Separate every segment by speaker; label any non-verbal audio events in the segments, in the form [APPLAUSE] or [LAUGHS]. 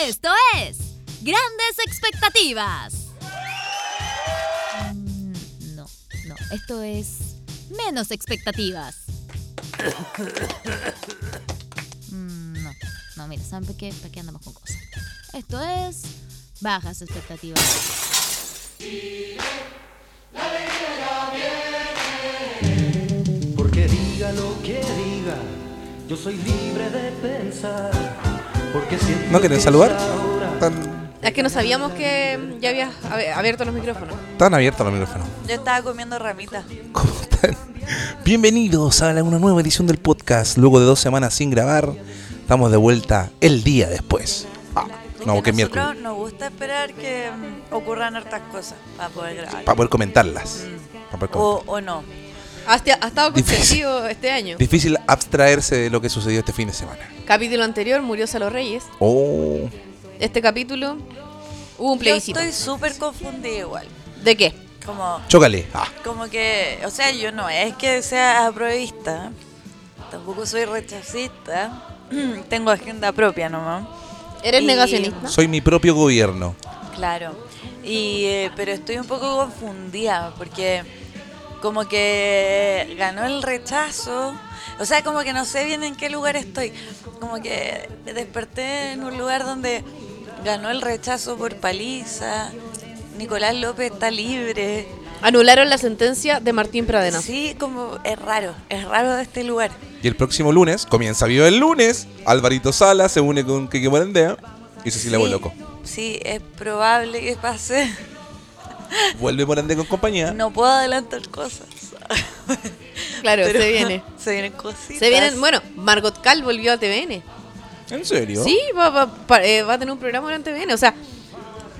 Speaker 1: Esto es Grandes Expectativas. Mm, No, no, esto es Menos Expectativas. [COUGHS] Mm, No, no, mira, ¿saben por qué, por qué andamos con cosas? Esto es Bajas Expectativas.
Speaker 2: Porque diga lo que diga, yo soy libre de pensar. Porque siento
Speaker 3: ¿No querés
Speaker 2: que
Speaker 3: saludar?
Speaker 2: es ahora.
Speaker 3: Están,
Speaker 4: Es que no sabíamos que mm, ya habías ab- abierto los micrófonos.
Speaker 3: están abiertos los micrófonos.
Speaker 5: Yo estaba comiendo ramitas.
Speaker 3: [LAUGHS] ¿Cómo están? Bienvenidos a la- una nueva edición del podcast. Luego de dos semanas sin grabar, estamos de vuelta el día después. Ah, no, porque
Speaker 5: que
Speaker 3: es
Speaker 5: nosotros
Speaker 3: miércoles.
Speaker 5: nos gusta esperar que mm, ocurran hartas cosas para poder grabar.
Speaker 3: Para poder comentarlas. Para poder comentar.
Speaker 5: o, o no.
Speaker 4: Has, te- has estado
Speaker 3: Difícil.
Speaker 4: consentido este año.
Speaker 3: Difícil abstraerse de lo que sucedió este fin de semana.
Speaker 4: Capítulo anterior murió Salo Reyes.
Speaker 3: Oh,
Speaker 4: Este capítulo hubo un
Speaker 5: Yo
Speaker 4: plebiscito.
Speaker 5: estoy súper confundida igual.
Speaker 4: ¿De qué?
Speaker 5: Como,
Speaker 3: chócale. Ah,
Speaker 5: como que, o sea, yo no es que sea aprobista, tampoco soy rechazista, [CLEARS THROAT] tengo agenda propia nomás.
Speaker 4: ¿Eres
Speaker 5: Y-
Speaker 4: negacionista?
Speaker 3: soy mi propio gobierno.
Speaker 5: Claro, y, eh, pero estoy un poco confundida porque como que ganó el rechazo, o sea, como que no sé bien en qué lugar estoy, como que desperté en un lugar donde ganó el rechazo por paliza, Nicolás López está libre,
Speaker 4: Anularon la sentencia de Martín Pradena.
Speaker 5: sí, como es raro, es raro de este lugar.
Speaker 3: Y el próximo lunes, comienza vivo el lunes, Alvarito Sala se une con Kike Morandea y Cecilia
Speaker 5: Sí,
Speaker 3: Boloco.
Speaker 5: Sí, es probable que pase.
Speaker 3: Vuelve Morandea con compañía.
Speaker 5: No puedo adelantar cosas.
Speaker 4: Claro,
Speaker 5: Pero
Speaker 4: se viene.
Speaker 5: [LAUGHS] Se vienen cositas.
Speaker 4: Se vienen, bueno, Margot Cal volvió a TVN.
Speaker 3: ¿En serio?
Speaker 4: Sí, va, va- pa- eh, va a tener un programa en TVN. O sea,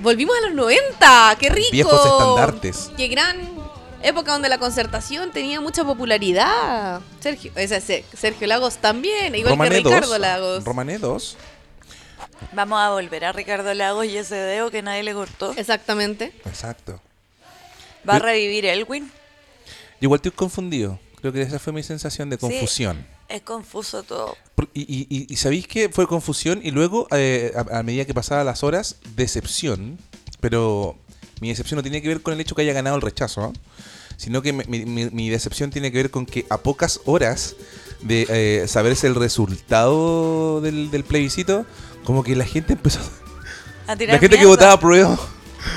Speaker 4: volvimos a los 90. ¡Qué rico!
Speaker 3: Viejos estandartes.
Speaker 4: ¡Qué gran época donde la concertación tenía mucha popularidad! Sergio, o sea, se- Sergio Lagos también, igual
Speaker 3: Romané
Speaker 4: que Ricardo
Speaker 3: 2.
Speaker 4: Lagos.
Speaker 3: Romané 2.
Speaker 5: Vamos a volver a Ricardo Lagos y ese dedo que nadie le cortó.
Speaker 4: Exactamente.
Speaker 3: Exacto.
Speaker 5: Va a revivir Elwin.
Speaker 3: Yo igual estoy confundido. Creo que esa fue mi sensación de
Speaker 5: Sí.
Speaker 3: confusión.
Speaker 5: Es confuso todo.
Speaker 3: Por- Y, y- y- y sabéis que fue confusión y luego, eh, a, a medida que pasaban las horas, decepción. Pero mi decepción no tiene que ver con el hecho que haya ganado el rechazo, ¿ah? sino que mi, mi- mi- mi decepción tiene que ver con que a pocas horas de eh, saberse el resultado del, del plebiscito, como que la gente empezó... [LAUGHS]
Speaker 5: A tirar
Speaker 3: La gente que
Speaker 5: mierda.
Speaker 3: votaba prueba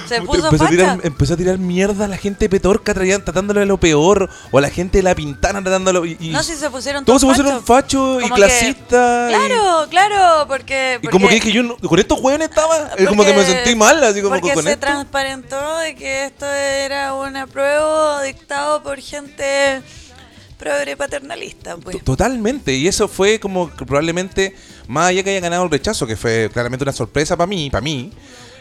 Speaker 5: Se puso
Speaker 3: empezó, a tirar,
Speaker 5: facha.
Speaker 3: empezó a tirar mierda a la gente petorca traían, tratándolo de lo peor, o a la gente de la pintana tratándolo. Y, y
Speaker 5: No, si se pusieron
Speaker 3: todos se
Speaker 5: todos
Speaker 3: pusieron
Speaker 5: fachos.
Speaker 3: fachos y
Speaker 5: Como que-
Speaker 3: clasistas. y-
Speaker 5: Claro, claro, porque...
Speaker 3: Y
Speaker 5: porque-
Speaker 3: como que dije yo, no- con estos hueones estaba, es como que me
Speaker 5: porque-
Speaker 3: sentí mal, así como
Speaker 5: Porque
Speaker 3: con
Speaker 5: se
Speaker 3: esto.
Speaker 5: transparentó de que esto era un apruebo dictado por gente progre paternalista. Pues.
Speaker 3: T- Totalmente, y eso fue como que probablemente, más allá que haya ganado el rechazo, que fue claramente una sorpresa para mí, para mí,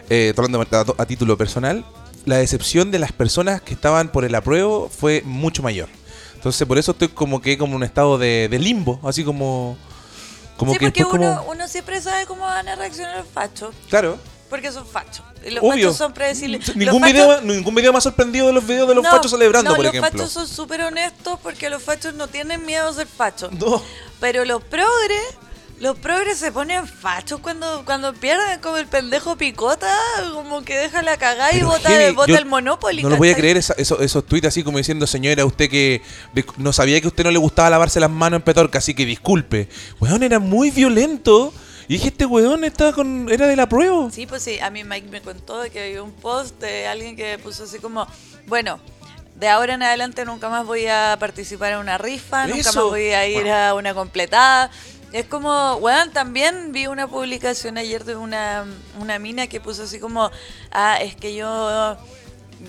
Speaker 3: eh, estoy hablando a, a título personal, la decepción de las personas que estaban por el apruebo fue mucho mayor. Entonces por eso estoy como que como en un estado de, de limbo, así como... Como
Speaker 5: sí,
Speaker 3: que
Speaker 5: porque
Speaker 3: después como...
Speaker 5: uno, uno siempre sabe cómo van a reaccionar los fachos.
Speaker 3: Claro.
Speaker 5: Porque son fachos. Y los
Speaker 3: Obvio.
Speaker 5: fachos son predecibles.
Speaker 3: Ningún,
Speaker 5: Los fachos-
Speaker 3: video, ningún video más sorprendido de los videos de los
Speaker 5: No,
Speaker 3: fachos celebrando,
Speaker 5: no,
Speaker 3: por
Speaker 5: los
Speaker 3: ejemplo.
Speaker 5: fachos son súper honestos porque los fachos no tienen miedo a ser fachos.
Speaker 3: No.
Speaker 5: Pero los progres, los progres se ponen fachos cuando, cuando pierden, como el pendejo picota, como que deja la cagada y
Speaker 3: Pero
Speaker 5: vota,
Speaker 3: heavy,
Speaker 5: vota
Speaker 3: yo
Speaker 5: el Monopoly.
Speaker 3: No lo voy a
Speaker 5: ¿cachai?
Speaker 3: creer esa- eso- esos tweets así como diciendo, señora, usted que desc- no sabía que a usted no le gustaba lavarse las manos en Petorca, así que disculpe. Weón, era muy violento. Y dije, este weón estaba con, era de la prueba.
Speaker 5: Sí, pues sí, a mí Mike me contó que había un post de alguien que puso así como, bueno, de ahora en adelante nunca más voy a participar en una rifa, Ah, nunca más
Speaker 3: Eso.
Speaker 5: voy a ir a una completada. Es como, weón, también vi una publicación ayer de una, una mina que puso así como, ah, es que yo...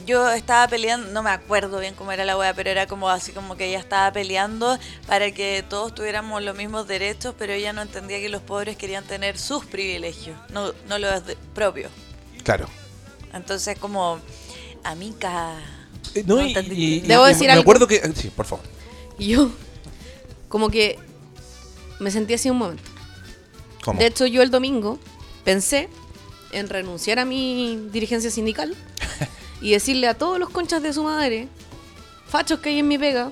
Speaker 5: Yo estaba peleando, no me acuerdo bien cómo era la wea, pero era como así como que ella estaba peleando para que todos tuviéramos los mismos derechos, pero ella no entendía que los pobres querían tener sus privilegios, no, no los de- propios.
Speaker 3: Claro.
Speaker 5: Entonces como, amica,
Speaker 3: Eh, no,
Speaker 5: No,
Speaker 3: y,
Speaker 5: entendí.
Speaker 3: y- y-
Speaker 4: Debo
Speaker 3: y
Speaker 4: decir
Speaker 3: me
Speaker 4: algo.
Speaker 3: acuerdo que... eh, Sí, por favor.
Speaker 4: Y yo, como que me sentí así un momento.
Speaker 3: ¿Cómo?
Speaker 4: De hecho, yo el domingo pensé en renunciar a mi dirigencia
Speaker 3: [LAUGHS]
Speaker 4: sindical y decirle a todos los conchas de su madre, fachos que hay en mi pega,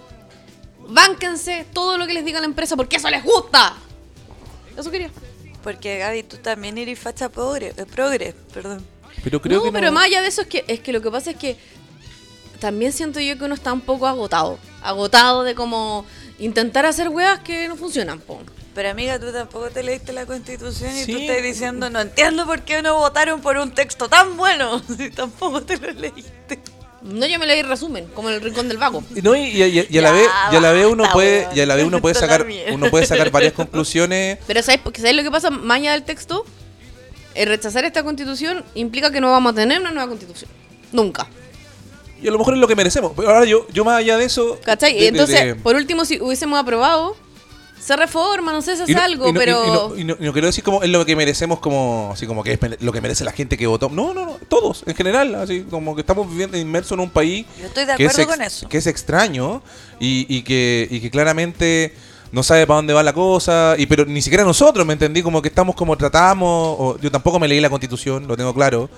Speaker 4: bánquense todo lo que les diga la empresa porque eso les gusta. Eso quería.
Speaker 5: Porque Gaby, tú también eres facha progre, eh, progre, perdón.
Speaker 3: Pero creo
Speaker 4: no,
Speaker 3: que.
Speaker 4: pero más allá de eso es que, es que lo que pasa es que también siento yo que uno está un poco agotado. Agotado de como intentar hacer weas que no funcionan, po.
Speaker 5: Pero amiga, tú tampoco te leíste la constitución y tú
Speaker 3: Sí.
Speaker 5: estás diciendo, no entiendo por qué no votaron por un texto tan bueno. [LAUGHS] Si tampoco te lo leíste.
Speaker 4: No, yo me leí el resumen, como en el rincón del vago.
Speaker 3: Y No, y, y- y- y a la
Speaker 5: Ya,
Speaker 3: vez, y a la vez uno
Speaker 5: basta,
Speaker 3: puede,
Speaker 5: weón.
Speaker 3: y a la vez uno puede
Speaker 5: Esto es la
Speaker 3: sacar,
Speaker 5: mierda.
Speaker 3: uno puede sacar
Speaker 5: [LAUGHS]
Speaker 3: varias conclusiones.
Speaker 4: Pero ¿sabes, porque ¿sabes lo que pasa más allá del texto? El rechazar esta constitución implica que no vamos a tener una nueva constitución. Nunca.
Speaker 3: Y a lo mejor es lo que merecemos. Pero ahora yo, yo más allá de eso.
Speaker 4: ¿Cachai?
Speaker 3: de- de-
Speaker 4: Entonces,
Speaker 3: de-
Speaker 4: por último, si hubiésemos aprobado, se reforma, no sé, se hace
Speaker 3: y no-
Speaker 4: algo,
Speaker 3: y no- y-
Speaker 4: pero...
Speaker 3: y no, y no- y no quiero decir como es lo que merecemos, como así como que es mere- lo que merece la gente que votó. No, no, no. Todos, en general. Así como que estamos viviendo inmersos en un país.
Speaker 5: Yo estoy de
Speaker 3: que es
Speaker 5: acuerdo
Speaker 3: ex-
Speaker 5: con eso.
Speaker 3: Que es extraño y, y que, y que claramente no sabe para dónde va la cosa. Y pero ni siquiera nosotros, ¿me entendí? Como que estamos como tratamos. o- yo tampoco me leí la constitución, lo tengo claro.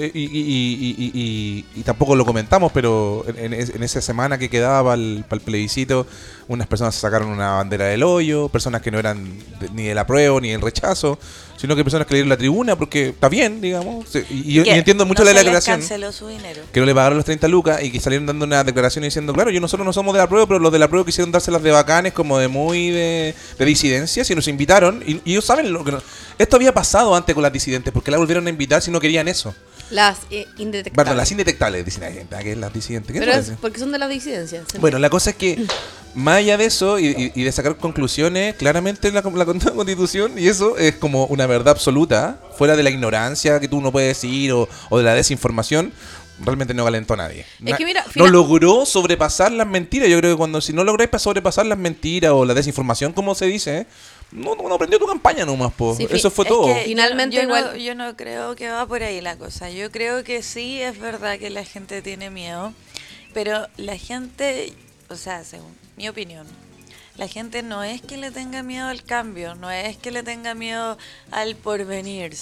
Speaker 3: Eh, Y, y- y- y- y- y- y tampoco lo comentamos, pero en, en es- en esa semana que quedaba para el, plebiscito, unas personas se sacaron una bandera del hoyo, personas que no eran de- ni del apruebo ni del rechazo, sino que personas que le dieron la tribuna, porque está bien, digamos. se- Y, y-
Speaker 5: Que
Speaker 3: y entiendo mucho
Speaker 5: no
Speaker 3: la
Speaker 5: se les
Speaker 3: declaración
Speaker 5: canceló su dinero.
Speaker 3: que no le pagaron los 30 lucas y que salieron dando una declaración diciendo, claro, yo nosotros no somos de la prueba, pero los de la prueba quisieron dárselas de bacanes, como de muy de, de disidencias, y nos invitaron. Y, y ellos saben lo que no- Esto había pasado antes con las disidentes, porque la volvieron a invitar si no querían eso.
Speaker 4: Las eh,
Speaker 3: Perdón,
Speaker 4: indetectables.
Speaker 3: las indetectables, dicen la gente, ah, que es las disidentes. ¿Qué
Speaker 4: Pero
Speaker 3: te
Speaker 4: es Mm.
Speaker 3: parece?
Speaker 4: porque son de las disidencias. ¿sí?
Speaker 3: Bueno, la cosa es que, más allá de eso y, y- y de sacar conclusiones, claramente la, [LAUGHS] la constitución, y eso es como una verdad absoluta, ¿ah? fuera de la ignorancia que tú no puedes decir o, o de la desinformación, realmente no calentó a nadie.
Speaker 4: Es que mira,
Speaker 3: no
Speaker 4: fina-
Speaker 3: logró sobrepasar las mentiras. Yo creo que cuando si no lográis pa- sobrepasar las mentiras o la desinformación, como se dice, ¿eh? no, no, no prendió tu campaña nomás, po.
Speaker 4: Sí, fi-
Speaker 3: eso fue
Speaker 5: Es
Speaker 3: todo.
Speaker 5: que yo-
Speaker 4: Finalmente
Speaker 5: yo, no,
Speaker 4: igual-
Speaker 5: yo no creo que va por ahí la cosa. Yo creo que sí es verdad que la gente tiene miedo, pero la gente, o sea, según mi opinión, la gente no es que le tenga miedo al cambio, no es que le tenga miedo al porvenir,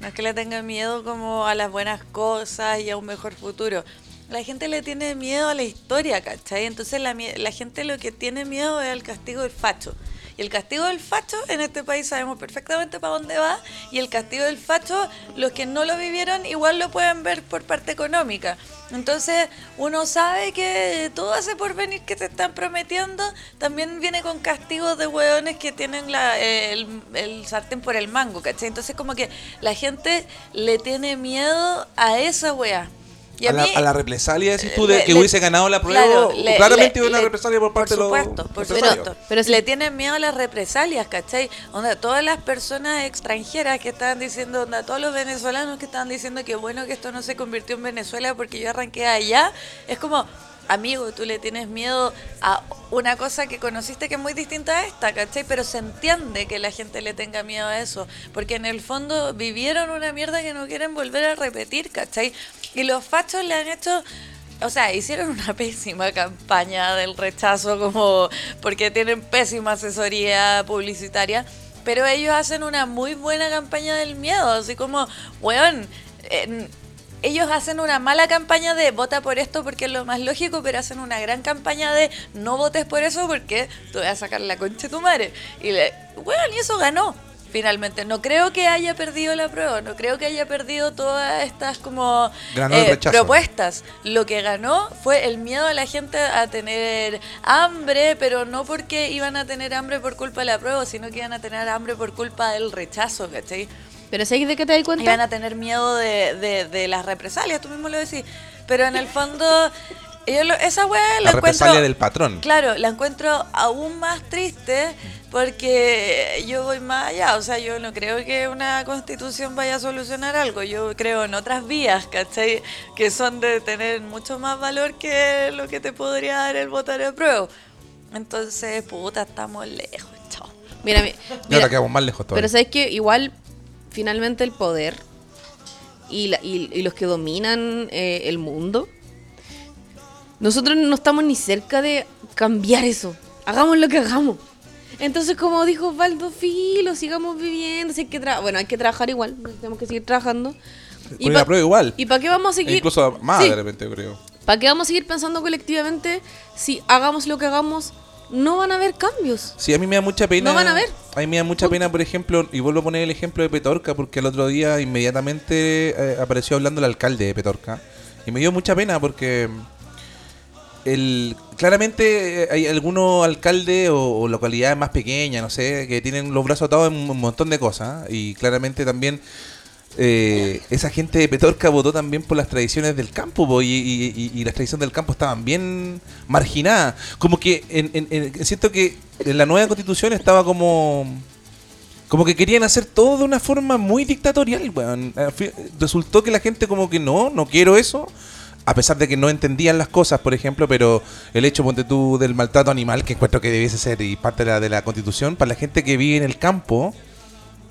Speaker 5: no es que le tenga miedo como a las buenas cosas y a un mejor futuro. La gente le tiene miedo a la historia, ¿cachai? Entonces la, mie- la gente lo que tiene miedo es al castigo del facho. Y el castigo del facho en este país sabemos perfectamente para dónde va. Y el castigo del facho, los que no lo vivieron igual lo pueden ver por parte económica. Entonces uno sabe que todo ese porvenir que te están prometiendo también viene con castigos de hueones que tienen la- el, el sartén por el mango, ¿cachai? Entonces como que la gente le tiene miedo a esa hueá. Y
Speaker 3: a, la,
Speaker 5: mí- eh,
Speaker 3: a la represalia, decís tú, de
Speaker 5: le-
Speaker 3: que
Speaker 5: le-
Speaker 3: hubiese ganado la prueba.
Speaker 5: claro,
Speaker 3: o-
Speaker 5: le-
Speaker 3: claramente
Speaker 5: le-
Speaker 3: hubo una
Speaker 5: le-
Speaker 3: represalia por parte
Speaker 5: por
Speaker 3: de
Speaker 5: supuesto,
Speaker 3: los.
Speaker 5: por
Speaker 3: empresarios.
Speaker 5: supuesto.
Speaker 4: Pero si-
Speaker 5: le tienen miedo a las represalias, ¿cachai? Onda, todas las personas extranjeras que estaban diciendo, onda, todos los venezolanos que estaban diciendo que bueno que esto no se convirtió en Venezuela porque yo arranqué allá, es como, amigo, tú le tienes miedo a una cosa que conociste que es muy distinta a esta, ¿cachai? Pero se entiende que la gente le tenga miedo a eso, porque en el fondo vivieron una mierda que no quieren volver a repetir, ¿cachai? Y los fachos le han hecho o sea, hicieron una [LAUGHS] pésima campaña del rechazo como porque tienen pésima asesoría publicitaria, pero ellos hacen una muy buena campaña del miedo, así como, weón, en- ellos hacen una mala campaña de vota por esto porque es lo más lógico, pero hacen una gran campaña de no votes por eso porque te voy a sacar la concha de tu madre. Y le, weón, y eso ganó finalmente. No creo que haya perdido la prueba, no creo que haya perdido todas estas como eh,
Speaker 3: Ganó el rechazo.
Speaker 5: propuestas. Lo que ganó fue el miedo a la gente a tener hambre, pero no porque iban a tener hambre por culpa de la prueba, sino que iban a tener hambre por culpa del rechazo, ¿cachai?
Speaker 4: Pero ¿sabes de qué te das
Speaker 5: Y van
Speaker 4: cuenta?
Speaker 5: a tener miedo de, de- de las represalias, tú mismo lo decís. Pero en el fondo, yo lo- esa weá
Speaker 3: La
Speaker 5: la,
Speaker 3: represalia
Speaker 5: encuentro...
Speaker 3: del patrón.
Speaker 5: Claro, la encuentro aún más triste porque yo voy más allá. O sea, yo no creo que una constitución vaya a solucionar algo. Yo creo en otras vías, ¿cachai? Que son de tener mucho más valor que lo que te podría dar el votar de prueba. Entonces, puta, estamos lejos, chao.
Speaker 4: Mira, mi-
Speaker 3: Y ahora
Speaker 4: mira,
Speaker 3: quedamos más lejos
Speaker 4: pero
Speaker 3: todavía.
Speaker 4: ¿sabes que Igual, finalmente el poder y, la- y- y los que dominan eh, el mundo, nosotros no estamos ni cerca de cambiar eso. Hagamos lo que hagamos. Entonces, como dijo Valdo Filo, sigamos viviendo. si hay que tra- bueno, hay que trabajar igual, tenemos que seguir trabajando.
Speaker 3: Con el apruebo igual.
Speaker 4: ¿Y para qué vamos a
Speaker 3: E
Speaker 4: seguir?
Speaker 3: incluso más
Speaker 4: Sí.
Speaker 3: de repente, creo.
Speaker 4: ¿Para qué vamos a seguir pensando colectivamente si hagamos lo que hagamos, no van a haber cambios.
Speaker 3: Sí, a mí me da mucha pena.
Speaker 4: No van a ver.
Speaker 3: A mí me da mucha pena, por ejemplo, y vuelvo a poner el ejemplo de Petorca, porque el otro día inmediatamente eh, apareció hablando el alcalde de Petorca. Y me dio mucha pena porque. El, claramente eh, hay algunos alcaldes o, o localidades más pequeñas, no sé, que tienen los brazos atados en un montón de cosas. Y claramente también eh, esa gente de Petorca votó también por las tradiciones del campo po, y, y- y- y las tradiciones del campo estaban bien marginadas. Como que en, en- en- siento que en la nueva constitución estaba como como que querían hacer todo de una forma muy dictatorial. weón. Al fin- Resultó que la gente como que no, no quiero eso. A pesar de que no entendían las cosas, por ejemplo, pero el hecho, ponte tú, del maltrato animal, que encuentro que debiese ser y parte de la, de la constitución, para la gente que vive en el campo,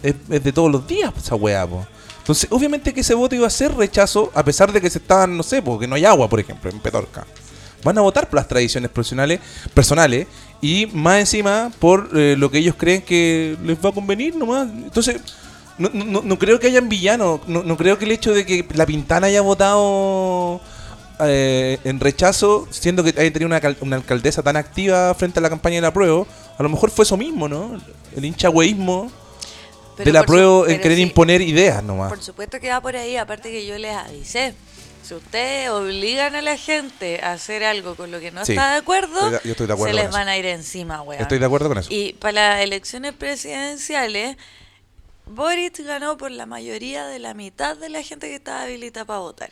Speaker 3: es, es de todos los días esa weá, po. Entonces, obviamente que ese voto iba a ser rechazo, a pesar de que se estaban, no sé, porque no hay agua, por ejemplo, en Petorca. Van a votar por las tradiciones profesionales, personales, y más encima por eh, lo que ellos creen que les va a convenir nomás. Entonces, no, no- no- no creo que hayan villanos, no, no creo que el hecho de que la Pintana haya votado eh, en rechazo, siendo que haya tenido una, cal- una alcaldesa tan activa frente a la campaña de la prueba, a lo mejor fue eso mismo, ¿no? El hinchagüeísmo del
Speaker 5: Pero por su-
Speaker 3: apruebo en
Speaker 5: pero
Speaker 3: querer
Speaker 5: sí,
Speaker 3: imponer ideas nomás.
Speaker 5: Por supuesto que va por ahí, aparte que yo les avisé. Si ustedes obligan a la gente a hacer algo con lo que no
Speaker 3: Sí,
Speaker 5: está de acuerdo,
Speaker 3: estoy de- yo estoy de acuerdo
Speaker 5: se
Speaker 3: con
Speaker 5: les
Speaker 3: eso.
Speaker 5: van a ir encima, weón.
Speaker 3: Estoy de acuerdo con eso.
Speaker 5: Y para las elecciones presidenciales, Boric ganó por la mayoría de la mitad de la gente que estaba habilitada para votar.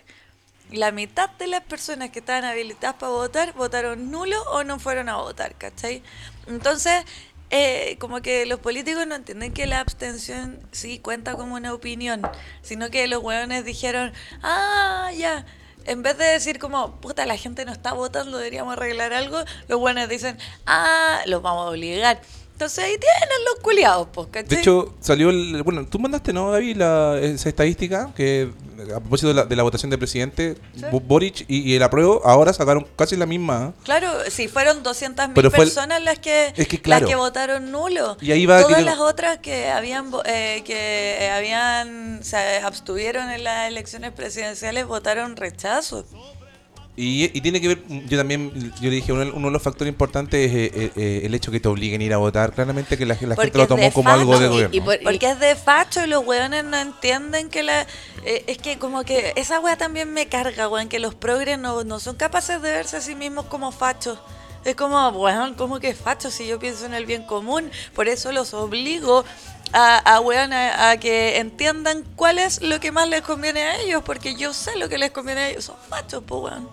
Speaker 5: La mitad de las personas que estaban habilitadas para votar votaron nulo o no fueron a votar, ¿cachai? Entonces, eh, como que los políticos no entienden que la abstención sí cuenta como una opinión, sino que los hueones dijeron, ah, ya. En vez de decir como, puta, la gente no está votando, deberíamos arreglar algo, los hueones dicen, ah, los vamos a obligar. Entonces ahí tienen los culiados, pues, ¿cachai?
Speaker 3: De hecho, salió el. Bueno, tú mandaste, ¿no, Gaby, la, esa estadística que a propósito de la, de la votación del presidente, Bo- Boric y, y el apruebo ahora sacaron casi la misma. ¿eh?
Speaker 5: Claro, sí, fueron 200.000
Speaker 3: Pero fue el-
Speaker 5: personas las, que,
Speaker 3: Es que claro.
Speaker 5: las que votaron nulo.
Speaker 3: Y ahí va-
Speaker 5: Todas
Speaker 3: y-
Speaker 5: las otras que habían vo- eh, que eh, habían se abstuvieron en las elecciones presidenciales votaron rechazo.
Speaker 3: Y, y tiene que ver, mm, yo también, yo le dije, uno, uno de los factores importantes es eh, eh, eh, el hecho que te obliguen a ir a votar. Claramente que la, la
Speaker 5: Porque
Speaker 3: gente lo
Speaker 5: es de
Speaker 3: tomó como
Speaker 5: facho.
Speaker 3: algo de
Speaker 5: Y- y
Speaker 3: gobierno.
Speaker 4: por-
Speaker 5: Porque es de facho y los weones no entienden que la... eh, es que como que esa wea también me carga, weón, que los progres no, no son capaces de verse a sí mismos como fachos. Es como, weón, ¿cómo que facho si yo pienso en el bien común? Por eso los obligo a, a weón, a, a que entiendan cuál es lo que más les conviene a ellos, porque yo sé lo que les conviene a ellos. Son fachos, pues, weón.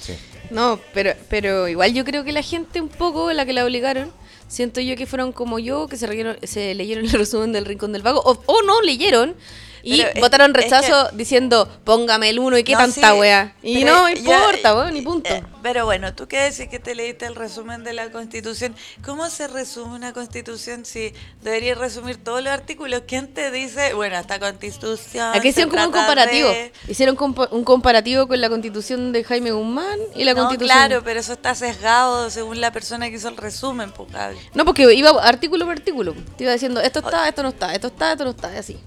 Speaker 3: Sí.
Speaker 4: No, pero, pero igual yo creo que la gente un poco, la que la obligaron, siento yo que fueron como yo, que se, reyeron- se leyeron [LAUGHS] el resumen del Rincón del Vago, o, o no leyeron, y
Speaker 5: Pero es-
Speaker 4: votaron
Speaker 5: es
Speaker 4: rechazo diciendo, póngame el uno y qué
Speaker 5: No,
Speaker 4: tanta
Speaker 5: sí,
Speaker 4: weá. Y
Speaker 5: pero
Speaker 4: no me
Speaker 5: ya-
Speaker 4: importa, weón, ni punto.
Speaker 5: eh, pero bueno, tú qué decís que te leíste el resumen de la Constitución. ¿Cómo se resume una Constitución si debería resumir todos los artículos? ¿Quién te dice, bueno, esta Constitución.
Speaker 4: Aquí hicieron
Speaker 5: se
Speaker 4: como un
Speaker 5: trata
Speaker 4: comparativo.
Speaker 5: de-
Speaker 4: Hicieron compa- un comparativo con la constitución de Jaime Guzmán y la
Speaker 5: No,
Speaker 4: constitución.
Speaker 5: claro, pero eso está sesgado según la persona que hizo el resumen, pues, Gaby.
Speaker 4: No, porque iba artículo por artículo. Te iba diciendo, esto está, esto no está, esto está, esto no está, y así.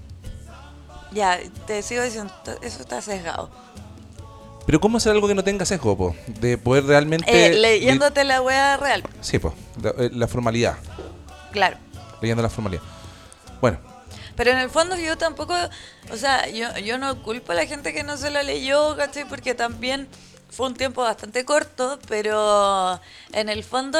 Speaker 5: Ya, te sigo diciendo, t- eso está sesgado.
Speaker 3: Pero ¿cómo hacer algo que no tenga sesgo, po? De poder realmente...
Speaker 5: Eh, leyéndote la wea real,
Speaker 3: Sí, po. La, eh, la formalidad.
Speaker 5: claro.
Speaker 3: Leyendo la formalidad. Bueno,
Speaker 5: Pero en el fondo yo tampoco, o sea, yo, yo no culpo a la gente que no se lo leyó, ¿cachai? Porque también fue un tiempo bastante corto, pero en el fondo,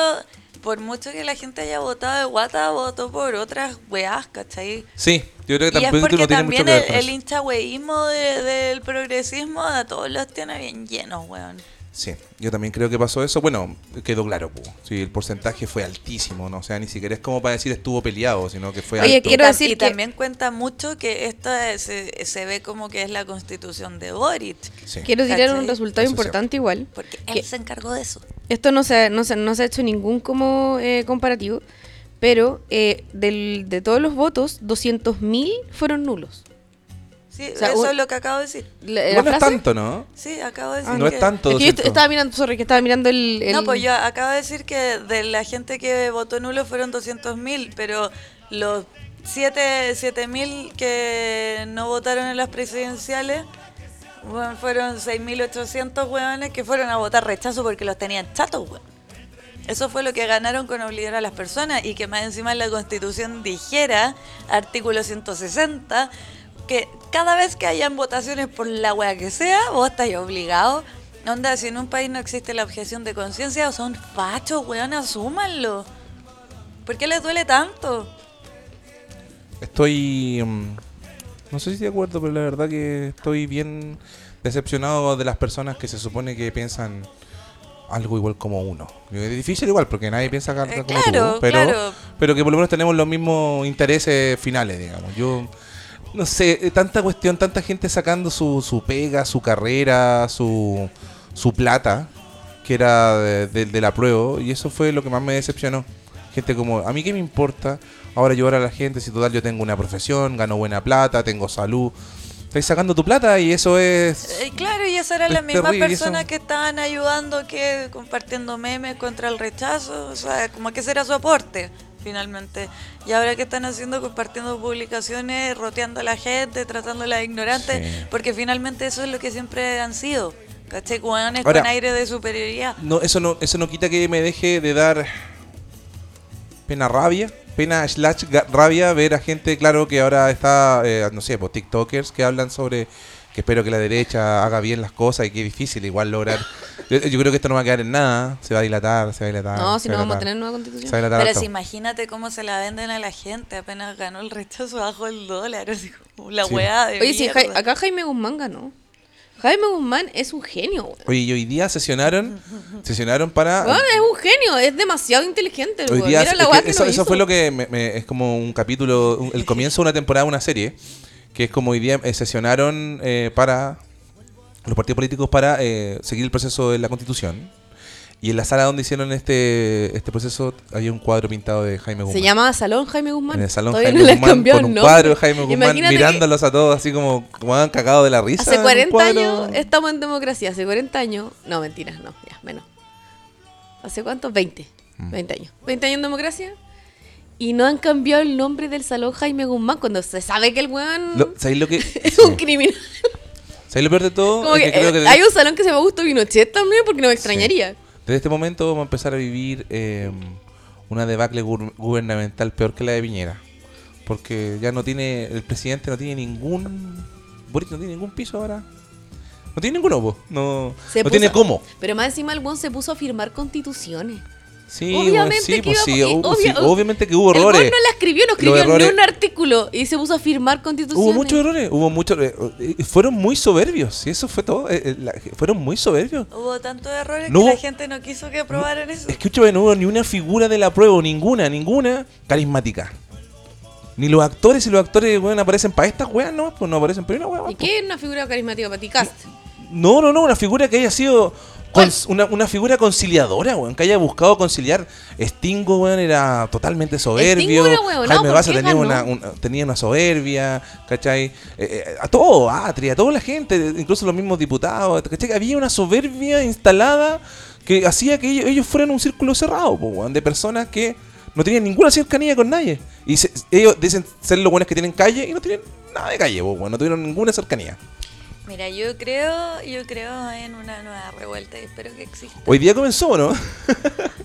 Speaker 5: por mucho que la gente haya votado de guata, votó por otras weás, ¿cachai?
Speaker 3: sí, yo creo que
Speaker 5: Y es
Speaker 3: tampoco
Speaker 5: porque
Speaker 3: no tiene mucho
Speaker 5: también
Speaker 3: que ver
Speaker 5: el,
Speaker 3: con
Speaker 5: el
Speaker 3: eso.
Speaker 5: hinchagüeísmo de- del progresismo a todos los tiene bien llenos, weón.
Speaker 3: Sí, yo también creo que pasó eso. Bueno, quedó claro, po. Sí, el porcentaje fue altísimo, ¿no? O sea, ni siquiera es como para decir estuvo peleado, sino que fue
Speaker 4: Oye,
Speaker 3: alto.
Speaker 4: quiero
Speaker 5: tam-
Speaker 4: decir
Speaker 5: y
Speaker 4: que-
Speaker 5: también cuenta mucho que esto es- se, se ve como que es la constitución de Boric,
Speaker 3: Sí.
Speaker 4: Quiero tirar un
Speaker 5: ¿Cachai?
Speaker 4: resultado
Speaker 3: Eso es
Speaker 4: importante igual.
Speaker 5: porque
Speaker 4: Que-
Speaker 5: él se encargó de eso.
Speaker 4: Esto no se, ha- no se, no se ha hecho ningún como eh, comparativo, pero eh, del- de todos los votos, 200.000 fueron nulos.
Speaker 5: Sí,
Speaker 4: O sea,
Speaker 5: eso
Speaker 4: un-
Speaker 5: es lo que acabo de decir.
Speaker 4: La- eh, la
Speaker 3: Bueno, no es
Speaker 4: frase-
Speaker 3: tanto, ¿no?
Speaker 5: Sí, acabo de decir.
Speaker 3: Ah, no
Speaker 5: que-
Speaker 3: es tanto.
Speaker 4: Es que yo est-
Speaker 3: 200.
Speaker 4: estaba mirando, sorry, que estaba mirando el... el-
Speaker 5: No, pues yo acabo de decir que de la gente que votó nulo fueron 200.000, pero los 7 7.000 que no votaron en las presidenciales bueno, fueron 6.800 hueones que fueron a votar rechazo porque los tenían chatos, hueón. Eso fue lo que ganaron con obligar a las personas y que más encima la constitución dijera, artículo 160, que cada vez que hayan votaciones por la wea que sea, vos estáis obligado. Onda, si en un país no existe la objeción de conciencia, son fachos, weón, asúmanlo. ¿Por qué les duele tanto?
Speaker 3: Estoy. mm, No sé si de acuerdo, pero la verdad que estoy bien decepcionado de las personas que se supone que piensan algo igual como uno. Es difícil igual, porque nadie piensa ca-
Speaker 5: Eh,
Speaker 3: como tú,
Speaker 5: claro,
Speaker 3: pero,
Speaker 5: claro.
Speaker 3: pero que por lo menos tenemos los mismos intereses finales, digamos. Yo. No sé, eh, tanta cuestión, tanta gente sacando su, su pega, su carrera, su, su plata, que era de, de- de la prueba, y eso fue lo que más me decepcionó. Gente como, ¿a mí qué me importa ahora llorar a la gente si total yo tengo una profesión, gano buena plata, tengo salud? Estáis sacando tu plata y eso es...
Speaker 5: Eh, claro, y esas eran
Speaker 3: Es
Speaker 5: las mismas
Speaker 3: terrible,
Speaker 5: personas
Speaker 3: eso.
Speaker 5: que estaban ayudando, que compartiendo memes contra el rechazo, o sea, como que ese era su aporte, finalmente. Y ahora que están haciendo, compartiendo publicaciones, roteando a la gente, tratándola de ignorante,
Speaker 3: Sí.
Speaker 5: porque finalmente eso es lo que siempre han sido, ¿cachai? Cubanes
Speaker 3: Ahora-
Speaker 5: con aire de superioridad.
Speaker 3: No, eso no, eso no quita que me deje de dar pena rabia, pena slash ga- rabia ver a gente, claro, que ahora está, eh, no sé, pues, TikTokers que hablan sobre que espero que la derecha haga bien las cosas y que es difícil igual lograr. [LAUGHS] Yo, yo creo que esto no va a quedar en nada, se va a dilatar, se va a dilatar.
Speaker 4: no,
Speaker 3: se
Speaker 4: si
Speaker 3: va
Speaker 4: no vamos
Speaker 3: dilatar.
Speaker 4: a tener nueva
Speaker 3: Se va a
Speaker 4: constitución.
Speaker 3: dilatar
Speaker 5: Pero
Speaker 3: harto.
Speaker 5: si imagínate cómo se la venden a la gente, apenas ganó el rechazo bajo el dólar, [LAUGHS] así como la
Speaker 3: Sí.
Speaker 5: weá de
Speaker 4: Oye, sí,
Speaker 5: mierda.
Speaker 4: Ja- acá Jaime Guzmán ganó. Jaime Guzmán es un genio, weón.
Speaker 3: Oye, y hoy día sesionaron, sesionaron para...
Speaker 4: Weón, es un genio, es demasiado inteligente.
Speaker 3: Hoy
Speaker 4: weón.
Speaker 3: día
Speaker 4: Mira
Speaker 3: es
Speaker 4: la
Speaker 3: que
Speaker 4: weá que
Speaker 3: eso,
Speaker 4: nos
Speaker 3: eso
Speaker 4: hizo.
Speaker 3: fue lo que me- me- es como un capítulo, un- el comienzo de una temporada, de una serie, que es como hoy día eh, sesionaron eh, para los partidos políticos para eh, seguir el proceso de la constitución. Y en la sala donde hicieron este, este proceso había un cuadro pintado de Jaime Guzmán.
Speaker 4: Se llamaba Salón Jaime Guzmán.
Speaker 3: en el salón
Speaker 4: Todavía
Speaker 3: Jaime
Speaker 4: no le han
Speaker 3: Guzmán
Speaker 4: cambiado
Speaker 3: con un
Speaker 4: el nombre.
Speaker 3: cuadro de Jaime Guzmán
Speaker 4: Imagínate que
Speaker 3: mirándolos a todos así como, como han cagado de la risa. en
Speaker 4: Hace
Speaker 3: un
Speaker 4: 40
Speaker 3: cuadro.
Speaker 4: años estamos en democracia, hace 40 años. No, mentiras, no, ya, menos. ¿Hace cuánto? 20.
Speaker 3: Mm.
Speaker 4: 20 años. 20 años en democracia. Y no han cambiado el nombre del salón Jaime Guzmán cuando se sabe que el weón
Speaker 3: Lo- ¿Sabéis lo que?
Speaker 4: [LAUGHS] es
Speaker 3: [LAUGHS]
Speaker 4: un criminal.
Speaker 3: ¿Sabéis lo peor de todo?
Speaker 4: Como
Speaker 3: Es
Speaker 4: que,
Speaker 3: que creo
Speaker 4: eh,
Speaker 3: que-
Speaker 4: hay un salón que se llama Gusto Pinochet también porque no me extrañaría.
Speaker 3: Desde este momento vamos a empezar a vivir eh, una debacle gur- gubernamental peor que la de Piñera. Porque ya no tiene, el presidente no tiene ningún, Boric no tiene ningún piso ahora. No tiene ninguno, po. no,
Speaker 4: Se
Speaker 3: no tiene
Speaker 4: puso-
Speaker 3: cómo.
Speaker 4: Pero más encima el weón se puso a firmar constituciones.
Speaker 3: Sí,
Speaker 4: Obviamente
Speaker 3: sí,
Speaker 4: que
Speaker 3: pues
Speaker 4: iba-
Speaker 3: sí,
Speaker 4: eh,
Speaker 3: ob-
Speaker 4: obvia-
Speaker 3: sí, obviamente que hubo
Speaker 4: el
Speaker 3: errores.
Speaker 4: weón no la escribió, no
Speaker 3: Los
Speaker 4: escribió
Speaker 3: errores-
Speaker 4: ni un artículo y se puso a firmar constituciones.
Speaker 3: Hubo muchos errores, hubo muchos eh, eh, fueron muy soberbios, y eso fue todo, eh, eh, la- fueron muy soberbios.
Speaker 5: Hubo tantos errores
Speaker 3: No.
Speaker 5: que la gente no quiso que aprobaran eso.
Speaker 3: Escucha, no hubo ni una figura de la prueba, ninguna, ninguna carismática. Ni los actores y los actores, weón, aparecen para estas weas, no, pues no aparecen para una wea.
Speaker 4: ¿Y
Speaker 3: pues.
Speaker 4: qué es una figura carismática para ti, Cast?
Speaker 3: No, no, no, una figura que haya sido cons- una, una figura conciliadora, weón, que haya buscado conciliar. Stingo, weón, era totalmente soberbio.
Speaker 4: Stingo era huevonao,
Speaker 3: Jaime
Speaker 4: ¿por
Speaker 3: Baza
Speaker 4: qué
Speaker 3: tenía
Speaker 4: ganó?
Speaker 3: una, una- tenía una soberbia, ¿cachai? Eh, eh, a todo, a Atria, a toda la gente, incluso los mismos diputados, ¿cachai? Había una soberbia instalada que hacía que ellos, ellos fueran un círculo cerrado, po, weón, de personas que no tenían ninguna cercanía con nadie. Y se- ellos dicen ser los buenos que tienen calle y no tienen nada de calle, po, weón, no tuvieron ninguna cercanía.
Speaker 5: Mira, yo creo, yo creo en una nueva revuelta y espero que exista.
Speaker 3: Hoy día comenzó, ¿no?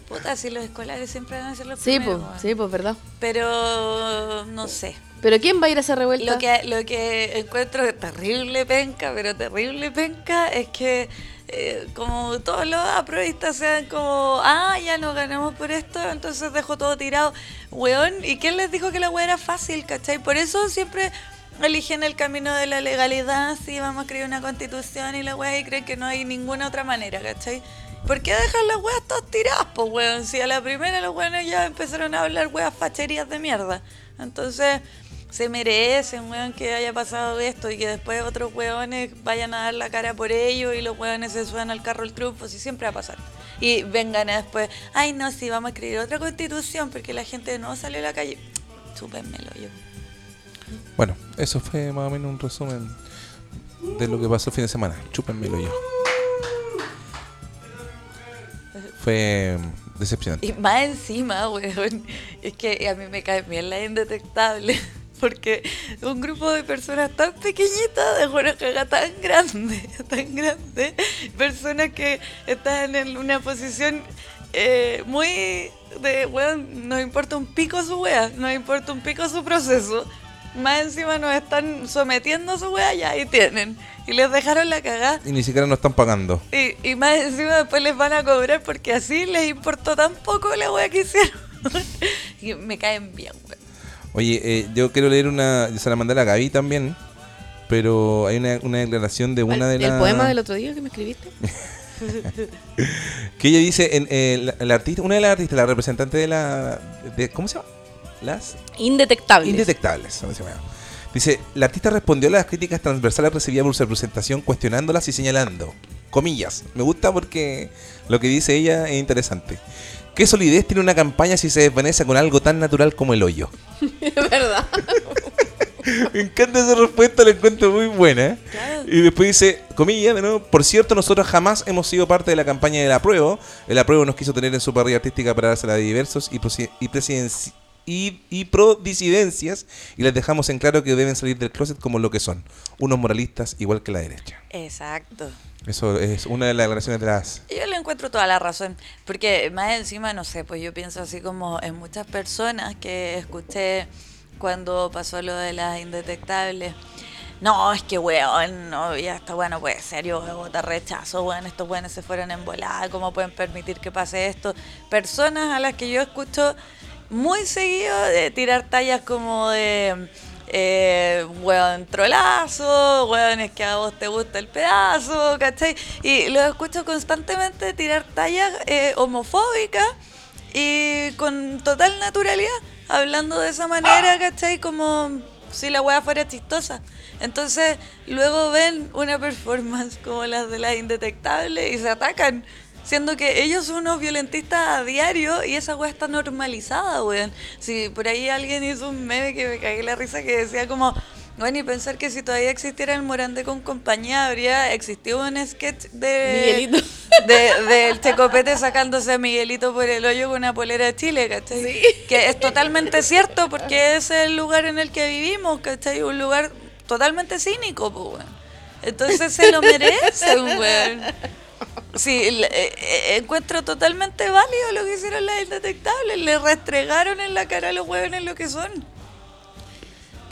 Speaker 5: Puta, si los escolares siempre van a ser los
Speaker 4: Sí, pues,
Speaker 5: primeros. weón.
Speaker 4: sí, pues, verdad.
Speaker 5: Pero no sé.
Speaker 4: ¿Pero quién va a ir a esa revuelta?
Speaker 5: Lo que, lo que encuentro terrible penca, pero terrible penca, es que eh, como todos los aprovistas sean como, ah, ya nos ganamos por esto, entonces dejo todo tirado. Weón, ¿y quién les dijo que la weá era fácil, cachai? Por eso siempre eligen el camino de la legalidad, si vamos a crear una constitución y la weá, y creen que no hay ninguna otra manera, cachai. ¿Por qué dejan las weas todas tiradas, pues, weón? Si a la primera los weones ya empezaron a hablar weas facherías de mierda. Entonces, se merecen, weón, que haya pasado esto y que después otros weones vayan a dar la cara por ello y los weones se suban al carro el triunfo, si siempre va a pasar. Y vengan a después, ay no, si vamos a escribir otra constitución porque la gente no sale a la calle. Chúpenmelo yo.
Speaker 3: Bueno, eso fue más o menos un resumen de lo que pasó el fin de semana. Chúpenmelo yo. Fue mm, decepcionante.
Speaker 5: Y más encima, weón, es que a mí me cae bien la indetectable. [LAUGHS] Porque un grupo de personas tan pequeñitas dejó una caga tan [LAUGHS] grande, tan grande. Personas que están en una posición eh, muy de, weón, nos importa un pico su wea, nos importa un pico su proceso. Más encima nos están sometiendo a su wea y ahí tienen. Y les dejaron la cagada.
Speaker 3: Y ni siquiera nos están pagando.
Speaker 5: Y, y más encima después les van a cobrar porque así les importó tan poco la wea que hicieron. [LAUGHS] y me caen bien, weón.
Speaker 3: Oye, eh, yo quiero leer una. Se la mandé a la Gaby también. Pero hay una, una declaración de una de
Speaker 4: ¿El
Speaker 3: las.
Speaker 4: poema del otro día que me
Speaker 5: [LAUGHS]
Speaker 4: escribiste?
Speaker 3: Que ella dice: en, eh, la, la artista, una de las artistas, la representante de la. de- ¿Cómo se llama? Las
Speaker 4: Indetectable. [LAUGHS]
Speaker 3: Indetectables. así se llama. Dice, la artista respondió a las críticas transversales recibidas por su presentación cuestionándolas y señalando. Comillas. Me gusta porque lo que dice ella es interesante. ¿Qué solidez tiene una campaña si se desvanece con algo tan natural como el hoyo?
Speaker 4: ¿Verdad?
Speaker 3: Me encanta esa respuesta, la encuentro muy buena.
Speaker 5: Claro.
Speaker 3: Y después dice, comillas, de nuevo, por cierto, nosotros jamás hemos sido parte de la campaña del apruebo. El apruebo nos quiso tener en su parrilla artística para dársela de diversos y, prosi- y presidenci- y, y prodisidencias y les dejamos en claro que deben salir del closet como lo que son, unos moralistas igual que la derecha.
Speaker 5: Exacto.
Speaker 3: Eso es una de las declaraciones de las...
Speaker 5: Yo le encuentro toda la razón, porque más encima, no sé, pues yo pienso así como en muchas personas que escuché cuando pasó lo de las indetectables. No, es que weón, no, ya está bueno, puede ser, yo voy a votar rechazo, weón, estos weones se fueron en volada, ¿cómo pueden permitir que pase esto? Personas a las que yo escucho muy seguido de tirar tallas como de eh, weón trolazo, weón es que a vos te gusta el pedazo, ¿cachai? Y los escucho constantemente tirar tallas eh, homofóbicas y con total naturalidad, hablando de esa manera, ¿cachai? Como si la weá fuera chistosa. Entonces luego ven una performance como las de las indetectables y se atacan. Siendo que ellos son unos violentistas a diario y esa weá está normalizada, weón. Si por ahí alguien hizo un meme que me cagué la risa que decía como, bueno, y pensar que si todavía existiera el Morandé con compañía, habría existido un sketch de...
Speaker 4: Miguelito.
Speaker 5: [LAUGHS] de- del Checopete sacándose a Miguelito por el hoyo con una polera de Chile, ¿cachai? Que es totalmente cierto porque ese es el lugar en el que vivimos, ¿cachai? Un lugar totalmente cínico, pues, weón. Entonces se lo merecen, weón. Sí, le- eh, eh, encuentro totalmente válido lo que hicieron las indetectables. Le restregaron en la cara a los huevones lo
Speaker 4: [LAUGHS]
Speaker 5: que son.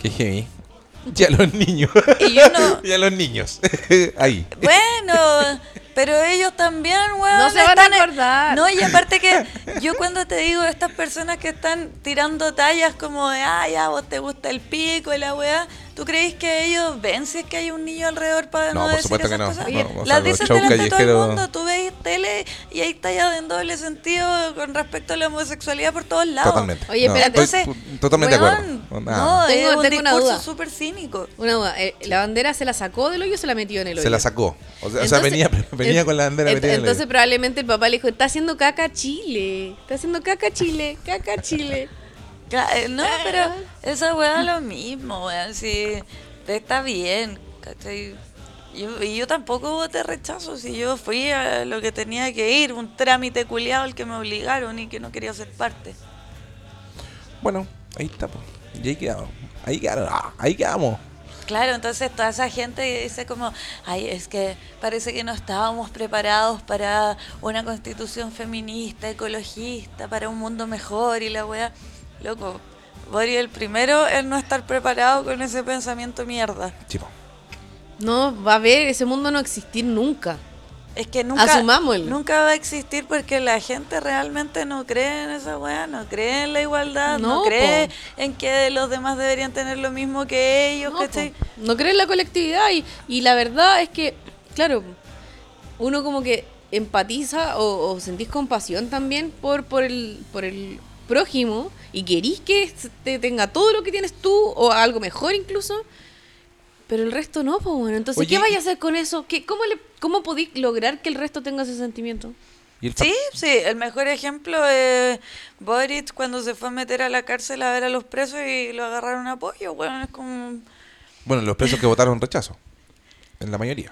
Speaker 3: Qué heavy. Y a los niños.
Speaker 5: Y yo no-
Speaker 3: [LAUGHS] Y a los niños. Ahí.
Speaker 5: Bueno, pero ellos también, weón.
Speaker 4: No se van a
Speaker 5: están en-
Speaker 4: acordar.
Speaker 5: No, y aparte que yo cuando te digo estas personas que están tirando tallas como de, ah, ya, vos te gusta el pico y la weá, ¿tú crees que ellos ven si es que hay un niño alrededor
Speaker 3: No,
Speaker 5: para no,
Speaker 3: por
Speaker 5: decir
Speaker 3: supuesto
Speaker 5: esas
Speaker 3: que no.
Speaker 5: cosas?
Speaker 3: No, o sea,
Speaker 5: Las
Speaker 3: los
Speaker 5: dicen
Speaker 3: shows
Speaker 5: delante de todo el
Speaker 3: callejeros-
Speaker 5: mundo, tú ves tele y hay tallas en doble sentido con respecto a la homosexualidad por todos lados.
Speaker 3: Totalmente.
Speaker 4: Oye, espérate.
Speaker 3: estoy
Speaker 5: Entonces,
Speaker 3: totalmente de
Speaker 5: weón,
Speaker 3: acuerdo.
Speaker 5: No,
Speaker 3: Nada.
Speaker 5: es
Speaker 4: Tengo-
Speaker 5: un
Speaker 4: tengo una
Speaker 5: discurso
Speaker 4: duda.
Speaker 5: súper cínico.
Speaker 4: Una duda. eh, ¿La bandera se la sacó del hoyo o se la metió en el hoyo?
Speaker 3: Se la sacó. O sea, o sea, venía, [LAUGHS] venía
Speaker 4: en-
Speaker 3: con la bandera
Speaker 4: ent-
Speaker 3: metida en el hoyo.
Speaker 4: Entonces probablemente el papá le dijo, está haciendo caca Chile, está haciendo caca Chile, caca
Speaker 5: [LAUGHS]
Speaker 4: Chile.
Speaker 5: Cla- eh, No, pero esa weá es lo mismo, weón. Si está bien, ¿cachai? Yo- y yo tampoco voté rechazo. Si yo fui a lo que tenía que ir, un trámite culiado al que me obligaron y que no quería ser parte.
Speaker 3: Bueno, ahí está, po. Y ahí quedamos. Ahí quedamos. Ah, Ahí quedamos.
Speaker 5: Claro, entonces toda esa gente dice como, ay, es que parece que no estábamos preparados para una constitución feminista, ecologista, para un mundo mejor y la weá. Loco, Boris el primero en no estar preparado con ese pensamiento mierda.
Speaker 3: Chipo.
Speaker 4: No, va a haber, ese mundo no va a existir nunca.
Speaker 5: Es que nunca,
Speaker 4: Asumámoslo.
Speaker 5: nunca va a existir porque la gente realmente no cree en esa weá, no cree en la igualdad, no,
Speaker 4: No,
Speaker 5: cree
Speaker 4: po.
Speaker 5: en que los demás deberían tener lo mismo que ellos,
Speaker 4: No,
Speaker 5: ¿cachai?
Speaker 4: po. no cree en la colectividad y, y la verdad es que, claro, uno como que empatiza o, o sentís compasión también por, por, el, por el prójimo y querís que se- te tenga todo lo que tienes tú o algo mejor incluso, pero el resto no, pues bueno, entonces, ¿qué
Speaker 3: Oye,
Speaker 4: vais
Speaker 3: y-
Speaker 4: a hacer con eso? ¿Qué, cómo, le, ¿Cómo podís lograr que el resto tenga ese sentimiento?
Speaker 3: Y el fa-
Speaker 5: Sí, sí, el mejor ejemplo es Boric cuando se fue a meter a la cárcel a ver a los presos y lo agarraron a pollo, weón, es como...
Speaker 3: Bueno, los presos que votaron rechazo. En la mayoría.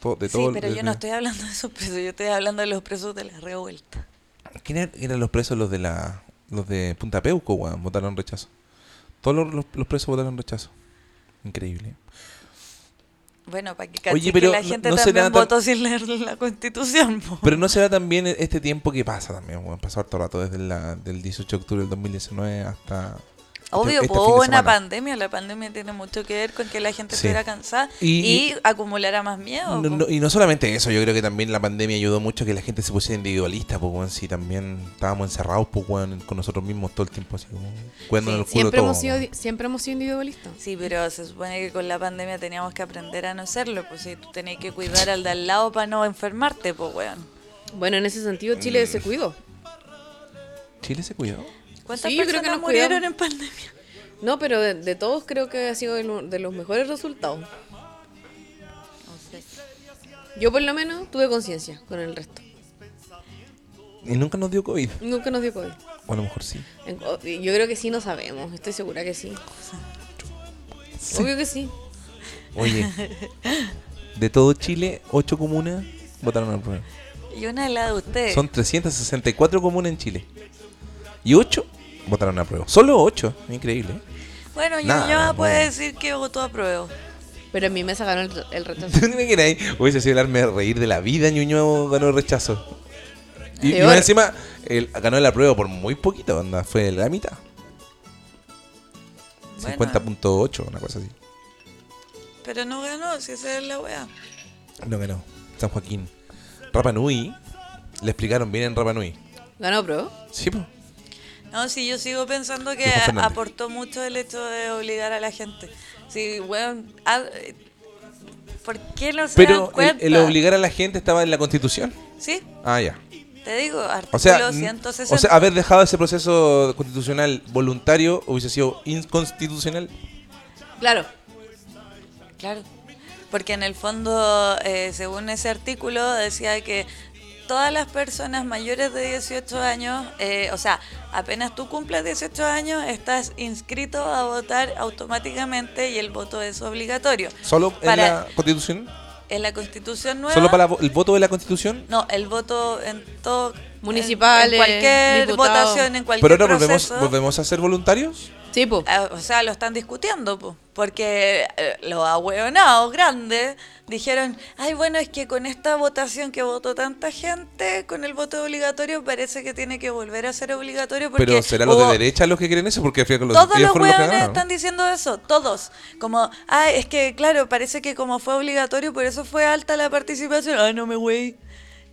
Speaker 3: To- de
Speaker 5: Sí,
Speaker 3: todo-
Speaker 5: pero
Speaker 3: de-
Speaker 5: yo no estoy hablando de esos presos, yo estoy hablando de los presos de la revuelta.
Speaker 3: ¿Quién er- eran los presos los de la los de Punta Peuco, weón? Votaron rechazo. Todos los, los- los presos votaron rechazo. Increíble.
Speaker 5: Bueno, para que
Speaker 3: Oye,
Speaker 5: caché
Speaker 3: pero
Speaker 5: que la
Speaker 3: no-
Speaker 5: gente
Speaker 3: no será
Speaker 5: también
Speaker 3: tan-
Speaker 5: votó sin leer la constitución. po.
Speaker 3: Pero no se da también este tiempo que pasa también, bueno, pasó harto rato desde la, del 18 de octubre del 2019 hasta... este-
Speaker 5: Obvio,
Speaker 3: este
Speaker 5: pues,
Speaker 3: fin de
Speaker 5: hubo una
Speaker 3: semana.
Speaker 5: pandemia. La pandemia tiene mucho que ver con que la gente
Speaker 3: Sí.
Speaker 5: estuviera cansada
Speaker 3: Y-
Speaker 5: y, acumulara más miedo.
Speaker 3: No,
Speaker 5: po.
Speaker 3: no, y no solamente eso, yo creo que también la pandemia ayudó mucho a que la gente se pusiera individualista, pues, weón, si también estábamos encerrados, pues, weón, con nosotros mismos todo el tiempo, así como, cuidando el culo
Speaker 4: Siempre
Speaker 3: todo,
Speaker 4: hemos, sido,
Speaker 3: weón.
Speaker 4: siempre hemos sido individualistas.
Speaker 5: Sí, pero se supone que con la pandemia teníamos que aprender a no serlo. Pues si tú tenés que cuidar al de al lado para no enfermarte, pues weón.
Speaker 4: Bueno, en ese sentido Chile se cuidó.
Speaker 3: Chile se cuidó.
Speaker 5: ¿Cuántas
Speaker 4: Sí, yo creo que
Speaker 5: personas
Speaker 4: nos
Speaker 5: murieron
Speaker 4: cuidamos.
Speaker 5: en pandemia?
Speaker 4: No, pero de, de todos creo que ha sido de, lo- de los mejores resultados. Yo por lo menos tuve conciencia con el resto.
Speaker 3: Y nunca nos dio COVID,
Speaker 4: Nunca nos dio COVID.
Speaker 3: o a lo mejor sí.
Speaker 4: En- o- Yo creo que sí, no sabemos. Estoy segura que sí. Obvio que sí. [LAUGHS]
Speaker 3: Oye, de todo Chile, 8 comunas votaron al prueba.
Speaker 5: Y una de las de ustedes.
Speaker 3: Son 364 comunas en Chile. Y 8 votaron a prueba. Solo 8. Increíble. ¿eh?
Speaker 5: Bueno,
Speaker 3: Nada,
Speaker 5: Ñuñoa
Speaker 3: no,
Speaker 5: puede
Speaker 3: bueno.
Speaker 5: decir que votó a prueba.
Speaker 4: Pero en mi mesa ganó el,
Speaker 3: [LAUGHS]
Speaker 4: el rechazo.
Speaker 3: ¿Tú te imaginas ahí? Hubiese sido el arma de reír de la vida. Ñuñoa ganó el rechazo. Y, y
Speaker 4: Peor.
Speaker 3: más encima el- ganó el apruebo por muy poquito. Onda, fue la mitad.
Speaker 5: Bueno,
Speaker 3: 50.8, una cosa así.
Speaker 5: pero no ganó, si esa es la weá.
Speaker 3: No ganó. San Joaquín. Rapa Nui. Le explicaron bien en Rapa Nui.
Speaker 4: ¿Ganó pro?
Speaker 3: Sí, pues.
Speaker 5: No, sí, yo sigo pensando que
Speaker 3: Dijo Fernández.
Speaker 5: aportó mucho el hecho de obligar a la gente. Sí, weón. ah, eh, ¿Por qué no se dan
Speaker 3: Pero el,
Speaker 5: cuenta?
Speaker 3: el obligar a la gente estaba en la constitución.
Speaker 5: Sí,
Speaker 3: Ah, ya.
Speaker 5: te digo, artículo
Speaker 3: O sea, n-
Speaker 5: 160.
Speaker 3: o sea, haber dejado ese proceso constitucional voluntario hubiese sido inconstitucional.
Speaker 4: Claro.
Speaker 5: Claro, porque en el fondo, eh, según ese artículo, decía que todas las personas mayores de 18 años, eh, o sea, apenas tú cumples 18 años, estás inscrito a votar automáticamente y el voto es obligatorio.
Speaker 3: Solo
Speaker 5: Para-
Speaker 3: en la constitución.
Speaker 5: En la constitución nueva...
Speaker 3: Solo para la vo- el voto de la constitución.
Speaker 5: No, el voto en todo...
Speaker 4: Municipales,
Speaker 5: En, cualquier
Speaker 4: diputados.
Speaker 5: votación, en cualquier
Speaker 3: Pero ahora volvemos,
Speaker 5: proceso.
Speaker 3: volvemos a ser voluntarios.
Speaker 4: Sí, po.
Speaker 5: Ah, O sea, lo están discutiendo, po, porque eh, los ahueonados grandes dijeron, ay, bueno, es que con esta votación que votó tanta gente, con el voto obligatorio parece que tiene que volver a ser obligatorio porque
Speaker 3: Pero serán los de
Speaker 5: hubo-
Speaker 3: derecha los que creen eso, porque al final los,
Speaker 5: todos
Speaker 3: ellos
Speaker 5: los
Speaker 3: fueron los que
Speaker 5: hueones
Speaker 3: ganaron.
Speaker 5: están diciendo eso, todos. Como, ay, es que claro, parece que como fue obligatorio, por eso fue alta la participación. Ay, no me güey.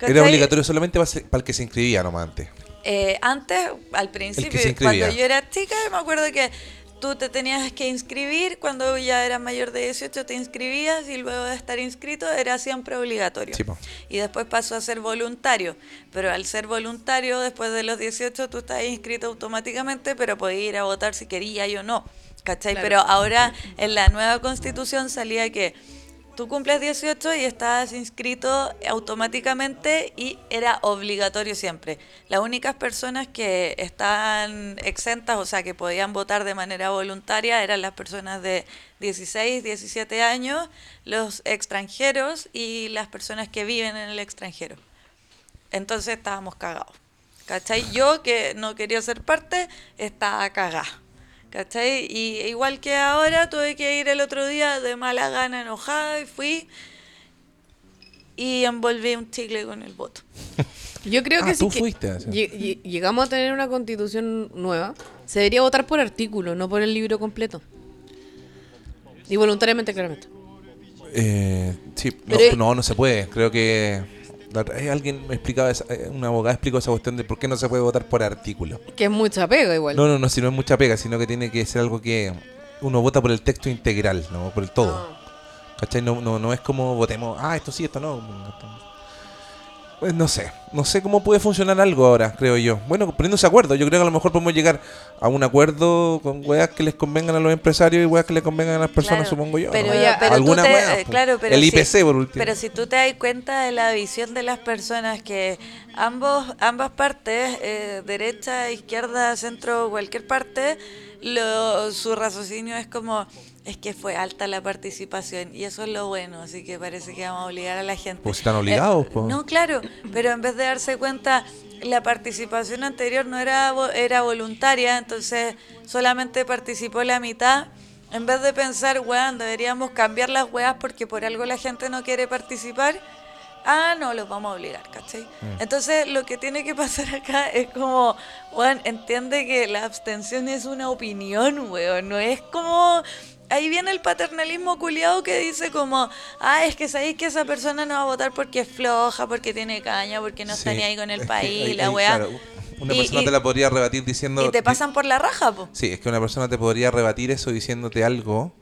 Speaker 3: Era
Speaker 5: ¿Cachai?
Speaker 3: obligatorio solamente para, se- para el que se inscribía nomás antes.
Speaker 5: Eh, antes, al principio,
Speaker 3: se inscribía.
Speaker 5: cuando yo era chica, me acuerdo que tú te tenías que inscribir, cuando ya eras mayor de 18 te inscribías y luego de estar inscrito era siempre obligatorio.
Speaker 3: Sí, po.
Speaker 5: y después pasó a ser voluntario, pero al ser voluntario, después de los 18 tú estás inscrito automáticamente, pero podías ir a votar si querías o no. ¿Cachai?
Speaker 4: Claro.
Speaker 5: Pero ahora en la nueva constitución salía que tú cumples 18 y estás inscrito automáticamente y era obligatorio siempre. Las únicas personas que estaban exentas, o sea, que podían votar de manera voluntaria, eran las personas de 16, 17 años, los extranjeros y las personas que viven en el extranjero. Entonces estábamos cagados. ¿Cachai? Yo que no quería ser parte, estaba cagada. ¿Cachai? Y igual que ahora, tuve que ir el otro día de mala gana, enojada, y fui y envolví un chicle con el voto.
Speaker 4: Yo creo
Speaker 3: Ah,
Speaker 4: que sí
Speaker 3: tú
Speaker 4: que
Speaker 3: fuiste a hacer.
Speaker 4: lleg- lleg- llegamos a tener una constitución nueva. Se debería votar por artículo, no por el libro completo. Y voluntariamente, claramente.
Speaker 3: Eh, sí, no,
Speaker 4: Pero-
Speaker 3: no, no se puede. Creo que la otra- eh, alguien me explicaba, esa- eh, una abogada explicó esa cuestión de por qué no se puede votar por artículo.
Speaker 4: Que es mucha pega igual.
Speaker 3: No, no, no, si no es mucha pega, sino que tiene que ser algo que uno vota por el texto integral, ¿no? Por el todo.
Speaker 5: Ah.
Speaker 3: ¿Cachai? No, no, no es como votemos, ah, esto sí, esto no. Pues no sé, no sé cómo puede funcionar algo ahora, creo yo. Bueno, poniéndose acuerdo, yo creo que a lo mejor podemos llegar a un acuerdo con weas que les convengan a los empresarios y weas que les convengan a las personas,
Speaker 5: Claro,
Speaker 3: supongo yo.
Speaker 5: Pero,
Speaker 3: ¿no?
Speaker 5: ya- pero tú
Speaker 3: Algunas
Speaker 5: te-
Speaker 3: weas,
Speaker 5: eh,
Speaker 3: po.
Speaker 5: claro, pero
Speaker 3: el
Speaker 5: si-
Speaker 3: IPC, por último.
Speaker 5: Pero si tú te das cuenta de la visión de las personas que ambos ambas partes, eh, derecha, izquierda, centro, cualquier parte, lo, su raciocinio es como es que fue alta la participación y eso es lo bueno, así que parece que vamos a obligar a la gente.
Speaker 3: Pues están obligados,
Speaker 5: Eh,
Speaker 3: po.
Speaker 5: No, claro, pero en vez de darse cuenta, la participación anterior no era, vo- era voluntaria, entonces solamente participó la mitad En vez de pensar, weón, deberíamos cambiar las weas porque por algo la gente no quiere participar, ah, no, los vamos a obligar, ¿cachai? Entonces, lo que tiene que pasar acá es como, weón, entiende que la abstención es una opinión, weón, no es como... Ahí viene el paternalismo culiado que dice como, ah, es que sabéis que esa persona no va a votar porque es floja, porque tiene caña, porque no está
Speaker 3: Sí.
Speaker 5: ni ahí con
Speaker 3: [LAUGHS]
Speaker 5: el
Speaker 3: Es que
Speaker 5: país,
Speaker 3: ahí-
Speaker 5: la
Speaker 3: ahí,
Speaker 5: wea.
Speaker 3: claro, una
Speaker 5: Y-
Speaker 3: persona
Speaker 5: y-
Speaker 3: te la podría rebatir diciendo.
Speaker 5: y te pasan por la raja, po.
Speaker 3: Sí, es que una persona te podría rebatir eso diciéndote algo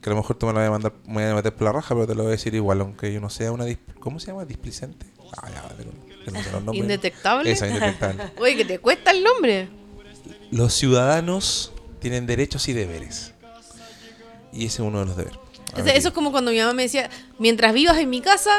Speaker 3: que a lo mejor tú me lo voy a mandar, me voy a meter por la raja, pero te lo voy a decir igual, aunque yo no sea una. dis- ¿Cómo se llama? ¿Displicente? Ah, ya, pero- que no sé los nombres.
Speaker 4: ¿Indetectable?
Speaker 3: Eso,
Speaker 4: [LAUGHS]
Speaker 3: indetectable.
Speaker 4: Oye, que te cuesta el nombre.
Speaker 3: Ah, Los ciudadanos tienen derechos y deberes. Y ese es uno de los deberes. A
Speaker 4: O sea,
Speaker 3: ver,
Speaker 4: eso es como cuando mi mamá me decía, mientras vivas en mi casa,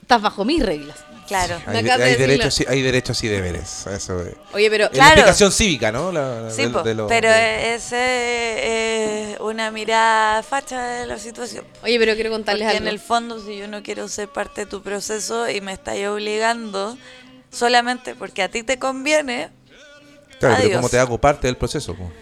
Speaker 4: estás bajo mis reglas.
Speaker 5: Claro.
Speaker 4: me
Speaker 3: hay,
Speaker 4: acabas de
Speaker 3: hay
Speaker 4: decirlo.
Speaker 3: derechos, y- hay derechos y deberes. Eso es.
Speaker 4: Oye, pero
Speaker 3: Es la
Speaker 5: Claro.
Speaker 3: explicación cívica, ¿no? La-
Speaker 5: Sí,
Speaker 3: de-
Speaker 5: po,
Speaker 3: de lo-
Speaker 5: pero
Speaker 3: de-
Speaker 5: ese es una mirada facha de la situación.
Speaker 4: Oye, pero quiero contarles
Speaker 5: Porque
Speaker 4: algo.
Speaker 5: en el fondo, si yo no quiero ser parte de tu proceso y me estáis obligando solamente porque a ti te conviene,
Speaker 3: Claro, pero
Speaker 5: Adiós.
Speaker 3: ¿cómo te hago parte del proceso? po?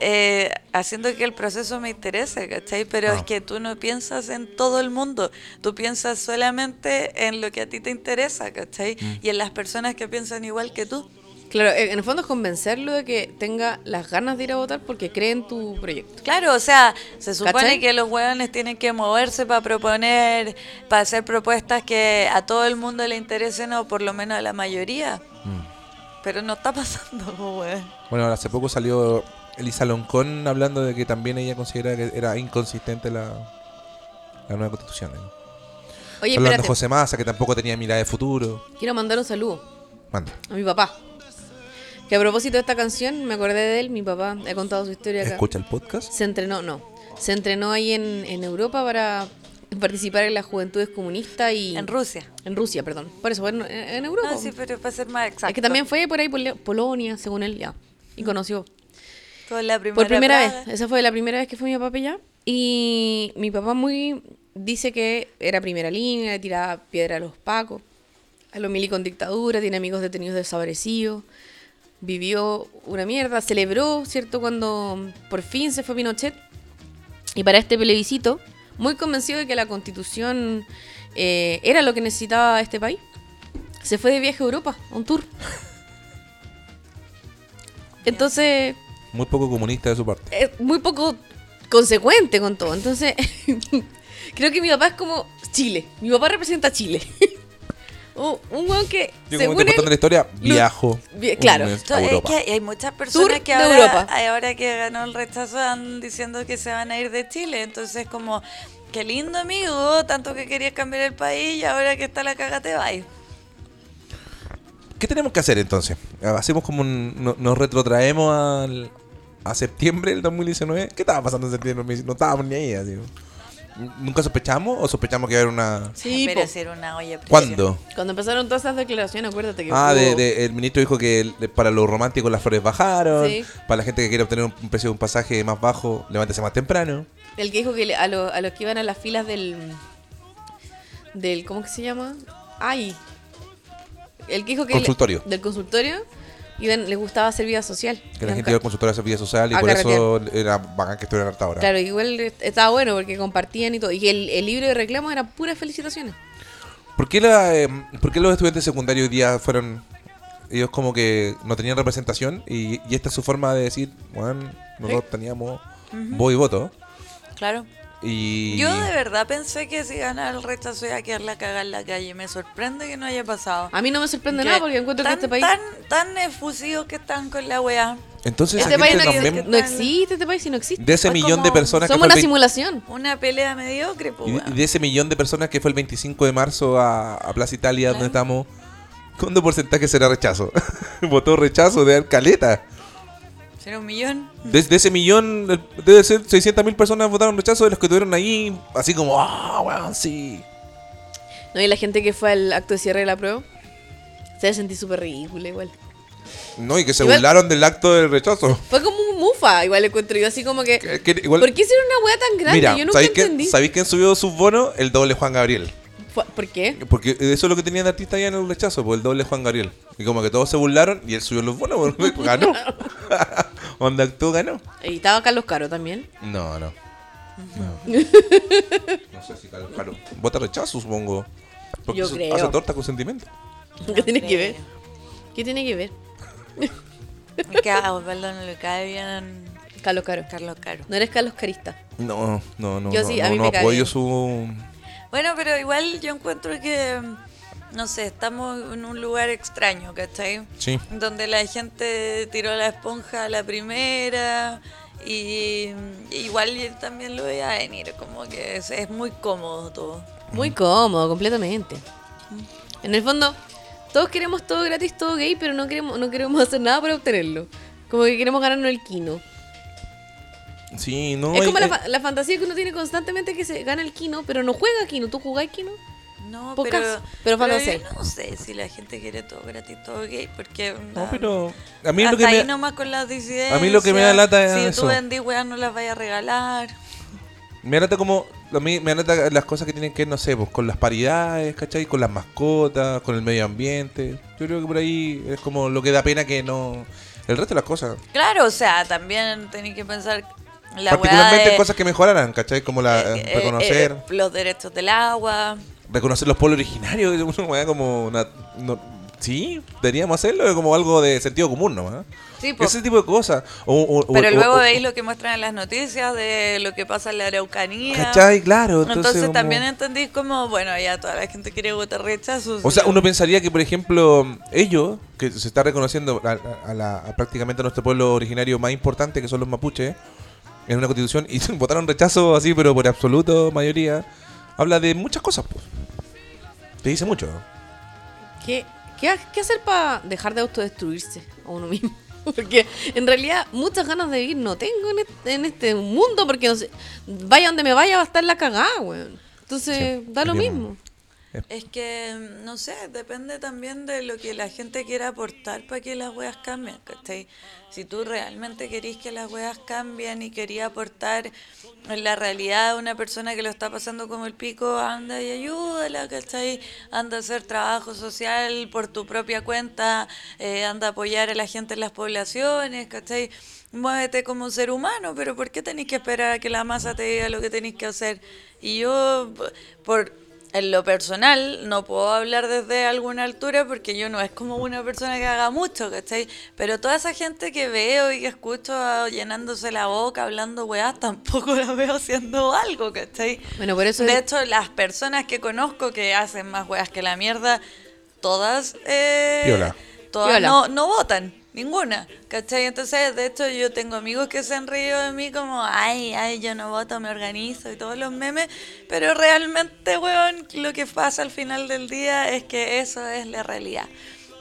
Speaker 5: eh, haciendo que el proceso me interese, ¿cachai? Pero
Speaker 3: Ah.
Speaker 5: es que tú no piensas en todo el mundo, tú piensas solamente en lo que a ti te interesa, ¿cachai? Y en las personas que piensan igual que tú.
Speaker 4: Claro, eh, en el fondo es convencerlo de que tenga las ganas de ir a votar porque cree en tu proyecto.
Speaker 5: Claro, o sea, se supone
Speaker 4: ¿Cachai?
Speaker 5: que los hueones tienen que moverse para proponer, para hacer propuestas que a todo el mundo le interesen o por lo menos a la mayoría. Pero no está pasando, po, hueón.
Speaker 3: Bueno, hace poco salió Elisa Loncón hablando de que también ella considera que era inconsistente la, la nueva constitución. ¿no?
Speaker 4: Oye,
Speaker 3: Hablando
Speaker 4: espérate,
Speaker 3: de José Massa, que tampoco tenía mirada de futuro.
Speaker 4: quiero mandar un saludo
Speaker 3: Manda.
Speaker 4: a mi papá. Que a propósito de esta canción, me acordé de él, mi papá, he contado su historia acá.
Speaker 3: Escucha el podcast.
Speaker 4: Se entrenó, no, se entrenó ahí en, en Europa para participar en las juventudes comunistas y...
Speaker 5: En Rusia.
Speaker 4: En Rusia, perdón. Por eso, en, en Europa.
Speaker 5: No, sí, pero para ser más exacto.
Speaker 4: Es que también fue por ahí, Pol- Polonia, según él, ya. Y conoció.
Speaker 5: Fue la primera
Speaker 4: Por primera
Speaker 5: Praga.
Speaker 4: vez. Esa fue la primera vez que fue mi papá allá. Y mi papá muy dice que era primera línea, le tiraba piedra a los pacos, a los milicos en dictadura, tiene amigos detenidos desaparecidos. Vivió una mierda, celebró, ¿cierto? Cuando por fin se fue Pinochet. Y para este plebiscito, muy convencido de que la constitución eh, era lo que necesitaba este país, se fue de viaje a Europa, a un tour. Entonces,
Speaker 3: Muy poco comunista de su parte.
Speaker 4: es muy poco consecuente con todo. Entonces, [LAUGHS] creo que mi papá es como Chile. Mi papá representa a Chile. [LAUGHS] un un weón que,
Speaker 3: Yo como
Speaker 4: según
Speaker 3: te estoy contando
Speaker 4: él,
Speaker 3: la historia,
Speaker 4: lo-
Speaker 3: viajo
Speaker 4: vi-
Speaker 3: un
Speaker 4: claro.
Speaker 3: mes
Speaker 5: So,
Speaker 3: a
Speaker 5: es
Speaker 3: Europa.
Speaker 5: que hay muchas personas que
Speaker 4: de
Speaker 5: ahora,
Speaker 4: Europa.
Speaker 5: ay, ahora que ganó el rechazo están diciendo que se van a ir de Chile. Entonces, como, qué lindo amigo, tanto que querías cambiar el país y ahora que está la caga te vais.
Speaker 3: ¿Qué tenemos que hacer entonces? Hacemos como un, no- nos retrotraemos al- a septiembre del 2019. ¿Qué estaba pasando en septiembre? No estábamos ni ahí. así. ¿Nunca sospechamos o sospechamos que iba a haber una...
Speaker 4: Sí,
Speaker 5: Pero
Speaker 4: po.
Speaker 5: si era una olla de presión.
Speaker 3: ¿Cuándo?
Speaker 4: Cuando empezaron todas esas declaraciones, acuérdate que.
Speaker 3: Ah, de-
Speaker 4: hubo-
Speaker 3: de- el ministro dijo que el- de- para los románticos las flores bajaron.
Speaker 4: Sí.
Speaker 3: Para la gente que quiere obtener un, un precio de un pasaje más bajo, levántese más temprano.
Speaker 4: El que dijo que le- a, lo- a los que iban a las filas del. del ¿Cómo que se llama? Ay. El que dijo que. le-
Speaker 3: Consultorio.
Speaker 4: del consultorio. Iban, les gustaba hacer vida social.
Speaker 3: Que la
Speaker 4: Eran
Speaker 3: gente
Speaker 4: ca-
Speaker 3: iba a consultar a esa vida social y
Speaker 4: A
Speaker 3: por eso era bacán que estuviera harta ahora.
Speaker 4: Ah, Claro, igual est- estaba bueno porque compartían y todo. Y el, el libro de reclamos era puras felicitaciones.
Speaker 3: ¿Por, qué la, eh, por qué los estudiantes secundarios hoy día fueron... Ellos como que no tenían representación y, y esta es su forma de decir, bueno, nosotros teníamos voz y voto.
Speaker 5: Claro.
Speaker 3: Y...
Speaker 5: Yo de verdad pensé que si ganara el rechazo iba a quedar la caga en la calle. Me sorprende que no haya pasado.
Speaker 4: A mí no me sorprende nada porque encuentro
Speaker 5: tan,
Speaker 4: que este país.
Speaker 5: Tan, tan efusivos que están con la weá.
Speaker 3: Entonces,
Speaker 4: este
Speaker 3: esa
Speaker 4: país
Speaker 3: gente
Speaker 4: no,
Speaker 5: también-
Speaker 4: existe, no existe, este país sí no existe.
Speaker 3: de ese
Speaker 5: Es
Speaker 3: millón de
Speaker 5: como-
Speaker 3: personas que fue
Speaker 4: Somos
Speaker 3: el
Speaker 4: una
Speaker 3: 20
Speaker 4: simulación.
Speaker 5: Una pelea mediocre, pues.
Speaker 3: Y de, y de ese millón de personas que fue el 25 de marzo a, a Plaza Italia, donde estamos, ¿cuánto porcentaje será rechazo? [LAUGHS] Votó rechazo de Caleta.
Speaker 5: Será un millón.
Speaker 3: De, de ese millón, eh, debe ser 600.000 personas votaron rechazo de los que estuvieron ahí, así como, ah, weón, sí.
Speaker 4: No, y la gente que fue al acto de cierre de la prueba se sentí súper ridícula igual.
Speaker 3: No, y que se
Speaker 4: Igual-
Speaker 3: burlaron del acto del rechazo.
Speaker 4: Fue como un mufa, igual encuentro yo así como que.
Speaker 3: Que- que igual-
Speaker 4: ¿Por qué hicieron una wea tan grande?
Speaker 3: Mira,
Speaker 4: yo nunca
Speaker 3: ¿sabéis,
Speaker 4: entendí.
Speaker 3: quién, ¿sabéis quién subió sus bonos? El doble Juan Gabriel.
Speaker 4: Fue- ¿Por qué?
Speaker 3: Porque eso es lo que tenían de artista allá en el rechazo, por el doble Juan Gabriel. Y como que todos se burlaron y él subió los bonos, [LAUGHS]
Speaker 4: [LAUGHS]
Speaker 3: ganó. Onda actuó, ganó.
Speaker 4: Y estaba Carlos Caro también. [LAUGHS]
Speaker 3: No, no. No sé si Carlos Jaro vota rechazo, supongo. Porque
Speaker 4: Yo
Speaker 3: eso
Speaker 4: creo.
Speaker 3: hace torta con sentimiento.
Speaker 4: ¿Qué tiene que ver? ¿Qué tiene que ver?
Speaker 5: Es que a Osvaldo no le cae bien
Speaker 4: Carlos Caro.
Speaker 5: Carlos Caro.
Speaker 4: No eres Carlos Carista.
Speaker 3: No, no, no.
Speaker 4: Yo
Speaker 3: no,
Speaker 4: sí,
Speaker 3: no,
Speaker 4: a mí
Speaker 3: no
Speaker 4: me cae
Speaker 3: apoyo
Speaker 4: bien.
Speaker 3: su.
Speaker 5: Bueno, pero igual yo encuentro que, mm, no sé, estamos en un lugar extraño, ¿cachai?
Speaker 3: Sí.
Speaker 5: Donde la gente tiró la esponja a la primera y mm, y igual yo también lo veía venir, como que es, es muy cómodo todo.
Speaker 4: Muy cómodo, completamente. En el fondo, todos queremos todo gratis, todo gay, pero no queremos, no queremos hacer nada para obtenerlo. Como que queremos ganarnos el quino.
Speaker 3: Sí, no. eh,
Speaker 4: es
Speaker 3: hay-
Speaker 4: como la,
Speaker 3: hay-
Speaker 4: fa- la fantasía que uno tiene constantemente que se gana el quino, pero no juega quino. ¿Tú jugás quino?
Speaker 5: No,
Speaker 4: Pocas, pero
Speaker 5: pero, yo
Speaker 4: fantasía.
Speaker 5: no sé si la gente quiere todo gratis, todo gay, porque
Speaker 3: No,
Speaker 5: na,
Speaker 3: pero. A mí lo
Speaker 5: hasta
Speaker 3: que
Speaker 5: ahí
Speaker 3: me.
Speaker 5: nomás con las disidencias.
Speaker 3: a mí lo que me da lata es
Speaker 5: Si
Speaker 3: eso.
Speaker 5: tú vendís weas, no las vayas a regalar.
Speaker 3: Me anota como. A mí me anota las cosas que tienen que ver, no sé, pues, con las paridades, ¿cachai? Con las mascotas, con el medio ambiente. Yo creo que por ahí es como lo que da pena que no. El resto de las cosas.
Speaker 5: Claro, o sea, también tenéis que pensar la
Speaker 3: Particularmente
Speaker 5: weá de-
Speaker 3: cosas que mejoraran, ¿cachai? Como la,
Speaker 5: eh,
Speaker 3: eh,
Speaker 5: eh,
Speaker 3: reconocer.
Speaker 5: eh, los derechos del agua.
Speaker 3: reconocer los pueblos originarios. [LAUGHS] es Una weá como una. no- sí, deberíamos hacerlo, es como algo de sentido común, ¿no? ¿Ah?
Speaker 5: Sí, po.
Speaker 3: Ese tipo de cosas. O- o- o-
Speaker 5: Pero
Speaker 3: o-
Speaker 5: luego
Speaker 3: o-
Speaker 5: veis lo que muestran en las noticias de lo que pasa en la Araucanía.
Speaker 3: ¿Cachai? Claro.
Speaker 5: Entonces,
Speaker 3: Entonces, como-
Speaker 5: también entendís como, bueno, ya toda la gente quiere votar rechazo.
Speaker 3: O sea, uno pensaría que, por ejemplo, ellos, que se está reconociendo a, a- a la- a prácticamente a nuestro pueblo originario más importante, que son los mapuches, en una constitución, y [LAUGHS] votaron rechazo así, pero por absoluto mayoría, habla de muchas cosas, pues. Te dice mucho.
Speaker 4: ¿Qué, qué, ha- qué hacer para dejar de autodestruirse a uno mismo? [LAUGHS] Porque en realidad muchas ganas de vivir no tengo en este, en este mundo, porque no sé, vaya donde me vaya va a estar la cagada, weón. Entonces,
Speaker 3: Sí,
Speaker 4: da lo
Speaker 3: bien.
Speaker 4: mismo.
Speaker 5: Es que, no sé, depende también de lo que la gente quiera aportar para que las weas cambien, ¿cachai? Si tú realmente querís que las weas cambien y querías aportar en la realidad de una persona que lo está pasando como el pico, anda y ayúdala, ¿cachai? Anda a hacer trabajo social por tu propia cuenta, eh, anda a apoyar a la gente en las poblaciones, ¿cachai? Muévete como un ser humano, pero ¿por qué tenéis que esperar a que la masa te diga lo que tenéis que hacer? Y yo, p- por en lo personal, no puedo hablar desde alguna altura porque yo no es como una persona que haga mucho, ¿cachai? Pero toda esa gente que veo y que escucho ah, llenándose la boca, hablando weás, tampoco la veo haciendo algo, ¿cachai?
Speaker 4: Bueno, por eso
Speaker 5: De
Speaker 4: es-
Speaker 5: hecho, las personas que conozco que hacen más weas que la mierda, todas... eh,
Speaker 3: Piola.
Speaker 5: Todas
Speaker 4: Piola.
Speaker 5: no- no votan, ninguna, ¿cachai? Entonces, de hecho, yo tengo amigos que se han reído de mí como, ay, ay, yo no voto, me organizo y todos los memes, pero realmente, weón, lo que pasa al final del día es que eso es la realidad.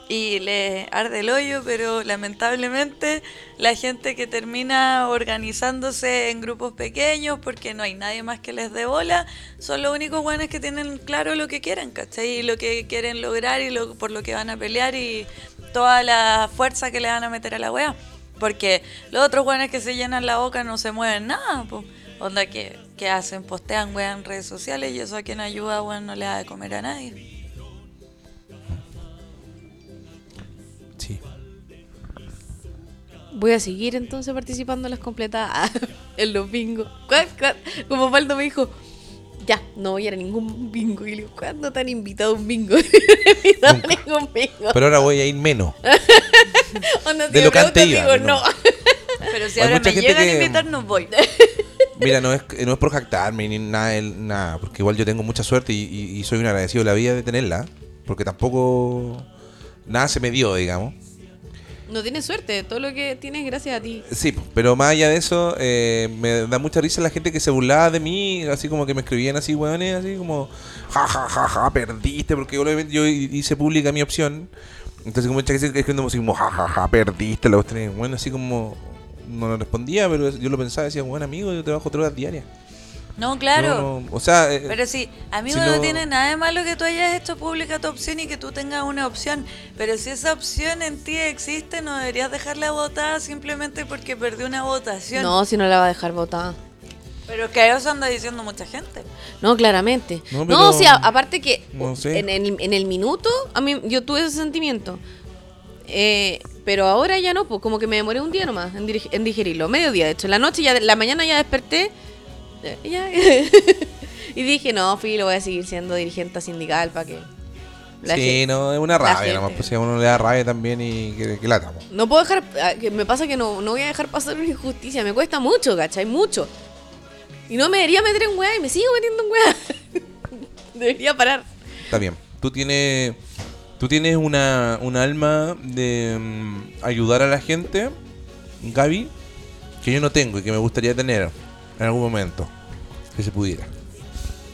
Speaker 5: Y le arde el hoyo, pero lamentablemente la gente que termina organizándose en grupos pequeños porque no hay nadie más que les dé bola, son los únicos buenos que tienen claro lo que quieren, ¿cachai? Y lo que quieren lograr y lo, por lo que van a pelear y toda la fuerza que le van a meter a la wea. Porque los otros weones que se llenan la boca no se mueven nada, po. Onda que, que hacen, postean wea en redes sociales y eso a quien ayuda, weón, no le da de comer a nadie.
Speaker 3: Sí.
Speaker 4: Voy a seguir entonces participando en las completadas [LAUGHS] en los bingos. ¿Cuál, cuál? Como Faldo me dijo, ya, no voy a ir a ningún bingo. Y le digo, ¿cuándo te han invitado a un bingo? [LAUGHS] no a ningún bingo.
Speaker 3: Pero ahora voy a ir menos.
Speaker 4: [LAUGHS] Onda,
Speaker 3: de
Speaker 4: si
Speaker 3: lo
Speaker 4: me
Speaker 3: que antes
Speaker 4: preguntan, digo,
Speaker 3: iba,
Speaker 4: no.
Speaker 3: no.
Speaker 5: [LAUGHS] Pero si
Speaker 3: Hay
Speaker 5: ahora
Speaker 3: mucha
Speaker 5: me
Speaker 3: gente
Speaker 5: llegan a
Speaker 3: que-
Speaker 5: invitar, no voy.
Speaker 3: Mira, no es, no es por jactarme ni nada, el- nada, porque igual yo tengo mucha suerte y, y- y soy un agradecido de la vida de tenerla, porque tampoco nada se me dio, digamos.
Speaker 4: No tienes suerte, todo lo que tienes es gracias a ti.
Speaker 3: Sí, pero más allá de eso, eh, me da mucha risa la gente que se burlaba de mí, así como que me escribían así, weones, así como, ja, ja, ja, ja, perdiste, porque obviamente yo hice pública mi opción. Entonces, como mucha gente escribiendo así como, ja, ja, ja, perdiste la cuestión. Bueno, así como, no lo respondía, pero yo lo pensaba, decía, bueno, amigo, yo trabajo tres horas diarias.
Speaker 5: [LAUGHS] No, claro.
Speaker 3: No, no, o sea, eh,
Speaker 5: Pero sí, amigo,
Speaker 3: Si
Speaker 5: no
Speaker 3: no-
Speaker 5: tiene nada de malo que tú hayas hecho pública tu opción y que tú tengas una opción. Pero si esa opción en ti existe, no deberías dejarla votada simplemente porque perdió una votación.
Speaker 4: No, si no la va a dejar votada.
Speaker 5: Pero es que eso anda diciendo mucha gente.
Speaker 4: No, claramente.
Speaker 3: No,
Speaker 4: No,
Speaker 3: pero-
Speaker 4: o sea, aparte que
Speaker 3: No sé.
Speaker 4: en, el, en el minuto a mí, yo tuve ese sentimiento. Eh, pero ahora ya no, pues como que me demoré un día nomás en, dirig- en digerirlo. Medio día, de hecho. La noche, ya de- la mañana ya desperté eh, ya. [LAUGHS] y dije, no, Filo, voy a seguir siendo dirigente sindical para que... la
Speaker 3: sí,
Speaker 4: gente-
Speaker 3: no, es una rabia.
Speaker 4: gente.
Speaker 3: Nomás, pues, si a uno le da rabia también y que, que lata. pues. po.
Speaker 4: No puedo dejar, ah, que me pasa que no, no voy a dejar pasar una injusticia, me cuesta mucho, ¿cachai? Mucho. Y no me debería meter en weá y me sigo metiendo en weá. [LAUGHS] debería parar.
Speaker 3: Está bien. Tú tienes, tú tienes una, un alma de mm, ayudar a la gente, Gaby, que yo no tengo y que me gustaría tener en algún momento. Que se pudiera.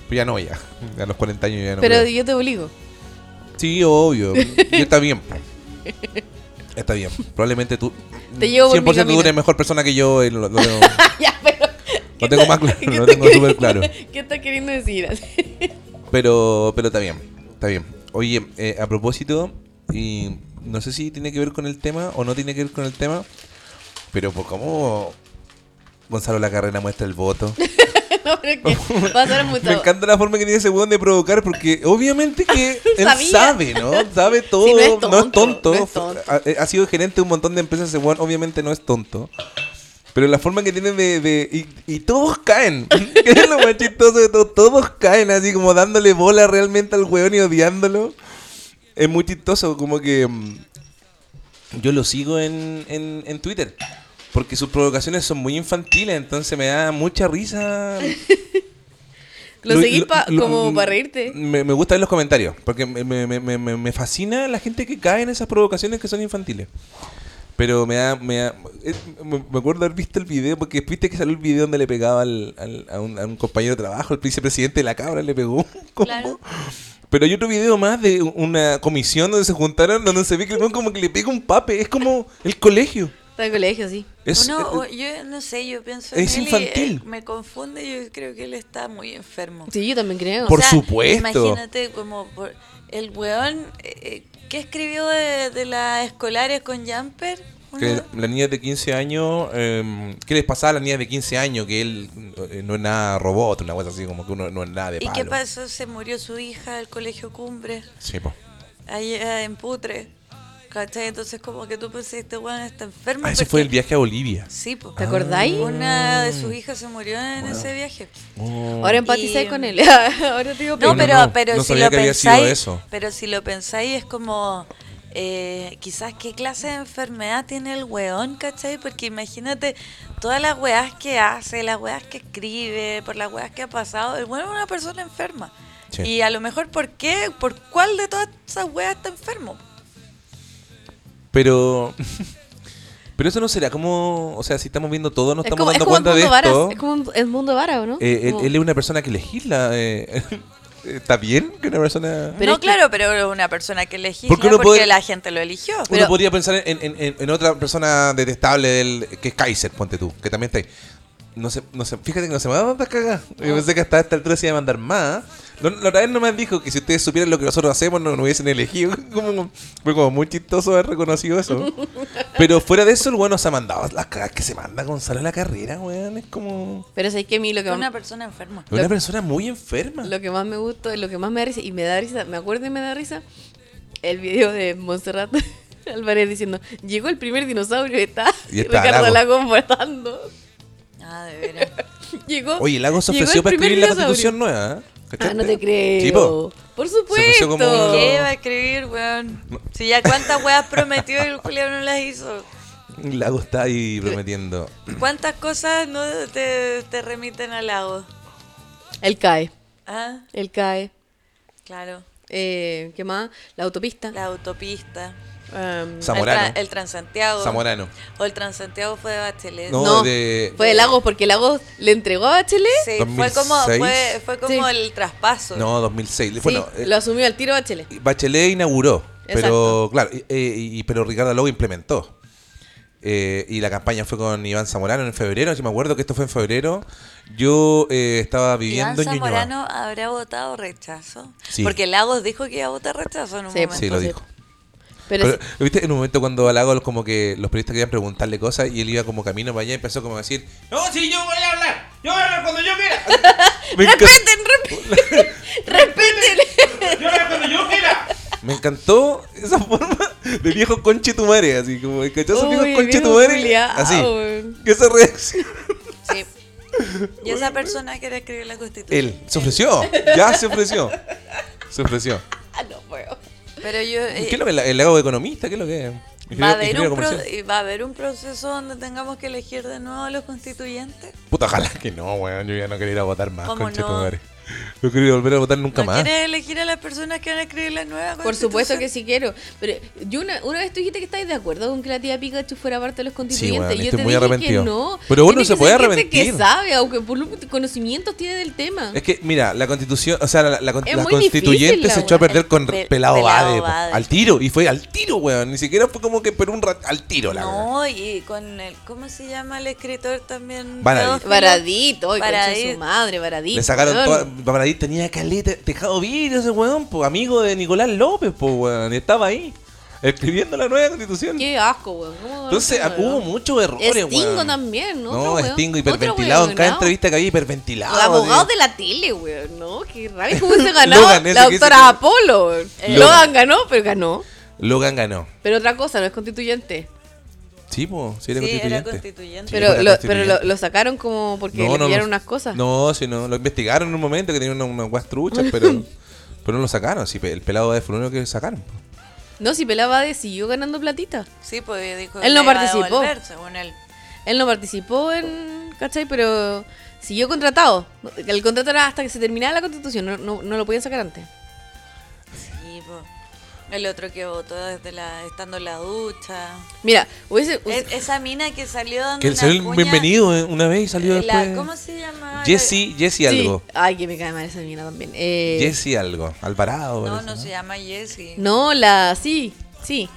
Speaker 3: Pero ya no, ya. A los 40 años ya no.
Speaker 4: Pero
Speaker 3: creo.
Speaker 4: yo
Speaker 3: [LAUGHS]
Speaker 4: te obligo.
Speaker 3: Sí, obvio. Y está bien. po. Está bien. Probablemente tú.
Speaker 4: Te llevo por mi
Speaker 3: 100% tú
Speaker 4: camino.
Speaker 3: eres mejor persona que yo. y lo- lo
Speaker 4: [LAUGHS]
Speaker 3: tengo-
Speaker 4: Ah, ya, pero...
Speaker 3: Lo tengo más claro,
Speaker 4: ¿qué
Speaker 3: lo
Speaker 4: estás
Speaker 3: tengo súper
Speaker 4: queriendo-
Speaker 3: claro.
Speaker 4: [LAUGHS] ¿Qué estás queriendo decir? [LAUGHS]
Speaker 3: pero, pero está bien. Está bien. Oye, eh, a propósito, y no sé si tiene que ver con el tema o no tiene que ver con el tema, pero por cómo Gonzalo La Carrera muestra el voto.
Speaker 4: no, pero que pasaron
Speaker 3: [LAUGHS]
Speaker 4: mucho.
Speaker 3: Me encanta la forma que tiene ese weón de provocar, porque obviamente
Speaker 4: [LAUGHS]
Speaker 3: que él
Speaker 4: Sabía.
Speaker 3: sabe, ¿no? Sabe todo,
Speaker 4: Sí,
Speaker 3: no
Speaker 4: no
Speaker 3: es
Speaker 4: es
Speaker 3: tonto.
Speaker 4: tonto, no es tonto.
Speaker 3: Ha, eh, ha sido gerente de un montón de empresas, ese weón obviamente no es tonto. Pero la forma que tiene de... de- y, y todos caen. [LAUGHS] que es lo más chistoso de todo. Todos caen así como dándole bola realmente al weón y odiándolo. Es muy chistoso, como que... mm, Yo lo sigo en, en, en Twitter. Porque sus provocaciones son muy infantiles, entonces me da mucha risa
Speaker 4: Lo seguís pa-
Speaker 3: lo-
Speaker 4: como
Speaker 3: lo-
Speaker 4: para reírte.
Speaker 3: Me, me gusta ver los comentarios, porque me, me- me- me- me- me fascina la gente que cae en esas provocaciones que son infantiles. Pero me da... Me, da- eh, me- me acuerdo haber visto el video, porque viste que salió el video donde le pegaba al- al- a, un, a un compañero de trabajo, el vicepresidente de la cabra le pegó. Como-
Speaker 5: Claro.
Speaker 3: Pero hay otro video más de una comisión donde se juntaron, donde se ve que el weón como que le pega un pape. Es como el colegio.
Speaker 4: Está en colegio, sí.
Speaker 3: Es,
Speaker 5: Uno-
Speaker 3: eh,
Speaker 5: o- yo no sé, yo pienso en
Speaker 3: es
Speaker 5: él y,
Speaker 3: infantil.
Speaker 5: eh, me confunde, yo creo que él está muy enfermo.
Speaker 4: Sí, yo también creo.
Speaker 3: Por supuesto.
Speaker 5: Imagínate como por- el weón eh, eh, que escribió de, de las escolares con Jumper.
Speaker 3: Que
Speaker 5: Una-
Speaker 3: las niñas de 15 años, eh, ¿qué les pasaba a las niñas de 15 años? Que él eh, no es nada robot, una cosa así, como que uno no es nada de
Speaker 5: ¿Y
Speaker 3: palo.
Speaker 5: qué pasó? Se murió su hija del colegio Cumbre,
Speaker 3: Sí, po.
Speaker 5: allá en Putre. ¿Cachai? Entonces como que tú pensás, este weón está enfermo.
Speaker 3: Ah, ese
Speaker 5: porque-
Speaker 3: fue el viaje a Bolivia.
Speaker 5: Sí, po.
Speaker 4: ¿Te acordáis?
Speaker 5: Una de sus hijas se murió en ese viaje.
Speaker 3: Oh.
Speaker 4: Ahora empaticé
Speaker 5: Y- em,
Speaker 4: con él. [LAUGHS] Ahora te digo,
Speaker 5: No,
Speaker 3: Bueno,
Speaker 5: pero,
Speaker 3: no,
Speaker 5: pero
Speaker 3: no
Speaker 5: si
Speaker 3: sabía
Speaker 5: lo
Speaker 3: que había sido
Speaker 5: pensáis,
Speaker 3: eso.
Speaker 5: pero si lo pensáis es como eh, quizás qué clase de enfermedad tiene el weón, ¿cachai? Porque imagínate todas las weas que hace, las weas que escribe, por las weas que ha pasado, el weón es una persona enferma.
Speaker 3: Sí.
Speaker 5: Y a lo mejor por qué, por cuál de todas esas weas está enfermo.
Speaker 3: Pero. [LAUGHS] Pero eso no será como. O sea, si estamos viendo todo, no
Speaker 4: es
Speaker 3: estamos
Speaker 4: como, es
Speaker 3: dando
Speaker 4: como el
Speaker 3: cuenta de
Speaker 4: mundo
Speaker 3: esto.
Speaker 4: varas. Es como un- el mundo vara, ¿o no?
Speaker 3: Eh, él,
Speaker 4: Como-
Speaker 3: él es una persona que legisla. eh, [LAUGHS] ¿Está bien que una persona.?
Speaker 4: Pero
Speaker 5: no,
Speaker 4: es que-
Speaker 5: claro, pero una persona que legisla
Speaker 3: Porque
Speaker 5: porque,
Speaker 3: uno puede-
Speaker 5: la gente lo eligió.
Speaker 3: Uno podría pensar en, en- en- en otra persona detestable del, que es Kaiser, ponte tú, que también está ahí. No sé, no sé, fíjate que no se me va a mandar cagada.
Speaker 4: Ah.
Speaker 3: Yo pensé que hasta esta altura se iba a mandar más. No, la otra vez nomás dijo que si ustedes supieran lo que nosotros hacemos, no nos hubiesen elegido. [LAUGHS] Como, fue como muy chistoso haber reconocido eso.
Speaker 4: [LAUGHS]
Speaker 3: Pero fuera de eso, el bueno se ha mandado las cagas que se manda Gonzalo en la carrera, weón. Es como.
Speaker 4: Pero sabes que a mí lo que,
Speaker 5: Pero una
Speaker 4: más,
Speaker 5: persona enferma.
Speaker 3: Es una persona muy enferma.
Speaker 4: lo que más me gustó, lo que más me da risa, y me da risa, me acuerdo y me da risa, el video de Montserrat [LAUGHS] Álvarez diciendo, llegó el primer dinosaurio y está,
Speaker 3: Y está
Speaker 4: Ricardo
Speaker 3: Lago.
Speaker 4: Lago votando.
Speaker 5: Ah, de
Speaker 3: [LAUGHS]
Speaker 5: veras.
Speaker 4: Llegó.
Speaker 3: Oye, Lago se
Speaker 4: llegó
Speaker 3: ofreció
Speaker 4: el
Speaker 3: para
Speaker 4: primer
Speaker 3: escribir la
Speaker 4: dinosaurio.
Speaker 3: constitución nueva. ¿eh?
Speaker 4: Ah,
Speaker 3: ¿Cachaste?
Speaker 4: no te creo.
Speaker 3: Sí, po.
Speaker 4: Por
Speaker 3: ofreció
Speaker 4: supuesto.
Speaker 3: como-
Speaker 5: ¿Qué va a escribir, weón? Si ya cuántas weas prometió y el culiao no las hizo.
Speaker 3: Lago está ahí prometiendo.
Speaker 5: ¿Cuántas cosas no te, te remiten al lago?
Speaker 4: El CAE.
Speaker 5: Ah,
Speaker 4: El CAE.
Speaker 5: claro.
Speaker 4: Eh, ¿Qué más? La autopista. Em,
Speaker 5: La autopista.
Speaker 4: Am,
Speaker 5: El,
Speaker 3: Zamorano.
Speaker 5: tran- el Transantiago.
Speaker 3: Zamorano.
Speaker 5: O el Transantiago fue de Bachelet.
Speaker 3: No,
Speaker 4: Eh, no,
Speaker 3: de-
Speaker 4: fue de Lagos porque Lagos le entregó a Bachelet.
Speaker 5: Sí, fue
Speaker 3: 2006.
Speaker 5: como, fue, fue como
Speaker 4: Sí.
Speaker 5: el traspaso.
Speaker 3: No, 2006.
Speaker 4: Sí,
Speaker 3: bueno, eh,
Speaker 4: lo asumió al tiro Bachelet.
Speaker 3: Bachelet inauguró, pero
Speaker 4: Exacto.
Speaker 3: claro, y- eh, y- pero Ricardo Lago implementó. Eh, y la campaña fue con Iván Zamorano en febrero, si me acuerdo que esto fue en febrero. Yo eh, estaba
Speaker 5: Iván
Speaker 3: viviendo en Ñuñoa.
Speaker 5: Zamorano habrá votado rechazo.
Speaker 3: Sí.
Speaker 5: Porque Lagos dijo que iba a votar rechazo en un
Speaker 4: Sí,
Speaker 5: momento.
Speaker 3: Sí, lo
Speaker 4: Entonces,
Speaker 3: dijo.
Speaker 4: Pero,
Speaker 3: Pero,
Speaker 4: sí,
Speaker 3: ¿Viste? En un momento cuando a Lago como que los periodistas querían preguntarle cosas y él iba como camino para allá y empezó como a decir, no, sí, yo voy a hablar, yo voy a hablar cuando yo
Speaker 4: [LAUGHS]
Speaker 3: quiera. Me encanta-
Speaker 4: [LAUGHS] respeten.
Speaker 3: Me encantó esa [LAUGHS] forma de viejo conchetumare, así como el cachazo
Speaker 4: Uy,
Speaker 3: viejo
Speaker 4: viejo
Speaker 3: conchetumare.
Speaker 4: culiao,
Speaker 3: Así.
Speaker 4: weón.
Speaker 3: Esa reacción.
Speaker 5: Sí. Y esa persona quiere escribir la constitución.
Speaker 3: Él se ofreció, ya se ofreció. Se ofreció.
Speaker 4: Ah, no puedo.
Speaker 5: Pero yo. eh,
Speaker 3: ¿Qué es lo que el lago economista? ¿Qué es lo que es? Ingeniero-
Speaker 5: va, a haber
Speaker 3: ingeniero
Speaker 5: un pro-
Speaker 3: comercial.
Speaker 5: y ¿Va a haber un proceso donde tengamos que elegir de nuevo a los constituyentes?
Speaker 3: Puta, ojalá que no, weón. Yo ya no quería ir a votar más,
Speaker 5: ¿Cómo
Speaker 3: concha de
Speaker 5: no?
Speaker 3: tu madre. No quería volver a votar nunca
Speaker 5: ¿No
Speaker 3: más.
Speaker 5: quieres elegir a las personas que van a escribir la nueva
Speaker 4: Por supuesto que
Speaker 5: sí.
Speaker 4: sí quiero. Pero yo una, una vez tú dijiste que estáis de acuerdo con que la tía Pikachu fuera parte de los constituyentes.
Speaker 3: weón,
Speaker 4: yo
Speaker 3: estoy
Speaker 4: te
Speaker 3: muy
Speaker 4: dije
Speaker 3: arrepentido.
Speaker 4: que no.
Speaker 3: Pero uno
Speaker 4: Tiene
Speaker 3: se
Speaker 4: que
Speaker 3: puede
Speaker 4: ser gente
Speaker 3: arrepentir.
Speaker 4: que sabe, aunque por lo- conocimientos tiene del tema.
Speaker 3: Es que, mira, la constitución, o sea, la, la- la
Speaker 4: Es muy
Speaker 3: constituyente
Speaker 4: difícil la
Speaker 3: se echó a
Speaker 4: weá.
Speaker 3: perder con
Speaker 5: Pel-
Speaker 3: pelado
Speaker 5: Pelao
Speaker 3: Bade, po,
Speaker 5: Bade.
Speaker 3: al tiro, y fue al tiro, weón. Ni siquiera fue como que, pero un rat, al tiro, la weá.
Speaker 5: No, y con el. ¿Cómo se llama el escritor también?
Speaker 3: Baradí.
Speaker 5: pedófilo?
Speaker 4: Varadito, ay,
Speaker 5: Varadí.
Speaker 4: concha de su madre, Varadito.
Speaker 3: Le sacaron
Speaker 4: weón.
Speaker 3: toda. Baradí tenía caleta, tejado vidrio ese weón, po, amigo de Nicolás López, po, weón. Y estaba ahí, escribiendo la nueva constitución.
Speaker 4: Qué asco, weón. ¿Cómo van a
Speaker 3: Entonces,
Speaker 4: hacer,
Speaker 3: hubo
Speaker 4: weón?
Speaker 3: muchos errores, weón.
Speaker 4: Stingo también, ¿no?
Speaker 3: No,
Speaker 4: Otro weón.
Speaker 3: Stingo
Speaker 4: Otro
Speaker 3: hiperventilado. En cada
Speaker 4: weonao.
Speaker 3: entrevista que había hiperventilado.
Speaker 4: Los abogados
Speaker 3: tío.
Speaker 4: de la tele, weón, ¿no? Qué rabia, ¿cómo
Speaker 3: [LAUGHS]
Speaker 4: se ganó
Speaker 3: Logan, ese
Speaker 4: la
Speaker 3: que dice
Speaker 4: doctora
Speaker 3: que-
Speaker 4: Apolo? weón.
Speaker 3: Eh, Logan
Speaker 4: Logan ganó, pero ganó.
Speaker 3: Logan ganó.
Speaker 4: Pero otra cosa, no es constituyente.
Speaker 3: Sí, po, sí era
Speaker 5: Sí,
Speaker 3: constituyente.
Speaker 5: era constituyente.
Speaker 3: Sí,
Speaker 4: Pero,
Speaker 3: para
Speaker 4: lo, pero
Speaker 3: constituyente.
Speaker 4: lo, lo sacaron como porque le pillaron
Speaker 3: lo-
Speaker 4: unas cosas.
Speaker 3: No, sí, no. Lo investigaron en un momento que tenía unas una guas
Speaker 4: [LAUGHS]
Speaker 3: truchas, pero, pero no lo sacaron. Sí, pe- el pelado de Fulano que sacaron. po.
Speaker 4: No, si Pelabade siguió ganando platita.
Speaker 5: Sí, pues dijo.
Speaker 4: Él no
Speaker 5: que iba a
Speaker 4: participó.
Speaker 5: devolver, según él.
Speaker 4: Él no participó en. ¿cachai? Pero siguió contratado. El contrato era hasta que se terminara la constitución, no, no, no lo podían sacar antes.
Speaker 5: Sí, po. El otro que votó desde la, estando en la ducha.
Speaker 4: Mira, hubiese.
Speaker 5: Es- esa mina que salió dando.
Speaker 3: Que él
Speaker 5: una
Speaker 3: salió el
Speaker 5: cuña-
Speaker 3: bienvenido eh, una vez y salió
Speaker 5: eh, la-
Speaker 3: después.
Speaker 5: ¿Cómo se llama?
Speaker 3: Jesse, Jesse
Speaker 4: sí.
Speaker 3: algo.
Speaker 4: Ay, que me cae mal esa mina también. Eh,
Speaker 3: Jesse algo. Alvarado.
Speaker 5: No,
Speaker 3: parece,
Speaker 5: no se llama Jesse.
Speaker 4: No, la. Sí, sí.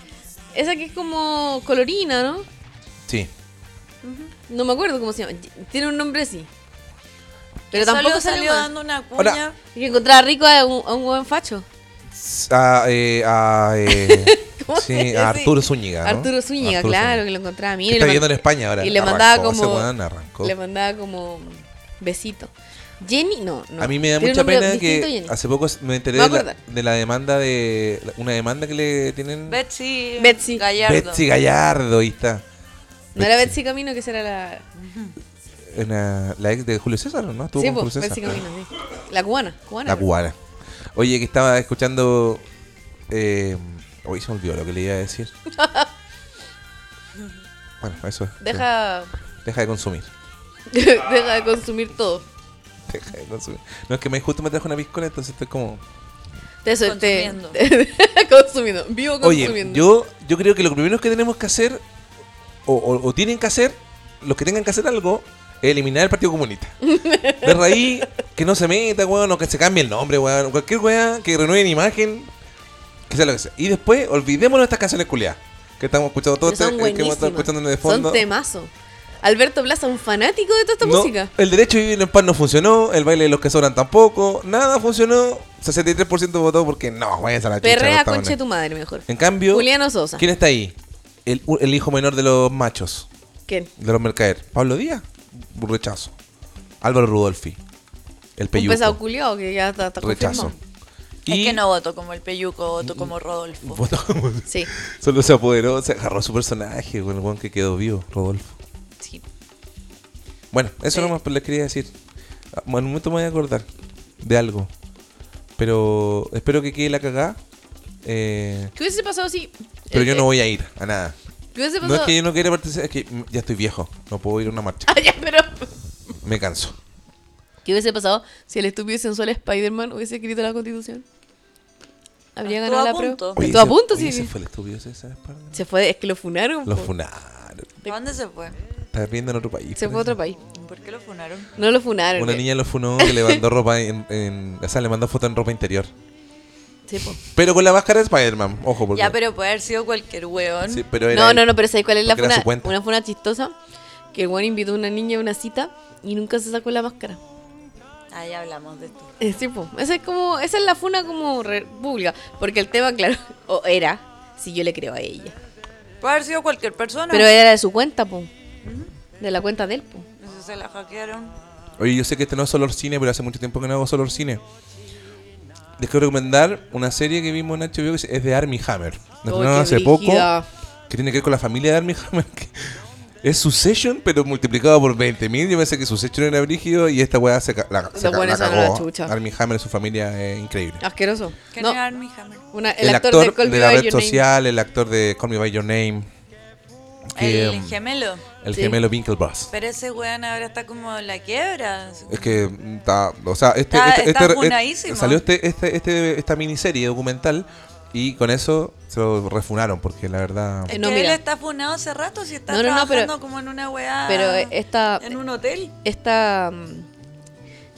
Speaker 4: Esa que es como colorina, ¿no?
Speaker 3: Sí.
Speaker 4: No me acuerdo cómo se llama. Tiene un nombre así. Pero
Speaker 5: Que solo
Speaker 4: tampoco
Speaker 5: salió
Speaker 4: salió.
Speaker 5: dando una cuña.
Speaker 3: Ahora-
Speaker 4: Y que encontraba rico a un, a un buen facho.
Speaker 3: A, eh, a, eh,
Speaker 4: [LAUGHS] ¿Cómo
Speaker 3: sí,
Speaker 4: se dice?
Speaker 3: a Arturo Zúñiga. ¿no?
Speaker 4: Arturo Zúñiga,
Speaker 3: Arturo
Speaker 4: claro,
Speaker 3: Zúñiga.
Speaker 4: que lo encontraba a mí.
Speaker 3: Que
Speaker 4: y
Speaker 3: está
Speaker 4: le
Speaker 3: viviendo en
Speaker 4: mand-
Speaker 3: España ahora.
Speaker 4: Y le
Speaker 3: Arrancó,
Speaker 4: mandaba
Speaker 3: ese weón
Speaker 4: como.
Speaker 3: arrancó.
Speaker 4: Le mandaba como besito. Jenny, no, no.
Speaker 3: A mí me da
Speaker 4: Tiene
Speaker 3: mucha
Speaker 4: un nombre
Speaker 3: pena
Speaker 4: distinto,
Speaker 3: que
Speaker 4: Jenny.
Speaker 3: hace poco me enteré
Speaker 4: Me
Speaker 3: de
Speaker 4: voy a
Speaker 3: la,
Speaker 4: acordar.
Speaker 3: de la demanda de. Una demanda que le tienen.
Speaker 5: Betsy,
Speaker 4: Betsy.
Speaker 5: Gallardo.
Speaker 3: Betsy Gallardo, ahí está.
Speaker 4: No era Betsy Camino, que esa era la.
Speaker 3: Una- la ex de Julio César, ¿no? Estuvo
Speaker 4: Sí,
Speaker 3: con
Speaker 4: po,
Speaker 3: Julio César.
Speaker 4: Betsy Camino, sí. La cubana, cubana.
Speaker 3: La cubana. Oye, que estaba escuchando. Eh, hoy se me olvidó lo que le iba a
Speaker 4: [LAUGHS]
Speaker 3: decir. bueno, eso. es.
Speaker 4: Deja,
Speaker 3: Deja de consumir. [LAUGHS]
Speaker 4: [LAUGHS] deja de consumir todo.
Speaker 3: Deja de consumir. No, es que me, justo me trajo una piscola, entonces estoy como.
Speaker 4: Te eso, te-
Speaker 5: Consumiendo.
Speaker 4: [LAUGHS] consumiendo. Vivo
Speaker 3: Oye,
Speaker 4: consumiendo.
Speaker 3: yo, yo creo que lo primero que tenemos que hacer, o, o- o tienen que hacer, los que tengan que hacer algo, es eliminar el Partido
Speaker 4: [LAUGHS]
Speaker 3: Comunista. De raíz, que no se meta, weón, o que se cambie el nombre, weón, cualquier weá, que renueven imagen, que sea lo que sea. Y después, olvidémonos de estas canciones culiadas, que estamos escuchando todo este,
Speaker 4: Pero son
Speaker 3: que hemos estado
Speaker 4: buenísimas.
Speaker 3: escuchando en el fondo.
Speaker 4: Son temazo. Alberto Plaza, un fanático de toda esta
Speaker 3: No,
Speaker 4: música.
Speaker 3: El derecho a vivir en paz no funcionó, el baile de los que sobran tampoco, nada funcionó, 63% votó porque no, váyanse a la chucha.
Speaker 4: Perrea
Speaker 3: los
Speaker 4: concha de
Speaker 3: tabones.
Speaker 4: tu madre, mejor.
Speaker 3: En cambio,
Speaker 4: Juliano Sosa.
Speaker 3: ¿Quién está ahí? El, el hijo menor de los machos,
Speaker 4: ¿Quién?
Speaker 3: de los mercader. Pablo Díaz, un rechazo. Álvaro Rudolfi, el
Speaker 4: Un pesado
Speaker 3: peyuco,
Speaker 4: culiao que ya está, está
Speaker 3: rechazo.
Speaker 4: confirmado.
Speaker 5: Es que no votó como el Peyuco, votó como Rodolfo.
Speaker 3: votó como-
Speaker 4: Sí.
Speaker 3: [LAUGHS] Solo se apoderó, se agarró su personaje, con el weón que quedó vivo, Rodolfo.
Speaker 5: Sí.
Speaker 3: Bueno, eso nomás les quería decir. Ah, En un momento me voy a acordar de algo. Pero espero que quede la cagada. eh,
Speaker 4: ¿Qué hubiese pasado si...?
Speaker 3: pero
Speaker 4: eh,
Speaker 3: yo
Speaker 4: eh,
Speaker 3: no voy a ir a nada.
Speaker 4: ¿Qué hubiese
Speaker 3: No
Speaker 4: pasado...?
Speaker 3: es que yo no quiera participar, es que mm, ya estoy viejo. No puedo ir a una marcha.
Speaker 4: [LAUGHS] Ah, ya, pero...
Speaker 3: Me canso.
Speaker 4: ¿Qué hubiese pasado si el estúpido y sensual Spider-Man hubiese escrito la Constitución? ¿Habría
Speaker 5: Estuvo
Speaker 4: ganado
Speaker 5: a
Speaker 4: la prueba?
Speaker 5: punto.
Speaker 3: Oye,
Speaker 4: Estuvo a
Speaker 3: ese-
Speaker 4: punto,
Speaker 3: oye,
Speaker 4: sí.
Speaker 3: ese fue el estúpido César Spider-Man.
Speaker 4: Se fue, es que lo funaron.
Speaker 3: Lo
Speaker 4: po.
Speaker 3: funaron.
Speaker 5: ¿A dónde se fue?
Speaker 3: Está viendo en otro país.
Speaker 4: Se fue a otro país.
Speaker 5: ¿Por qué lo funaron?
Speaker 4: No lo funaron.
Speaker 3: Una
Speaker 4: eh.
Speaker 3: niña lo funó que le
Speaker 4: [LAUGHS]
Speaker 3: mandó ropa en, en- O sea, le mandó foto en ropa interior.
Speaker 4: Sí, po.
Speaker 3: Pero con la máscara de Spider-Man. Ojo, porque.
Speaker 5: Ya, pero puede haber sido cualquier weón.
Speaker 3: Sí, pero era
Speaker 4: No,
Speaker 3: él.
Speaker 4: no, no, pero ¿sabes cuál es la
Speaker 3: Porque era
Speaker 4: funa?
Speaker 3: su cuenta.
Speaker 4: Una funa chistosa. Que el weón invitó a una niña a una cita y nunca se sacó la máscara.
Speaker 5: Ahí hablamos de esto.
Speaker 4: Eh, sí, po. Esa es como, esa es la funa como re- pública. Porque el tema, claro, [LAUGHS] o era, si yo le creo a ella.
Speaker 5: Puede haber sido cualquier persona.
Speaker 4: Pero era de su cuenta, po. De la cuenta de él, po.
Speaker 5: No sé, se la hackearon.
Speaker 3: Oye, yo sé que este no es Solor Cine, pero hace mucho tiempo que no hago Solor Cine. Les quiero recomendar una serie que vimos en HBO que es de Army Hammer. Nos
Speaker 4: Oh,
Speaker 3: estrenaron
Speaker 4: qué
Speaker 3: hace
Speaker 4: brígida.
Speaker 3: poco. Que tiene que ver con la familia de Army Hammer. que- Es Succession, pero multiplicado por 20.000. Yo pensé que Succession era brígido y esta weá se, ca- la, se
Speaker 4: Los
Speaker 3: ca- la
Speaker 4: buenos son
Speaker 3: cagó.
Speaker 4: la chucha.
Speaker 3: Armie Hammer y su familia es increíble.
Speaker 4: Asqueroso.
Speaker 5: ¿Quién
Speaker 4: No,
Speaker 5: era Armie Hammer?
Speaker 4: una- el,
Speaker 3: el, actor,
Speaker 4: de Call Me
Speaker 3: de la
Speaker 4: By
Speaker 3: red
Speaker 4: Your Name.
Speaker 3: social, el actor de Call Me By Your Name. que,
Speaker 5: el
Speaker 3: mm,
Speaker 5: gemelo.
Speaker 3: el
Speaker 4: Sí.
Speaker 3: gemelo Winklevoss.
Speaker 5: Pero ese weón ahora está como en la quiebra. así
Speaker 3: Es que mm, está, o sea, este,
Speaker 5: Está-
Speaker 3: este-
Speaker 5: está
Speaker 3: este-
Speaker 5: funadísimo.
Speaker 3: salió este, este, este, esta miniserie documental y con eso se lo refunaron porque la verdad
Speaker 5: Es
Speaker 4: No,
Speaker 5: que
Speaker 4: mira.
Speaker 5: él está funado hace rato si está
Speaker 4: No, no, no,
Speaker 5: trabajando
Speaker 4: pero-
Speaker 5: como en una weá.
Speaker 4: Pero eh, esta,
Speaker 5: en un hotel.
Speaker 4: esta mm,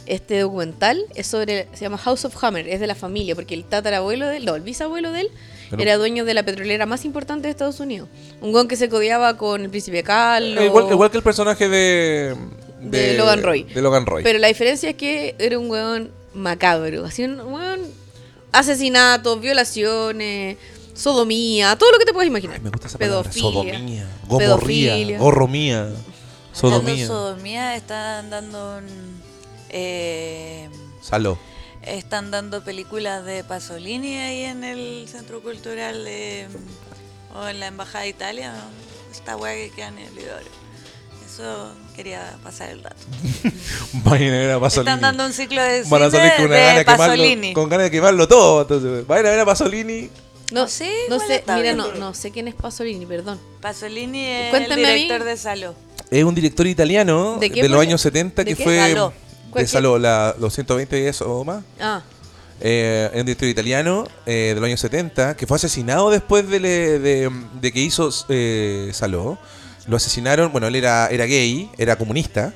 Speaker 4: este documental es sobre se llama House of Hammer es de la familia porque el tatarabuelo de él no el bisabuelo de él
Speaker 3: Pero-
Speaker 4: era dueño de la petrolera más importante de Estados Unidos un gon que se codiaba con el príncipe Carlos
Speaker 3: Eh, igual, igual que el personaje de,
Speaker 4: De Logan Roy.
Speaker 3: de Logan Roy.
Speaker 4: pero la diferencia es que era un weón macabro así un weón asesinatos violaciones sodomía todo lo que te puedes imaginar
Speaker 3: Ay, me gusta esa palabra,
Speaker 4: pedofilia
Speaker 3: sodomía, gomorría,
Speaker 4: pedofilia.
Speaker 3: gorromía,
Speaker 5: Hablando de
Speaker 3: sodomía,
Speaker 5: sodomía, están dando un, eh,
Speaker 3: saló.
Speaker 5: están dando películas de Pasolini ahí en el Centro Cultural de, o en la Embajada de Italia. ¿no? Esta weá que queda en el Lidoro. Eso quería pasar el dato.
Speaker 3: Vayan a ver a Pasolini.
Speaker 5: Están dando un ciclo de
Speaker 3: Van a
Speaker 5: cine
Speaker 3: salir con una gana
Speaker 5: de
Speaker 3: de quemarlo-
Speaker 5: Pasolini.
Speaker 3: con ganas de quemarlo todo. Entonces, vayan a ver a Pasolini.
Speaker 4: no
Speaker 5: Sí,
Speaker 4: sé no
Speaker 5: igual
Speaker 4: sé
Speaker 5: está
Speaker 4: mira
Speaker 5: bien.
Speaker 4: no, no sé quién es Pasolini perdón
Speaker 5: Pasolini es
Speaker 4: Cuéntame a
Speaker 5: el
Speaker 4: mí.
Speaker 5: director de Saló.
Speaker 3: Es un director italiano
Speaker 4: ¿De
Speaker 3: de,
Speaker 4: qué
Speaker 3: los
Speaker 4: proye-
Speaker 3: años 70
Speaker 4: de
Speaker 3: que
Speaker 4: qué?
Speaker 3: fue
Speaker 5: Saló.
Speaker 3: de
Speaker 4: Cualquier-
Speaker 3: Saló, la, los 120 días o más.
Speaker 4: ah
Speaker 3: Eh, es un director italiano eh, de los años 70 que fue asesinado después de, le- de- de que hizo eh, Saló. Lo asesinaron, bueno, él era, era gay, era comunista.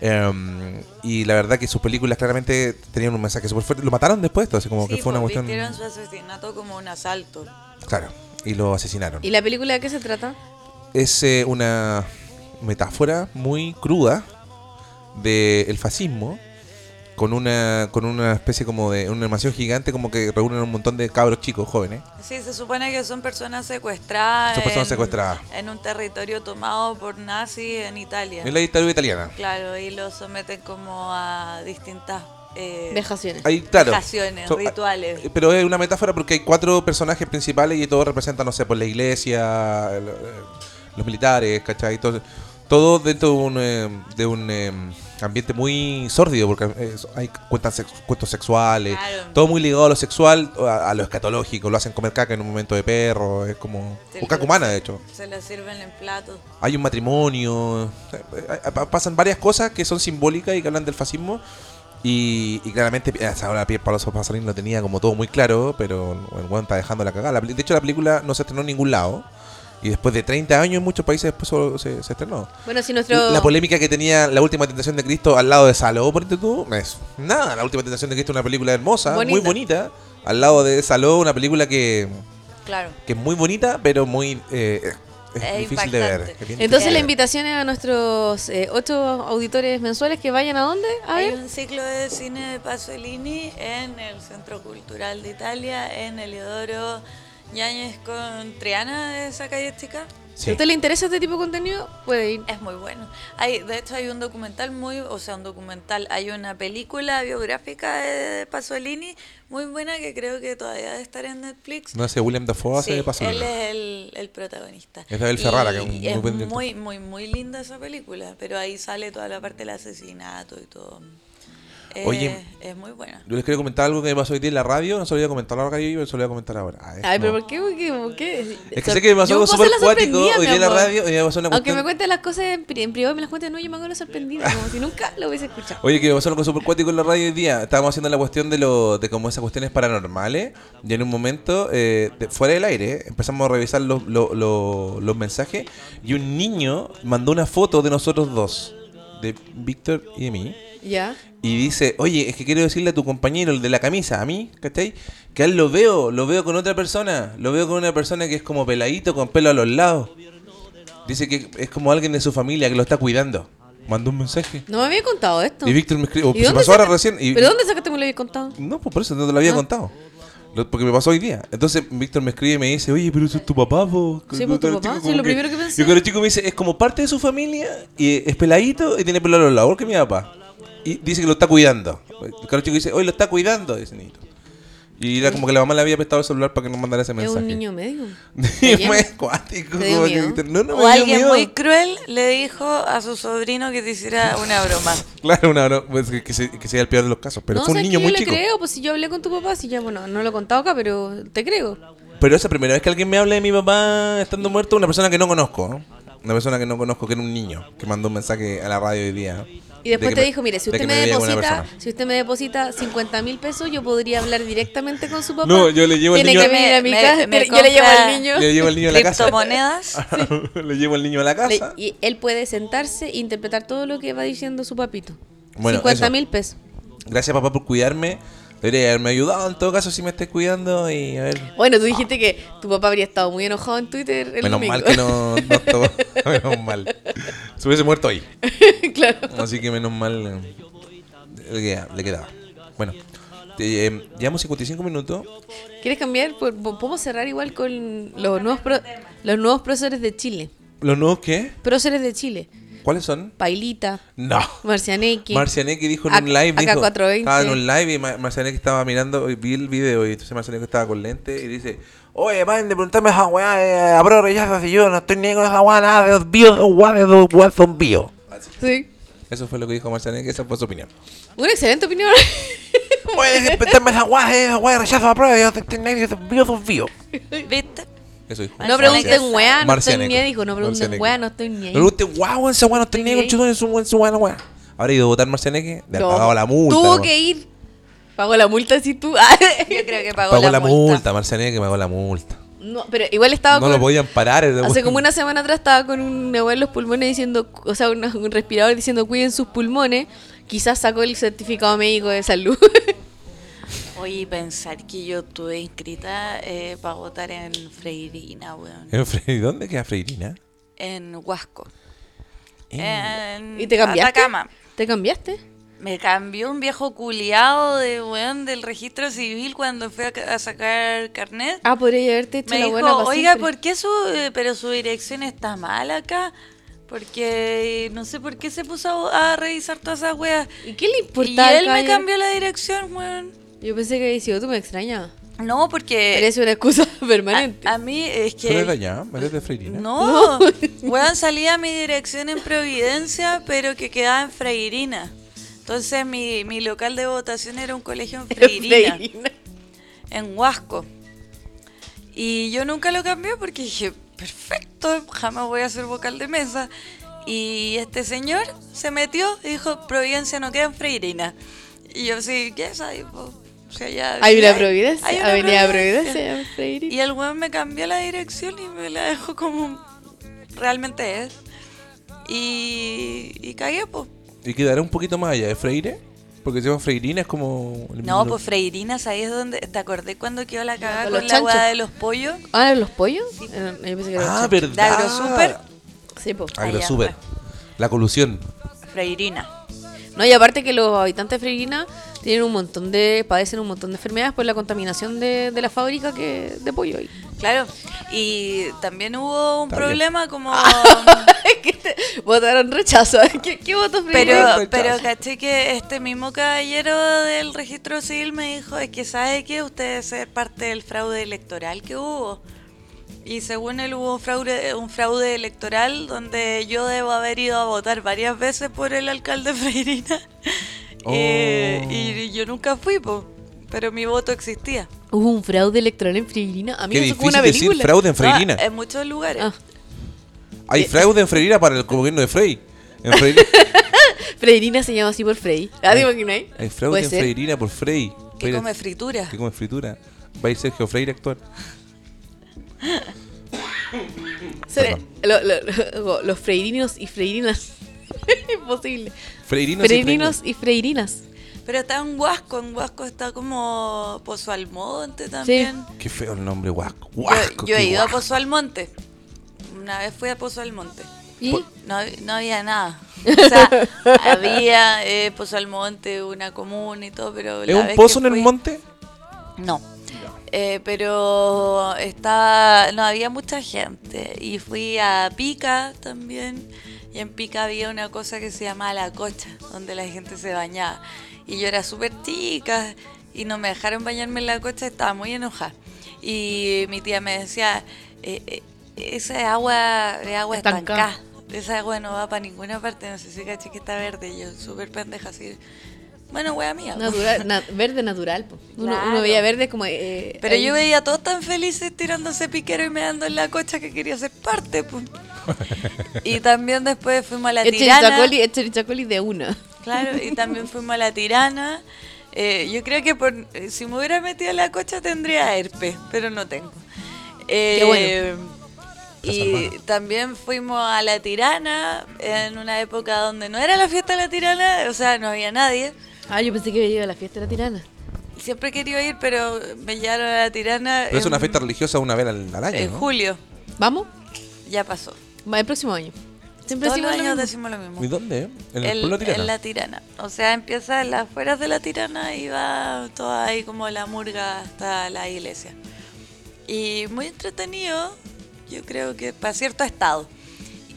Speaker 3: em, y la verdad que sus películas claramente tenían un mensaje súper fuerte. Lo mataron después, todo, así como
Speaker 5: Sí,
Speaker 3: que fue una
Speaker 5: pues,
Speaker 3: cuestión.
Speaker 5: vistieron su asesinato como un asalto.
Speaker 3: Claro, y lo asesinaron.
Speaker 4: y la película de qué se trata
Speaker 3: es eh, una metáfora muy cruda del fascismo con una con una especie como de una animación gigante como que reúnen un montón de cabros chicos jóvenes
Speaker 5: Sí, se supone que son personas secuestradas.
Speaker 3: Son personas
Speaker 5: en-
Speaker 3: secuestradas.
Speaker 5: En un territorio tomado por nazis en Italia.
Speaker 3: es la dictadura italiana
Speaker 5: Claro, y los someten como a distintas eh,
Speaker 4: vejaciones
Speaker 3: hay claro
Speaker 5: Vacaciones, rituales.
Speaker 3: ah, pero es una metáfora porque hay cuatro personajes principales y todos representan no sé por la iglesia el- eh, los militares ¿cachai? todo, todo dentro de un, eh, de un eh, ambiente muy sórdido porque eh, hay cuentas sex- cuentos sexuales
Speaker 5: Claro.
Speaker 3: todo muy ligado a lo sexual a, a lo escatológico lo hacen comer caca en un momento de perro es como
Speaker 5: Sí,
Speaker 3: o caca humana
Speaker 5: sí.
Speaker 3: de hecho
Speaker 5: se las sirven en platos.
Speaker 3: hay un matrimonio, eh, eh, pa- pasan varias cosas que son simbólicas y que hablan del fascismo. Y, y claramente, eh, hasta ahora Pierre Paloso Pasolini lo tenía como todo muy claro, pero el weón está dejando la cagada. La peli- De hecho, la película no se estrenó en ningún lado. Y después de 30 años en muchos países después solo se, se estrenó.
Speaker 4: Bueno, si nuestro.
Speaker 3: La polémica que tenía La Última Tentación de Cristo al lado de Saló, ponte tú, es nada. La Última Tentación de Cristo es una película hermosa, muy
Speaker 4: Bonita.
Speaker 3: bonita. Al lado de Saló, una película que,
Speaker 5: Claro.
Speaker 3: que es muy bonita, pero muy... eh, eh, es
Speaker 5: Es
Speaker 3: difícil de
Speaker 5: impactante.
Speaker 3: ver. es bien difícil
Speaker 4: Entonces
Speaker 3: de
Speaker 4: la
Speaker 3: ver.
Speaker 4: invitación es a nuestros eh, ocho auditores mensuales que vayan a dónde? A
Speaker 5: Hay
Speaker 4: ver.
Speaker 5: un ciclo de cine de Pasolini en el Centro Cultural de Italia, en Eliodoro Yáñez con Triana de esa calle chica.
Speaker 4: Si a usted le interesa este tipo de contenido, puede ir.
Speaker 5: Es muy bueno. Hay, de hecho, hay un documental muy, o sea, un documental, hay una película biográfica de Pasolini muy buena que creo que todavía debe estar en Netflix.
Speaker 3: No hace William Dafoe, hace
Speaker 5: Sí,
Speaker 3: de Pasolini.
Speaker 5: Él es el, el protagonista.
Speaker 3: Es de Abel
Speaker 5: Y
Speaker 3: Ferrara, que es un muy
Speaker 5: es
Speaker 3: buen director.
Speaker 5: muy, muy, muy linda esa película, pero ahí sale toda la parte del asesinato y todo. Eh,
Speaker 3: Oye.
Speaker 5: Es muy buena.
Speaker 3: Yo les quería comentar algo que me pasó hoy día en la radio. No se lo había comentado a la radio, se lo voy a comentar ahora. Ah, es
Speaker 4: Ay, pero
Speaker 3: como-
Speaker 4: ¿por qué? ¿Por qué? ¿Por qué?
Speaker 3: Es que sé que me pasó
Speaker 4: Yo
Speaker 3: algo
Speaker 4: puedo
Speaker 3: súper
Speaker 4: ser la
Speaker 3: cuático
Speaker 4: sorprendida,
Speaker 3: hoy día
Speaker 4: mi
Speaker 3: en la
Speaker 4: amor.
Speaker 3: radio. Hoy día me pasó una
Speaker 4: Aunque
Speaker 3: cuestión-
Speaker 4: me cuenten las cosas en, pri- en privado y me las cuenten, no, yo me hago la sorprendida, como si nunca lo hubiese escuchado.
Speaker 3: Oye, que me pasó algo súper cuático en la radio hoy día. Estábamos haciendo la cuestión de lo, de como esas cuestiones paranormales. Y en un momento, eh, de- fuera del aire, empezamos a revisar los, lo- lo- los mensajes. Y un niño mandó una foto de nosotros dos. De Víctor y de mí.
Speaker 4: Ya.
Speaker 3: y dice, oye, es que quiero decirle a tu compañero, el de la camisa, a mí, ¿cachai? Que a él lo veo, lo veo con otra persona, lo veo con una persona que es como peladito, con pelo a los lados. Dice que es como alguien de su familia que lo está cuidando. Mandó un mensaje.
Speaker 4: No me había contado esto.
Speaker 3: Y Víctor me escribió,
Speaker 4: ¿Y
Speaker 3: se
Speaker 4: dónde
Speaker 3: pasó ahora
Speaker 4: saca-
Speaker 3: recién. Y,
Speaker 4: ¿Pero dónde sacaste que me lo había contado?
Speaker 3: No, pues por eso no te lo había
Speaker 4: Ah.
Speaker 3: contado. Lo- Porque me pasó hoy día. Entonces Víctor me escribe y me dice, oye, pero eso es tu papá, vos.
Speaker 4: Sí, pues, tu papá, sí, lo primero que pensé.
Speaker 3: Y el chico me dice, es como parte de su familia, y es peladito y tiene pelo a los lados, que mi papá. Y dice que lo está cuidando. El cabro chico dice, hoy lo está cuidando, dice Nito. Y era como que la mamá le había prestado el celular para que nos mandara ese
Speaker 4: Es
Speaker 3: mensaje.
Speaker 4: un niño medio.
Speaker 3: [LAUGHS] Y
Speaker 4: Oye,
Speaker 3: fue acuático.
Speaker 4: ¿Te dio
Speaker 3: como que-
Speaker 4: miedo?
Speaker 3: no, no, me
Speaker 5: O
Speaker 3: dio
Speaker 5: alguien
Speaker 3: miedo.
Speaker 5: muy cruel le dijo a su sobrino que te hiciera una
Speaker 3: [LAUGHS]
Speaker 5: broma.
Speaker 3: Claro, una broma, pues, que, que se- que sea el peor de los casos. Pero
Speaker 4: no,
Speaker 3: fue un
Speaker 4: ¿sabes
Speaker 3: niño
Speaker 4: qué?
Speaker 3: muy
Speaker 4: yo
Speaker 3: chico.
Speaker 4: le creo, pues si yo hablé con tu papá, si ya, bueno, no lo he contado acá, pero te creo.
Speaker 3: Pero esa primera vez que alguien me habla de mi papá estando muerto, una persona que no conozco. ¿no? Una persona que no conozco, que era un niño, que mandó un mensaje a la radio hoy día. ¿no?
Speaker 4: Y
Speaker 3: De
Speaker 4: después
Speaker 3: que
Speaker 4: te
Speaker 3: me-
Speaker 4: dijo, mire, si
Speaker 3: de
Speaker 4: usted
Speaker 3: que
Speaker 4: me,
Speaker 3: veía con una
Speaker 4: deposita,
Speaker 3: persona.
Speaker 4: si usted me deposita 50 mil pesos, yo podría hablar directamente con su papá.
Speaker 3: No, yo le llevo al
Speaker 4: Tiene
Speaker 3: niño-
Speaker 4: que venir a mi
Speaker 5: Me-
Speaker 4: casa.
Speaker 5: me
Speaker 4: yo le llevo
Speaker 5: compra-
Speaker 4: al niño.
Speaker 3: Le llevo al niño a la casa.
Speaker 5: Criptomonedas.
Speaker 3: [LAUGHS] le llevo al niño a la
Speaker 4: Le-
Speaker 3: casa.
Speaker 4: y él puede sentarse e interpretar todo lo que va diciendo su papito.
Speaker 3: Bueno,
Speaker 4: 50
Speaker 3: eso.
Speaker 4: mil pesos.
Speaker 3: Gracias, papá, por cuidarme. Debería haberme ayudado en todo caso si me estés cuidando. Y a ver.
Speaker 4: Bueno, tú dijiste que tu papá habría estado muy enojado en Twitter el
Speaker 3: menos
Speaker 4: domingo.
Speaker 3: mal que no, no estuvo. [LAUGHS] menos mal. Se hubiese muerto hoy.
Speaker 4: [LAUGHS] claro.
Speaker 3: Así que menos mal eh, le queda- le quedaba. Bueno, te- eh, llevamos 55 minutos.
Speaker 4: ¿Quieres cambiar? Po- po- Podemos cerrar igual con los nuevos, pro- los nuevos próceres de Chile.
Speaker 3: ¿Los nuevos qué?
Speaker 4: Próceres de Chile.
Speaker 3: ¿Cuáles son?
Speaker 4: Pailita,
Speaker 3: No.
Speaker 4: Marcianeque.
Speaker 3: Marcianeque dijo en
Speaker 4: A-
Speaker 3: un live,
Speaker 4: AK
Speaker 3: dijo,
Speaker 4: 420.
Speaker 3: estaba en un live y Ma- Marcianeque estaba mirando, y vi el video y entonces Marcianeque estaba con lente y dice, oye, paren de preguntarme esa weá, eh, abro rechazos y yo no estoy ni con esa weá, nada de los bios, weá de los weá son bios. Así.
Speaker 4: Sí.
Speaker 3: Eso fue lo que dijo Marcianeque, esa fue su opinión.
Speaker 4: Una excelente opinión. [LAUGHS]
Speaker 3: Oye, dejen de preguntarme esa weá, eh, esa weá rechazo, apruebo, yo no estoy ni con esos bios, son bios.
Speaker 5: ¿Viste?
Speaker 3: Eso dijo.
Speaker 4: No pregunten weá, no estoy ni
Speaker 3: Marcianeque.
Speaker 4: ahí, dijo, no pregunten
Speaker 3: Marcianeque.
Speaker 4: weá, no estoy ni ahí.
Speaker 3: No pregunten guau, esa weá no estoy ni ahí,
Speaker 4: Estoy
Speaker 3: chutón, es un buen, es un buen, weá. Habrá ido a votar Marcianeque, le ha
Speaker 4: No.
Speaker 3: pagado la multa.
Speaker 4: Tuvo
Speaker 3: ¿no?
Speaker 4: que ir. Pagó la multa si tú. [LAUGHS] Ah,
Speaker 5: Yo creo que pagó,
Speaker 3: Pagó, la, multa, Marcianeque pagó la multa.
Speaker 4: No, pero igual estaba
Speaker 3: No
Speaker 4: con-
Speaker 3: lo pues. podían parar. era
Speaker 4: Hace
Speaker 3: bueno.
Speaker 4: como una semana atrás estaba con un abuelo en los pulmones diciendo, o sea, un, un respirador diciendo cuiden sus pulmones. Quizás sacó el certificado médico de salud. [LAUGHS]
Speaker 5: Oye, pensar que yo estuve inscrita eh, para votar en Freirina, weón.
Speaker 3: ¿En Fre- ¿Dónde queda Freirina?
Speaker 5: En Huasco.
Speaker 3: En-
Speaker 5: En
Speaker 4: ¿Y te cambiaste?
Speaker 5: Atacama.
Speaker 4: ¿Te cambiaste?
Speaker 5: Me cambió un viejo culiado de, weón, del registro civil cuando fui a, ca- a sacar carnet.
Speaker 4: Ah, podría haberte hecho
Speaker 5: Me
Speaker 4: la
Speaker 5: dijo,
Speaker 4: buena pa'
Speaker 5: oiga,
Speaker 4: siempre".
Speaker 5: ¿por qué su, eh, pero su dirección está mal acá? Porque eh, no sé por qué se puso a, a revisar todas esas weas.
Speaker 4: ¿Y qué le
Speaker 5: Y
Speaker 4: importaba?
Speaker 5: él me
Speaker 4: caballero?
Speaker 5: cambió la dirección, weón.
Speaker 4: Yo pensé que había sido tú me extrañas.
Speaker 5: No, porque
Speaker 4: Eres una excusa [LAUGHS] permanente.
Speaker 5: Eh, a, a mí es
Speaker 3: ¿Tú eres de
Speaker 5: que...
Speaker 3: allá? ¿Eres de Freirina?
Speaker 5: No, [LAUGHS] weón, salía mi dirección en Providencia, pero que quedaba en Freirina. Entonces mi, mi local de votación era un colegio en Freirina.
Speaker 4: Freirina.
Speaker 5: en Huasco. Y yo nunca lo cambié porque dije, perfecto, jamás voy a ser vocal de mesa. Y este señor se metió y dijo, Providencia no queda en Freirina. Y yo sí, ¿qué es ahí? po? O sea, ya-
Speaker 4: Hay una
Speaker 5: hay-
Speaker 4: Providencia,
Speaker 5: hay una
Speaker 4: Avenida
Speaker 5: Providencia.
Speaker 4: Providencia, Freirina.
Speaker 5: Y el weón me cambió la dirección y me la dejó como realmente es. Y, y cagué, pues.
Speaker 3: ¿Y quedará un poquito más allá de Freire? Porque si llama Freirina es como... el
Speaker 5: No,
Speaker 3: mismo-
Speaker 5: pues Freirinas, ahí es donde. ¿Te acordé cuando quedó la cagada
Speaker 4: con
Speaker 5: con,
Speaker 4: los
Speaker 5: la
Speaker 4: chanchos.
Speaker 5: hueá de los pollos?
Speaker 4: ¿Ah, los pollos? Eh, Yo pensé que era
Speaker 3: Ah,
Speaker 4: los chanchos.
Speaker 3: verdad.
Speaker 5: Agrosúper.
Speaker 4: Sí, po.
Speaker 3: Agrosúper. La colusión.
Speaker 5: Freirina.
Speaker 4: No, y aparte que los habitantes de Freirina tienen un montón de, padecen un montón de enfermedades por la contaminación de, de la fábrica que, de pollo. ahí. [LAUGHS]
Speaker 5: Claro, y también hubo un
Speaker 3: Está bien.
Speaker 5: problema
Speaker 3: [LAUGHS]
Speaker 5: como...
Speaker 4: ¿Qué te- Votaron rechazo. [LAUGHS] ¿Qué, qué votos
Speaker 5: Pero,
Speaker 3: rechazo.
Speaker 5: pero caché que este mismo caballero del registro civil me dijo, es que sabe que usted debe ser parte del fraude electoral que hubo. Y según él hubo un fraude, un fraude electoral donde yo debo haber ido a votar varias veces por el alcalde [LAUGHS] Freirina.
Speaker 3: Oh.
Speaker 5: Eh, y yo nunca fui, po, pero mi voto existía.
Speaker 4: Hubo un fraude electoral en Freirina. A mí
Speaker 3: Qué
Speaker 4: eso fue una
Speaker 3: difícil decir
Speaker 4: película.
Speaker 3: fraude en Freirina.
Speaker 5: No, en muchos lugares.
Speaker 4: Ah,
Speaker 3: Hay
Speaker 5: Eh,
Speaker 3: fraude en Freirina para el gobierno de Frey. En
Speaker 5: [LAUGHS]
Speaker 3: Freirina.
Speaker 4: Freirina se llama así por Frey. ¿Ah, te imaginas?
Speaker 3: Hay fraude
Speaker 4: Puede
Speaker 3: en
Speaker 4: ser.
Speaker 3: Freirina por Frey.
Speaker 5: que
Speaker 3: Freire-
Speaker 5: come fritura.
Speaker 3: que come fritura. Va a ir Sergio Freire a actuar.
Speaker 4: Se- lo- lo- lo- los freirinos y freirinas. [LAUGHS] Imposible.
Speaker 3: Freirinos, y
Speaker 4: Freirinos y freirinas.
Speaker 5: Pero está en Huasco, en Huasco está como Pozo Almonte también.
Speaker 3: Freirinas. Qué feo el nombre, Huasco.
Speaker 5: Yo-
Speaker 3: Huasco,
Speaker 5: yo,
Speaker 3: qué
Speaker 5: he ido
Speaker 3: guasco.
Speaker 5: a Pozo Almonte. Una vez fui a Pozo Almonte.
Speaker 4: ¿Y?
Speaker 5: No, no
Speaker 3: [LAUGHS]
Speaker 5: había nada. O sea, había eh, Pozo Almonte, una comuna y todo, pero...
Speaker 3: ¿Es
Speaker 5: la
Speaker 3: un
Speaker 5: vez
Speaker 3: pozo en
Speaker 5: que
Speaker 3: el
Speaker 5: fui-
Speaker 3: monte?
Speaker 5: No. Eh, pero estaba, no había mucha gente. Y fui a Pica también. Y en Pica había una cosa que se llamaba la cocha, donde la gente se bañaba. Y yo era súper chica. y no me dejaron bañarme en la cocha, estaba muy enojada. Y mi tía me decía, eh, eh, esa es agua, es agua
Speaker 4: Estancada.
Speaker 5: estancada. Esa agua no va para ninguna parte, no sé si caché que está verde. Y yo súper pendeja así. Bueno, wea mía. po.
Speaker 4: Natural, na- verde natural. po. Uno, uno
Speaker 5: Claro.
Speaker 4: veía verde como... eh,
Speaker 5: Pero
Speaker 4: ahí.
Speaker 5: yo veía a todos tan felices tirándose piquero y meando en la cocha que quería ser
Speaker 4: [LAUGHS]
Speaker 5: parte. po. Y también después fuimos a la
Speaker 4: El
Speaker 5: tirana.
Speaker 4: chirichacoli, el chirichacoli de una.
Speaker 5: Claro, y también fuimos a la tirana. Eh, yo creo que por, eh, si me hubiera metido a la cocha tendría herpes, pero no tengo. Eh,
Speaker 4: Qué bueno.
Speaker 5: Y también fuimos a la tirana en una época donde no era la fiesta de la tirana, o sea, no había nadie.
Speaker 4: Ah, yo pensé que había ido a la fiesta de la tirana.
Speaker 5: Siempre he querido ir, pero me llevaron a la tirana.
Speaker 3: Pero es
Speaker 5: en-
Speaker 3: una fiesta religiosa una vez al, al año,
Speaker 5: Em, En
Speaker 3: ¿no?
Speaker 5: julio,
Speaker 4: ¿Vamos?
Speaker 5: ya pasó.
Speaker 4: Va, El próximo año. Siempre
Speaker 5: Todos
Speaker 4: decimos lo
Speaker 5: los años
Speaker 4: mismo.
Speaker 5: decimos lo mismo.
Speaker 3: ¿Y dónde? eh? ¿En el,
Speaker 5: El-
Speaker 3: pueblo tirano?
Speaker 5: en la tirana. O sea, empieza en las afueras de la tirana y va toda ahí como la murga hasta la iglesia. Y muy entretenido, yo creo que para cierto estado.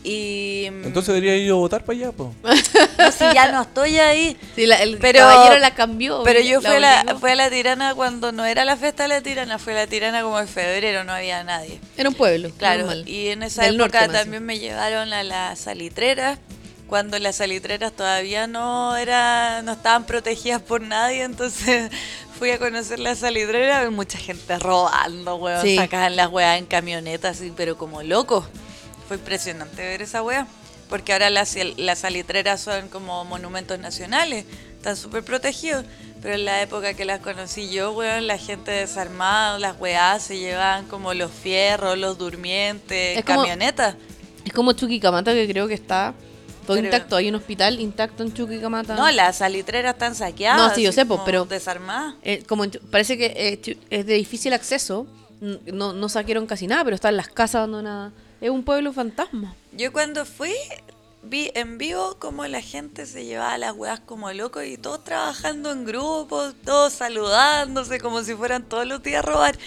Speaker 5: Y mm,
Speaker 3: Entonces debería ir a votar para allá,
Speaker 5: [LAUGHS]
Speaker 3: po.
Speaker 5: no, si ya no estoy ahí.
Speaker 4: Sí, la- el
Speaker 5: Pero-
Speaker 4: caballero la cambió.
Speaker 5: Pero yo fui a, la,
Speaker 4: obligó.
Speaker 5: fui a la tirana cuando no era la fiesta de la tirana, fue la tirana como en febrero, no había nadie.
Speaker 4: Era un pueblo.
Speaker 5: Claro,
Speaker 4: normal.
Speaker 5: y en esa
Speaker 4: Del norte,
Speaker 5: época
Speaker 4: más
Speaker 5: también me llevaron a las salitreras, cuando las salitreras todavía no era, no estaban protegidas por nadie, entonces [LAUGHS] fui a conocer las salitreras, había mucha gente robando, weón,
Speaker 4: Sí.
Speaker 5: sacaban las weas en camionetas, así, pero como locos. Fue impresionante ver esa wea, porque ahora las, las salitreras son como monumentos nacionales, están súper protegidos. Pero en la época que las conocí yo, weón, la gente desarmada, las weas se llevaban como los fierros, los durmientes,
Speaker 4: Es como-
Speaker 5: camionetas.
Speaker 4: Es como Chuquicamata, que creo que está todo
Speaker 5: Pero-
Speaker 4: intacto. Hay un hospital intacto en Chuquicamata.
Speaker 5: No, las salitreras están saqueadas.
Speaker 4: No, sí, yo
Speaker 5: así
Speaker 4: sé, po,
Speaker 5: como
Speaker 4: pero-
Speaker 5: Desarmadas.
Speaker 4: Eh, como en Chu- parece que eh, Chu- es de difícil acceso. N- No, no saquearon casi nada, pero están las casas abandonadas. Es un pueblo fantasma.
Speaker 5: Yo cuando fui, vi en vivo como la gente se llevaba las weas como loco y todos trabajando en grupos, todos saludándose como si fueran todos los días a robar.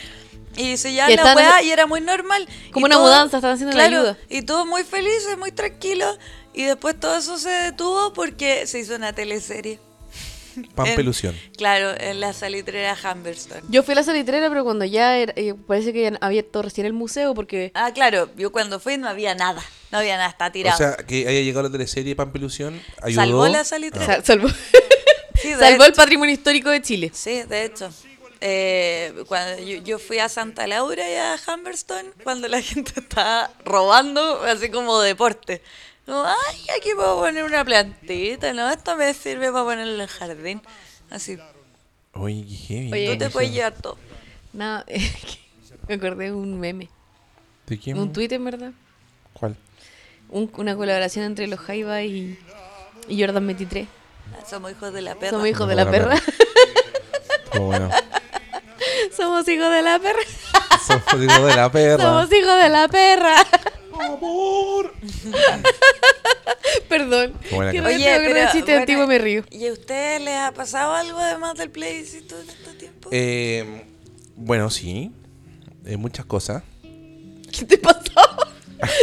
Speaker 5: Y se
Speaker 4: Y
Speaker 5: llevaban las
Speaker 4: estaban
Speaker 5: weas
Speaker 4: haciendo-
Speaker 5: y era muy normal.
Speaker 4: Como
Speaker 5: Y
Speaker 4: una
Speaker 5: todo-
Speaker 4: mudanza, estaban haciendo la
Speaker 5: claro,
Speaker 4: ayuda.
Speaker 5: Y todos muy felices, muy tranquilos. Y después todo eso se detuvo porque se hizo una teleserie.
Speaker 3: Pampelusión.
Speaker 5: En- Claro, en la salitrera Humberstone.
Speaker 4: Yo fui a la salitrera, pero cuando ya era- eh, parece que habían abierto recién el museo, porque
Speaker 5: Ah, claro, yo cuando fui no había nada. No había nada, está tirado.
Speaker 3: O sea, que haya llegado la teleserie Pampelusión ayudó.
Speaker 5: Salvó la salitrera.
Speaker 4: sal- salvó,
Speaker 5: [LAUGHS] Sí, de
Speaker 4: salvó el
Speaker 5: hecho.
Speaker 4: patrimonio histórico de Chile.
Speaker 5: Sí, de hecho. Eh, cuando yo, yo fui a Santa Laura y a Humberstone cuando la [LAUGHS] gente estaba robando, así como deporte. Como, ay, aquí puedo poner una plantita, ¿no? Esto me sirve para ponerlo en el jardín. Así,
Speaker 3: Oye, qué heavy.
Speaker 4: Oye,
Speaker 5: tú te puedes llevar todo.
Speaker 4: Nada, [LAUGHS] me acordé de un meme,
Speaker 3: ¿De quién?
Speaker 4: un tuit en verdad.
Speaker 3: ¿Cuál?
Speaker 4: Un- una colaboración entre los Jaiba y, y Jordan 23.
Speaker 5: Ah, Somos hijos de la perra.
Speaker 4: Somos hijos
Speaker 3: Hijos
Speaker 4: de la perra.
Speaker 3: Estuvo Oh, bueno.
Speaker 4: [LAUGHS]
Speaker 3: [LAUGHS]
Speaker 4: Somos hijos de la perra.
Speaker 3: Somos hijos de la perra.
Speaker 4: Somos hijos de la perra. [LAUGHS]
Speaker 3: Amor.
Speaker 4: Perdón.
Speaker 3: Qué buena
Speaker 4: Que
Speaker 3: canción.
Speaker 4: me acuerdo del chiste
Speaker 5: bueno,
Speaker 4: antiguo y me río.
Speaker 5: ¿Y a ustedes les ha pasado algo además del plebiscito en este tiempo?
Speaker 3: Eh, bueno, sí. Eh, muchas cosas.
Speaker 4: ¿Qué
Speaker 3: [LAUGHS]
Speaker 4: te pasó?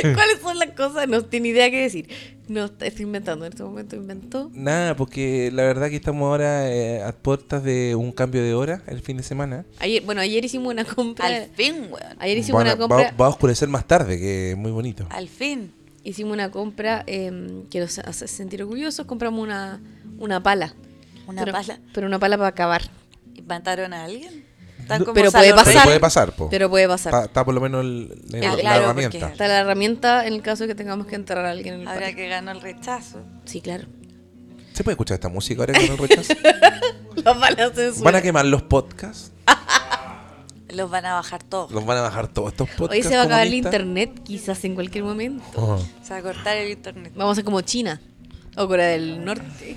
Speaker 4: ¿Cuáles son las cosas? No tiene idea qué decir. No, está- estoy inventando. En este momento inventó.
Speaker 3: Nada, porque la verdad que estamos ahora eh, a puertas de un cambio de hora el fin de semana.
Speaker 4: Ayer, bueno, ayer hicimos una compra.
Speaker 5: Al fin, weón.
Speaker 4: Ayer hicimos
Speaker 3: Van a-
Speaker 4: una compra. Ah,
Speaker 3: va, va a oscurecer más tarde, que es muy bonito.
Speaker 5: Al fin.
Speaker 4: Hicimos una compra eh, que nos hace sentir orgullosos. Compramos una, una pala.
Speaker 5: Una
Speaker 4: Pero-
Speaker 5: pala.
Speaker 4: Pero una pala para acabar.
Speaker 5: ¿Y ¿Mataron a alguien? Están
Speaker 3: No,
Speaker 5: como
Speaker 4: pero puede
Speaker 5: Salorrey.
Speaker 4: pasar.
Speaker 3: Puede pasar, po.
Speaker 4: Pero puede pasar.
Speaker 3: Está, está por lo menos el- la-
Speaker 5: Ah,
Speaker 3: la,
Speaker 5: claro,
Speaker 3: herramienta.
Speaker 5: porque-
Speaker 4: Está la herramienta en el caso de que tengamos que enterrar a alguien en el
Speaker 5: Ahora
Speaker 4: patio.
Speaker 5: que ganó el rechazo.
Speaker 4: Sí, claro. [LAUGHS]
Speaker 3: ¿Se puede escuchar esta música ahora que no rechazo?
Speaker 4: La pala se
Speaker 3: ¿Van a quemar los podcasts?
Speaker 5: Los van a bajar todos.
Speaker 3: ¿Los van a bajar todos estos podcasts?
Speaker 4: Hoy se va a acabar el
Speaker 3: comunistas?
Speaker 4: internet, quizás en cualquier momento.
Speaker 3: Oh.
Speaker 5: O sea, cortar el internet.
Speaker 4: Vamos a ser como China o Corea del Norte.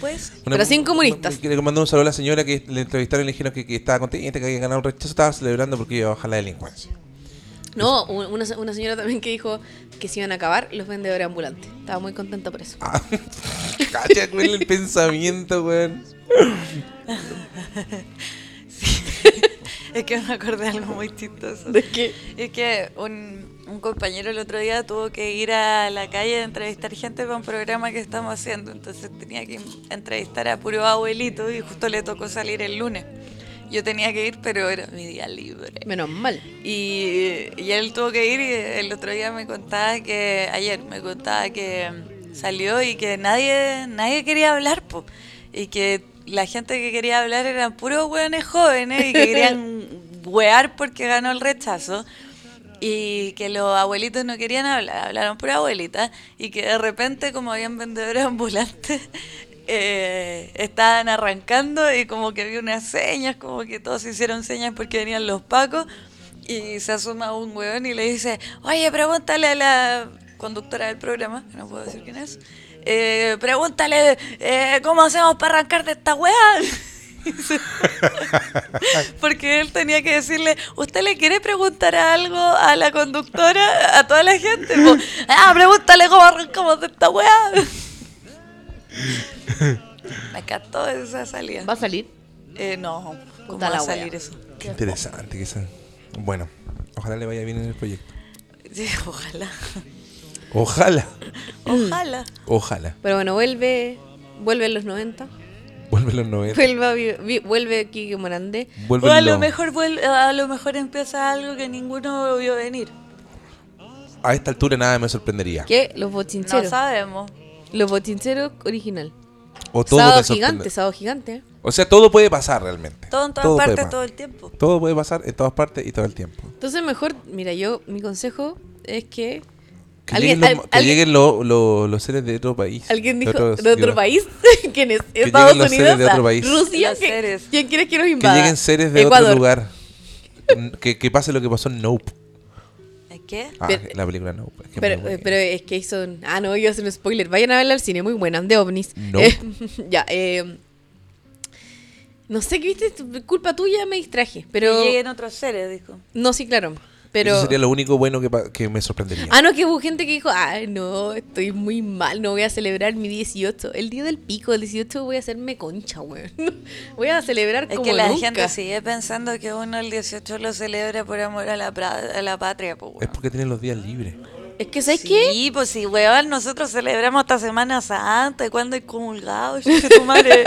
Speaker 5: Pues,
Speaker 3: Una-
Speaker 4: Pero sin comunistas.
Speaker 3: que Le mandó un saludo a la señora que le entrevistaron y le dijeron que, que estaba contenta, que había ganado un rechazo, estaba celebrando porque iba a bajar la delincuencia. [LAUGHS]
Speaker 4: No, u- una, se- una señora también que dijo que se iban a acabar los vendedores ambulantes. Estaba muy contenta por eso.
Speaker 3: Ah, Cacha, güey, el pensamiento, weón.
Speaker 5: Es que me acordé de algo muy chistoso.
Speaker 4: ¿De qué?
Speaker 5: Es que un, un compañero el otro día tuvo que ir a la calle a entrevistar gente para un programa que estamos haciendo. Entonces tenía que entrevistar a puro abuelito y justo le tocó salir el lunes. Yo tenía que ir, pero era mi día libre.
Speaker 4: Menos mal.
Speaker 5: Y, y él tuvo que ir y el otro día me contaba que, ayer me contaba que salió y que nadie, nadie quería hablar, po. y que la gente que quería hablar eran puros hueones jóvenes y que querían huear porque ganó el rechazo. Y que los abuelitos no querían hablar, hablaron por abuelita. Y que de repente, como habían vendedores ambulantes, [LAUGHS] eh, estaban arrancando y como que había unas señas, como que todos hicieron señas porque venían los pacos. Y se asoma un hueón y le dice, oye, pregúntale a la conductora del programa, que no puedo decir quién es, eh, pregúntale eh, cómo hacemos para arrancar de esta hueá. Porque él tenía que decirle, ¿usted le quiere preguntar algo a la conductora, a toda la gente? po? ah, pregúntale cómo arrancamos de
Speaker 4: [LAUGHS]
Speaker 5: esta weá. Me encantó esa salida.
Speaker 4: ¿Va a salir?
Speaker 5: Eh, no, ¿cómo
Speaker 4: Puta
Speaker 5: va a
Speaker 4: la wea.
Speaker 5: salir eso?
Speaker 3: Qué interesante que sea. Bueno, ojalá le vaya bien en el proyecto.
Speaker 5: Sí, [LAUGHS] ojalá.
Speaker 3: Ojalá,
Speaker 4: Mm.
Speaker 5: Ojalá.
Speaker 3: ojalá.
Speaker 4: Pero bueno, vuelve. Vuelve en
Speaker 3: [LAUGHS]
Speaker 4: los 90.
Speaker 3: Vuelve los 90.
Speaker 4: Vuelve, a vi- vi- vuelve Kike Morandé.
Speaker 3: Vuelve
Speaker 5: o a lo
Speaker 3: los-
Speaker 5: mejor vuel- a lo mejor empieza algo que ninguno vio venir.
Speaker 3: A esta altura nada me sorprendería.
Speaker 4: ¿Qué? Los
Speaker 5: No
Speaker 4: bochincheros.
Speaker 5: sabemos.
Speaker 4: los bochincheros original.
Speaker 3: O todo
Speaker 4: sábado
Speaker 3: me sorprende.
Speaker 4: gigante, sábado gigante. ¿eh?
Speaker 3: O sea, todo puede pasar realmente.
Speaker 5: Todo en todas
Speaker 3: puede
Speaker 5: partes,
Speaker 3: pasar.
Speaker 5: todo el tiempo.
Speaker 3: Todo puede pasar en todas partes y todo el tiempo.
Speaker 4: Entonces mejor, mira, yo, mi consejo es que...
Speaker 3: Que
Speaker 4: Alguien-
Speaker 3: lleguen, los,
Speaker 4: al-
Speaker 3: que
Speaker 4: alguien-
Speaker 3: lleguen lo- lo- los seres de otro país.
Speaker 4: Alguien dijo, de otro,
Speaker 3: digo,
Speaker 4: país, [LAUGHS] ¿quién es?
Speaker 3: lleguen
Speaker 4: Estados
Speaker 3: los seres
Speaker 4: Unidos,
Speaker 3: de otro país.
Speaker 4: Rusia,
Speaker 5: Los
Speaker 4: ¿qué-
Speaker 5: seres.
Speaker 4: ¿quién quieres que nos
Speaker 3: Que
Speaker 4: invada?
Speaker 3: lleguen seres de
Speaker 4: Ecuador.
Speaker 3: otro
Speaker 4: [LAUGHS]
Speaker 3: lugar. Mm, que, que pase lo que pasó en Nope.
Speaker 5: ¿A ¿Qué?
Speaker 3: Ah,
Speaker 4: Pero-
Speaker 3: la película Nope. es que es
Speaker 4: Pero, eh,
Speaker 3: muy buena.
Speaker 4: pero es que hizo... un- Ah, no, iba a hacer un spoiler. Vayan a verla al cine, muy buena, de ovnis.
Speaker 3: No.
Speaker 4: Eh, [LAUGHS] ya, eh, No sé, ¿qué viste? Tu- Culpa tuya, me distraje. Pero...
Speaker 5: Que lleguen otros seres, dijo.
Speaker 4: No, sí, claro. Pero...
Speaker 3: Eso sería lo único bueno que, pa- que me sorprendería.
Speaker 4: Ah, no, que hubo gente que dijo, ah, no, estoy muy mal, no voy a celebrar mi 18. El día del pico, el 18 voy a hacerme concha, weón. [LAUGHS] Voy a celebrar
Speaker 5: Es
Speaker 4: como
Speaker 5: que la
Speaker 4: nunca.
Speaker 5: gente sigue pensando que uno el 18 lo celebra por amor a la, pra- a la patria, pues.
Speaker 3: Es porque tienen los días libres.
Speaker 4: Es que, ¿sabes qué?
Speaker 5: Sí, pues sí, weón, nosotros celebramos hasta Semana Santa, y cuando hay comulgado, Yo sé
Speaker 4: [LAUGHS]
Speaker 5: tu madre.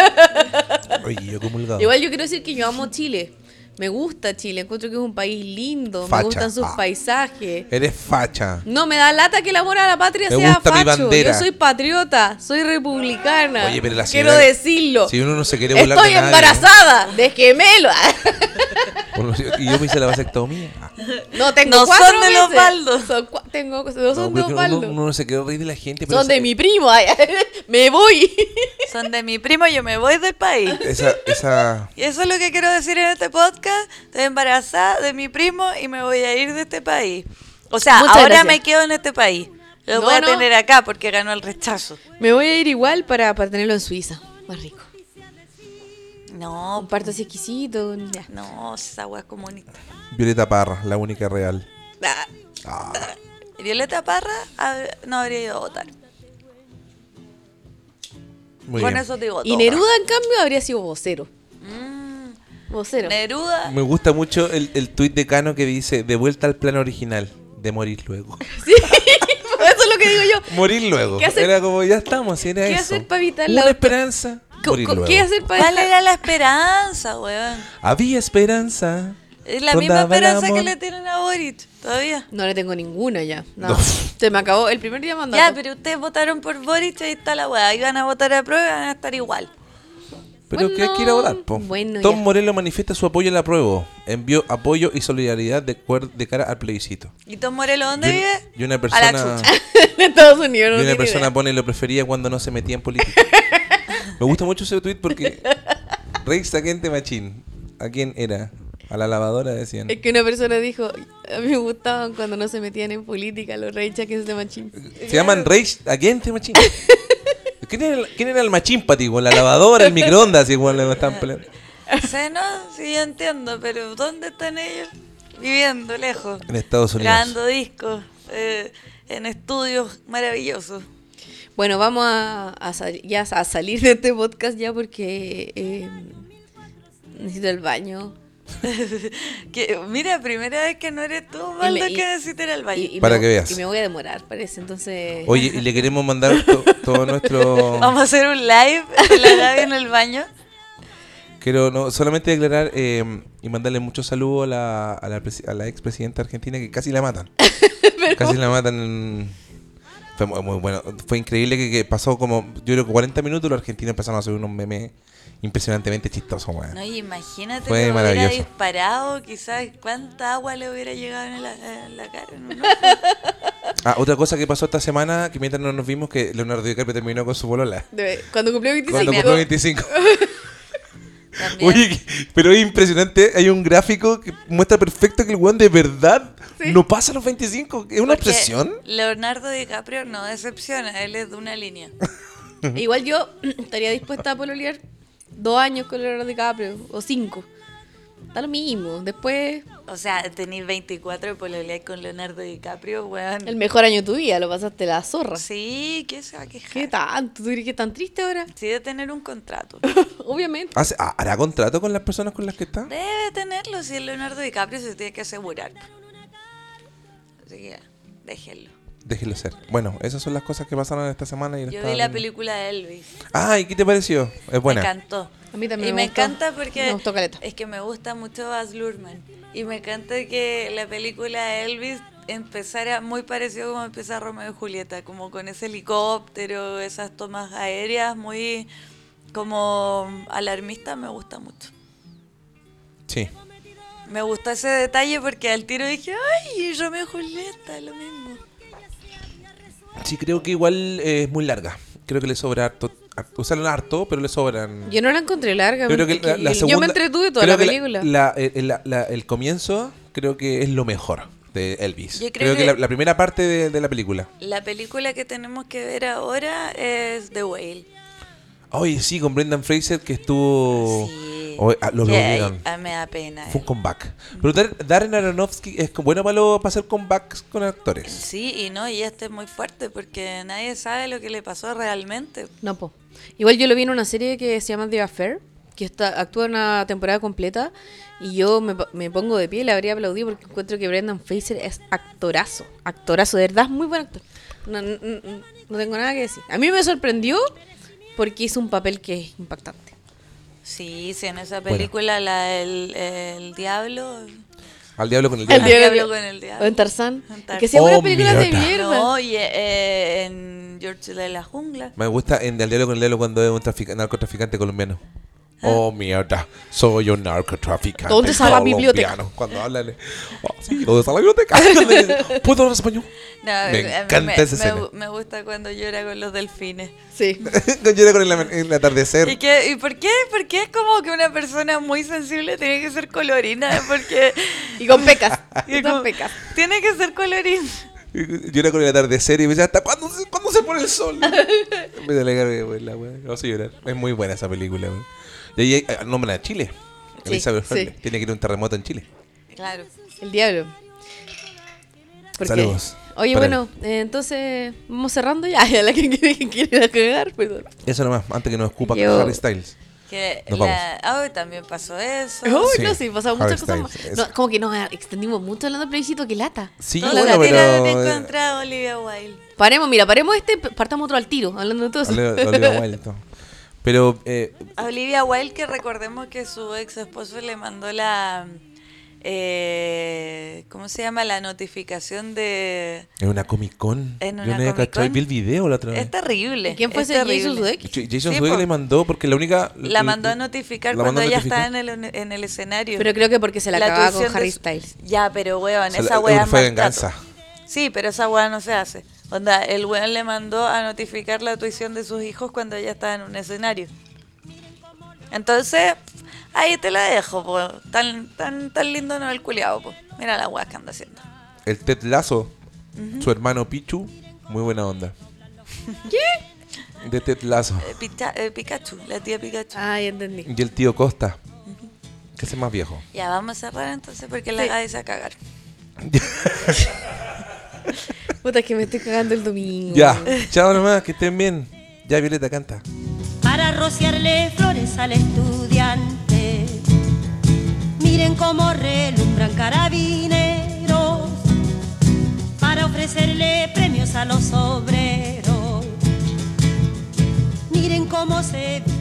Speaker 3: Oye, yo comulgado.
Speaker 4: Igual yo quiero decir que yo amo Chile. Me gusta Chile, encuentro que es un país lindo,
Speaker 3: Facha.
Speaker 4: me gustan sus
Speaker 3: Ah.
Speaker 4: paisajes.
Speaker 3: Eres facha.
Speaker 4: No, me da lata que el amor a la patria
Speaker 3: Me
Speaker 4: sea
Speaker 3: gusta mi
Speaker 4: facho. Yo
Speaker 3: bandera.
Speaker 4: soy patriota, soy republicana.
Speaker 3: Oye, pero la
Speaker 4: Quiero
Speaker 3: señora-
Speaker 4: decirlo.
Speaker 3: Si uno no se quiere burlar
Speaker 4: Estoy
Speaker 3: de nadie,
Speaker 4: embarazada
Speaker 3: [LAUGHS]
Speaker 4: de gemelo.
Speaker 3: Uno- y yo me hice la vasectomía. Ah,
Speaker 4: No, tengo
Speaker 5: No son
Speaker 4: cuatro
Speaker 5: de los
Speaker 4: meses.
Speaker 5: baldos.
Speaker 4: Son cua- tengo, no
Speaker 3: no, pero
Speaker 4: son de
Speaker 3: que uno,
Speaker 4: Osvaldo.
Speaker 3: uno no se quiere reír de la gente. pero
Speaker 4: son de
Speaker 3: esa-
Speaker 4: mi primo. ay, [LAUGHS] me voy.
Speaker 5: Son de mi primo, yo me voy del país.
Speaker 3: Esa, esa,
Speaker 5: Y eso es lo que quiero decir en este podcast. Estoy embarazada de mi primo y me voy a ir de este país. O sea,
Speaker 4: Muchas
Speaker 5: ahora
Speaker 4: gracias.
Speaker 5: me quedo en este país. Lo
Speaker 4: No,
Speaker 5: voy a
Speaker 4: no.
Speaker 5: tener acá porque ganó el rechazo.
Speaker 4: me voy a ir igual para, para tenerlo en Suiza. Más rico. Un
Speaker 5: No,
Speaker 4: parto así exquisito. ya.
Speaker 5: no, esa agua es comunista.
Speaker 3: Violeta Parra, la única real.
Speaker 5: Ah. Violeta Parra hab- no habría ido a votar.
Speaker 3: Muy
Speaker 5: Con
Speaker 3: bien.
Speaker 5: eso digo todo.
Speaker 4: Y Neruda, en cambio, habría sido vocero. Mm. Vocero.
Speaker 5: Neruda.
Speaker 3: Me gusta mucho el, el tuit de Cano que dice, de vuelta al plano original, de morir luego.
Speaker 4: [LAUGHS] Sí, [LAUGHS] eso es lo que digo
Speaker 3: [LAUGHS]
Speaker 4: yo.
Speaker 3: Morir luego.
Speaker 4: ¿Qué hacer?
Speaker 3: Era como, ya estamos, era
Speaker 4: ¿Qué
Speaker 3: eso.
Speaker 4: hacer pa' evitar la
Speaker 3: Una
Speaker 4: auto-
Speaker 3: esperanza,
Speaker 4: Co-
Speaker 3: morir
Speaker 4: co-
Speaker 3: luego.
Speaker 4: ¿Qué hacer para
Speaker 5: ¿Cuál era la esperanza, weón?
Speaker 3: Había esperanza.
Speaker 5: Es la misma
Speaker 3: Rondaba el
Speaker 5: esperanza que
Speaker 3: amor.
Speaker 5: le tienen a Boric todavía.
Speaker 4: No le tengo ninguna ya. No.
Speaker 3: No.
Speaker 4: Se me acabó el primer día mandado.
Speaker 5: Ya, pero ustedes votaron por Boric y ahí está la weá. Iban a votar a prueba y van a estar igual.
Speaker 3: Pero
Speaker 4: Bueno,
Speaker 3: que quiere votar, po.
Speaker 4: bueno,
Speaker 3: Tom
Speaker 4: ya.
Speaker 3: Morello manifiesta su apoyo al apruebo. Envió apoyo y solidaridad de, cuer- de cara al plebiscito.
Speaker 5: ¿Y Tom Morelo dónde
Speaker 3: Y un-
Speaker 5: vive?
Speaker 3: y una
Speaker 5: A la
Speaker 3: persona,
Speaker 5: chucha.
Speaker 4: [LAUGHS] en Estados Unidos no
Speaker 3: y una
Speaker 4: tiene
Speaker 3: persona
Speaker 4: idea.
Speaker 3: pone lo prefería cuando no se metía en política.
Speaker 4: [LAUGHS]
Speaker 3: Me gusta mucho ese tweet porque Rex Saquente Machín. ¿A quién era? A la lavadora decían.
Speaker 4: Es que una persona dijo, a mí me gustaban cuando no se metían en política los rey chaques de machín.
Speaker 3: Se llaman Rex Saquente
Speaker 4: [LAUGHS]
Speaker 3: Machín. ¿Quién era, el- ¿Quién era el machín para ti? po? La lavadora, el microondas, igual lo están peleando.
Speaker 5: sé, no, sí, yo entiendo, pero ¿dónde están ellos? Viviendo lejos.
Speaker 3: En Estados Unidos.
Speaker 5: Grabando discos. eh, en estudios maravillosos.
Speaker 4: Bueno, vamos a, a sal- ya a salir de este podcast ya porque eh, necesito el baño.
Speaker 5: [LAUGHS] Que, mira, primera vez que no eres tú,
Speaker 4: Y
Speaker 5: Valdo,
Speaker 4: me- y-
Speaker 5: que necesitas ir al baño.
Speaker 4: Y- y
Speaker 3: Para
Speaker 4: me-
Speaker 3: que veas.
Speaker 4: Y me voy a demorar, parece. Entonces.
Speaker 3: Oye, y le queremos mandar to- todo
Speaker 4: [LAUGHS]
Speaker 3: nuestro...
Speaker 5: Vamos a hacer un live [LAUGHS] de la Gaby en el baño.
Speaker 3: Quiero no, solamente declarar eh, y mandarle muchos saludos a la, a la, presi- a la expresidenta argentina que casi la
Speaker 5: [LAUGHS]
Speaker 3: matan. Casi la matan. en- Fue muy, muy bueno. Fue increíble que, que pasó como, yo creo que 40 minutos los argentinos empezaron a hacer unos memes impresionantemente chistosos, weón.
Speaker 5: No, y imagínate
Speaker 3: Fue
Speaker 5: que hubiera
Speaker 3: maravilloso.
Speaker 5: disparado, quizás cuánta agua le hubiera llegado en la, en la cara. ¿no?
Speaker 3: [LAUGHS] Ah, otra cosa que pasó esta semana, que mientras no nos vimos, que Leonardo DiCaprio terminó con su
Speaker 5: [LAUGHS]
Speaker 3: bolola.
Speaker 4: de- cuando cumplió 25.
Speaker 3: Cuando cumplió 25. [LAUGHS]
Speaker 5: También.
Speaker 3: Oye, pero es impresionante. Hay un gráfico que muestra perfecto que el weón de verdad no pasa los 25. Es una
Speaker 5: Porque
Speaker 3: obsesión.
Speaker 5: Leonardo DiCaprio no decepciona, él es de una línea.
Speaker 4: [LAUGHS] Igual yo [CLEARS THROAT] estaría dispuesta a pololear dos años con Leonardo DiCaprio, o cinco. Está lo mismo. Después,
Speaker 5: O sea, tenéis 24 y pololeáis con Leonardo DiCaprio, weón.
Speaker 4: el mejor año de tu vida, lo pasaste la zorra.
Speaker 5: Sí, ¿qué se va a quejar?
Speaker 4: ¿Qué tanto? ¿Tú crees que es tan triste ahora? [LAUGHS]
Speaker 5: Sí, de tener un contrato.
Speaker 4: Obviamente.
Speaker 3: ¿Hace- ha- ¿Hará contrato con las personas con las que está?
Speaker 5: Debe tenerlo, si el Leonardo DiCaprio se tiene que asegurar. Así que, déjenlo.
Speaker 3: Déjelo ser. Bueno, esas son las cosas que pasaron esta semana. Y
Speaker 5: Yo
Speaker 3: estaba
Speaker 5: vi la
Speaker 3: viendo.
Speaker 5: película de Elvis.
Speaker 3: Ah, ¿y qué te pareció? Es buena.
Speaker 5: Me encantó.
Speaker 4: A mí también
Speaker 5: Y
Speaker 4: me
Speaker 5: me,
Speaker 4: gustó.
Speaker 5: encanta porque
Speaker 4: Me gustó caleta.
Speaker 5: es que me gusta mucho Baz Luhrmann. Y me encanta que la película de Elvis empezara muy parecido como empieza Romeo y Julieta, como con ese helicóptero, esas tomas aéreas muy como alarmista, me gusta mucho.
Speaker 3: Sí.
Speaker 5: Me gustó ese detalle porque al tiro dije, ay, Romeo y Julieta, lo mismo.
Speaker 3: Sí, creo que igual eh, es muy larga. Creo que le sobra harto. har- Usaron harto, pero le sobran.
Speaker 4: Yo no la encontré larga.
Speaker 3: Yo creo que
Speaker 4: porque
Speaker 3: la, la
Speaker 4: Yo me
Speaker 3: segunda-
Speaker 4: entretuve toda
Speaker 3: creo
Speaker 4: la
Speaker 3: que
Speaker 4: película.
Speaker 3: la- eh, la- la- el comienzo creo que es lo mejor de Elvis. Creo,
Speaker 5: Yo creo
Speaker 3: que,
Speaker 5: que-
Speaker 3: la, la primera parte de, de la película.
Speaker 5: La película que tenemos que ver ahora es The Whale.
Speaker 3: Oye, sí, con Brendan Fraser que estuvo...
Speaker 5: Sí.
Speaker 3: Oye, ah, lo
Speaker 5: Que ahí-
Speaker 3: volvieron.
Speaker 5: ah, me da pena.
Speaker 3: Fue un comeback. Pero Dar- Darren Aronofsky es como bueno para, lo- para hacer comebacks con actores.
Speaker 5: Sí, y no, y este es muy fuerte porque nadie sabe lo que le pasó realmente.
Speaker 4: No, po. Igual yo lo vi en una serie que se llama The Affair, que está, actúa una temporada completa, y yo me, po- me pongo de pie y le habría aplaudido porque encuentro que Brendan Fraser es actorazo, actorazo, de verdad es muy buen actor. No, no- no- no tengo nada que decir. A mí me sorprendió porque hizo un papel que es impactante.
Speaker 5: Sí, sí, en esa película, la del el diablo.
Speaker 3: Al diablo con el
Speaker 5: El
Speaker 3: diablo.
Speaker 5: diablo con el diablo.
Speaker 4: O en Tarzán.
Speaker 5: En
Speaker 4: Es
Speaker 5: Tarzán.
Speaker 4: Que sea buenas
Speaker 3: Oh,
Speaker 4: películas de
Speaker 3: mierda.
Speaker 4: mierda.
Speaker 5: No, y eh, en George de la jungla.
Speaker 3: Me gusta en Al diablo con el diablo cuando es un trafica- narcotraficante colombiano. Oh, mierda. Soy un narcotraficante.
Speaker 4: ¿Dónde está la
Speaker 3: colombiano.
Speaker 4: biblioteca?
Speaker 3: Cuando hablan. "Oh, sí, ¿dónde está la [LAUGHS] biblioteca? ¿Puedo hablar español?
Speaker 5: No,
Speaker 3: me
Speaker 5: a mí
Speaker 3: encanta esa
Speaker 5: me,
Speaker 3: escena.
Speaker 5: gu- me gusta cuando llora con los delfines.
Speaker 4: Sí.
Speaker 3: Llora con el, el atardecer.
Speaker 5: ¿Y, qué, ¿Y por qué? ¿Por qué es como que una persona muy sensible tiene que ser colorina? Porque
Speaker 4: Y con pecas.
Speaker 5: [LAUGHS] y
Speaker 4: Y
Speaker 5: como-
Speaker 4: con pecas.
Speaker 5: tiene que ser colorina.
Speaker 3: Llora con el atardecer y me dice, ¿hasta cuándo, se- cuándo se pone el
Speaker 5: [LAUGHS]
Speaker 3: sol? me delegar la wea. Vamos a llorar. Es muy buena esa película, wea. Y ahí eh, nombran a Chile.
Speaker 4: Sí,
Speaker 3: Elizabeth
Speaker 4: sí.
Speaker 3: Fernández. Tiene que ir a un terremoto en Chile.
Speaker 5: Claro.
Speaker 4: El diablo. ¿Por qué?
Speaker 3: Saludos.
Speaker 4: Oye,
Speaker 3: Para
Speaker 4: bueno, eh, entonces vamos cerrando ya. [LAUGHS] Ya la que quiere, que quiere la cagar, pues. perdón.
Speaker 3: Eso nomás, antes que nos escupa
Speaker 4: Yo-
Speaker 3: Harry Styles.
Speaker 5: Que
Speaker 3: Nos
Speaker 5: la... Ah, también pasó eso.
Speaker 4: Uy,
Speaker 3: Sí,
Speaker 4: no, sí, pasaron
Speaker 3: Harry
Speaker 4: muchas cosas más.
Speaker 3: Styles,
Speaker 4: No,
Speaker 3: eso.
Speaker 4: como que nos extendimos mucho hablando de plebiscito, que lata.
Speaker 3: Sí,
Speaker 5: Todos
Speaker 3: bueno,
Speaker 5: la tiraron en
Speaker 3: pero... eh,
Speaker 5: contra de Olivia Wilde.
Speaker 4: Paremos, mira, paremos este, p- partamos otro al tiro, hablando de todo eso.
Speaker 3: Olivia- Olivia Wilde, todo. Pero eh,
Speaker 5: A Olivia Wilde, que recordemos que su ex esposo le mandó la. eh, ¿Cómo se llama? La notificación de.
Speaker 3: en una Comic Con.
Speaker 5: En
Speaker 3: yo
Speaker 5: una
Speaker 3: no había
Speaker 5: Comic
Speaker 3: cachado y
Speaker 5: Con.
Speaker 3: vi el video la otra vez.
Speaker 5: Es terrible.
Speaker 4: [LAUGHS] ¿Quién fue
Speaker 5: es
Speaker 4: ese
Speaker 5: terrible.
Speaker 4: Jason Sudeikis?
Speaker 3: Ch- Jason
Speaker 5: Sí,
Speaker 3: Sudeikis
Speaker 5: po.
Speaker 3: le mandó porque la única.
Speaker 5: La mandó a notificar
Speaker 3: la
Speaker 5: cuando
Speaker 3: mandó a
Speaker 5: ella
Speaker 3: notificar.
Speaker 5: estaba en el, en el escenario.
Speaker 4: Pero creo que porque se la, acababa
Speaker 5: actuación
Speaker 4: con
Speaker 5: de
Speaker 4: Harry
Speaker 5: su-
Speaker 4: Styles.
Speaker 5: Ya, pero weón,
Speaker 3: Se la-
Speaker 5: esa weá es
Speaker 3: fue
Speaker 5: maltrato.
Speaker 3: venganza.
Speaker 5: Sí, pero esa weá no se hace. Onda, el weón le mandó a notificar la tuición de sus hijos cuando ella estaba en un escenario. Entonces, ahí te la dejo, po. Tan, tan, tan lindo no el culiado, po. Mira la weá que anda haciendo.
Speaker 3: El Ted Lazo, su hermano Pichu, muy buena onda. ¿Qué? De Ted Lazo.
Speaker 5: Eh, Picha- eh, Pikachu, la tía Pikachu.
Speaker 4: Ay, entendí.
Speaker 3: Y el tío Costa, que es el más viejo.
Speaker 5: Ya, vamos a cerrar entonces porque la
Speaker 4: Sí.
Speaker 5: Gaby se va a cagar.
Speaker 4: Puta, es que me estoy cagando el domingo.
Speaker 3: Ya, chao nomás, que estén bien. Ya Violeta canta.
Speaker 6: para rociarle flores al estudiante. Miren cómo relumbran carabineros para ofrecerle premios a los obreros. Miren cómo se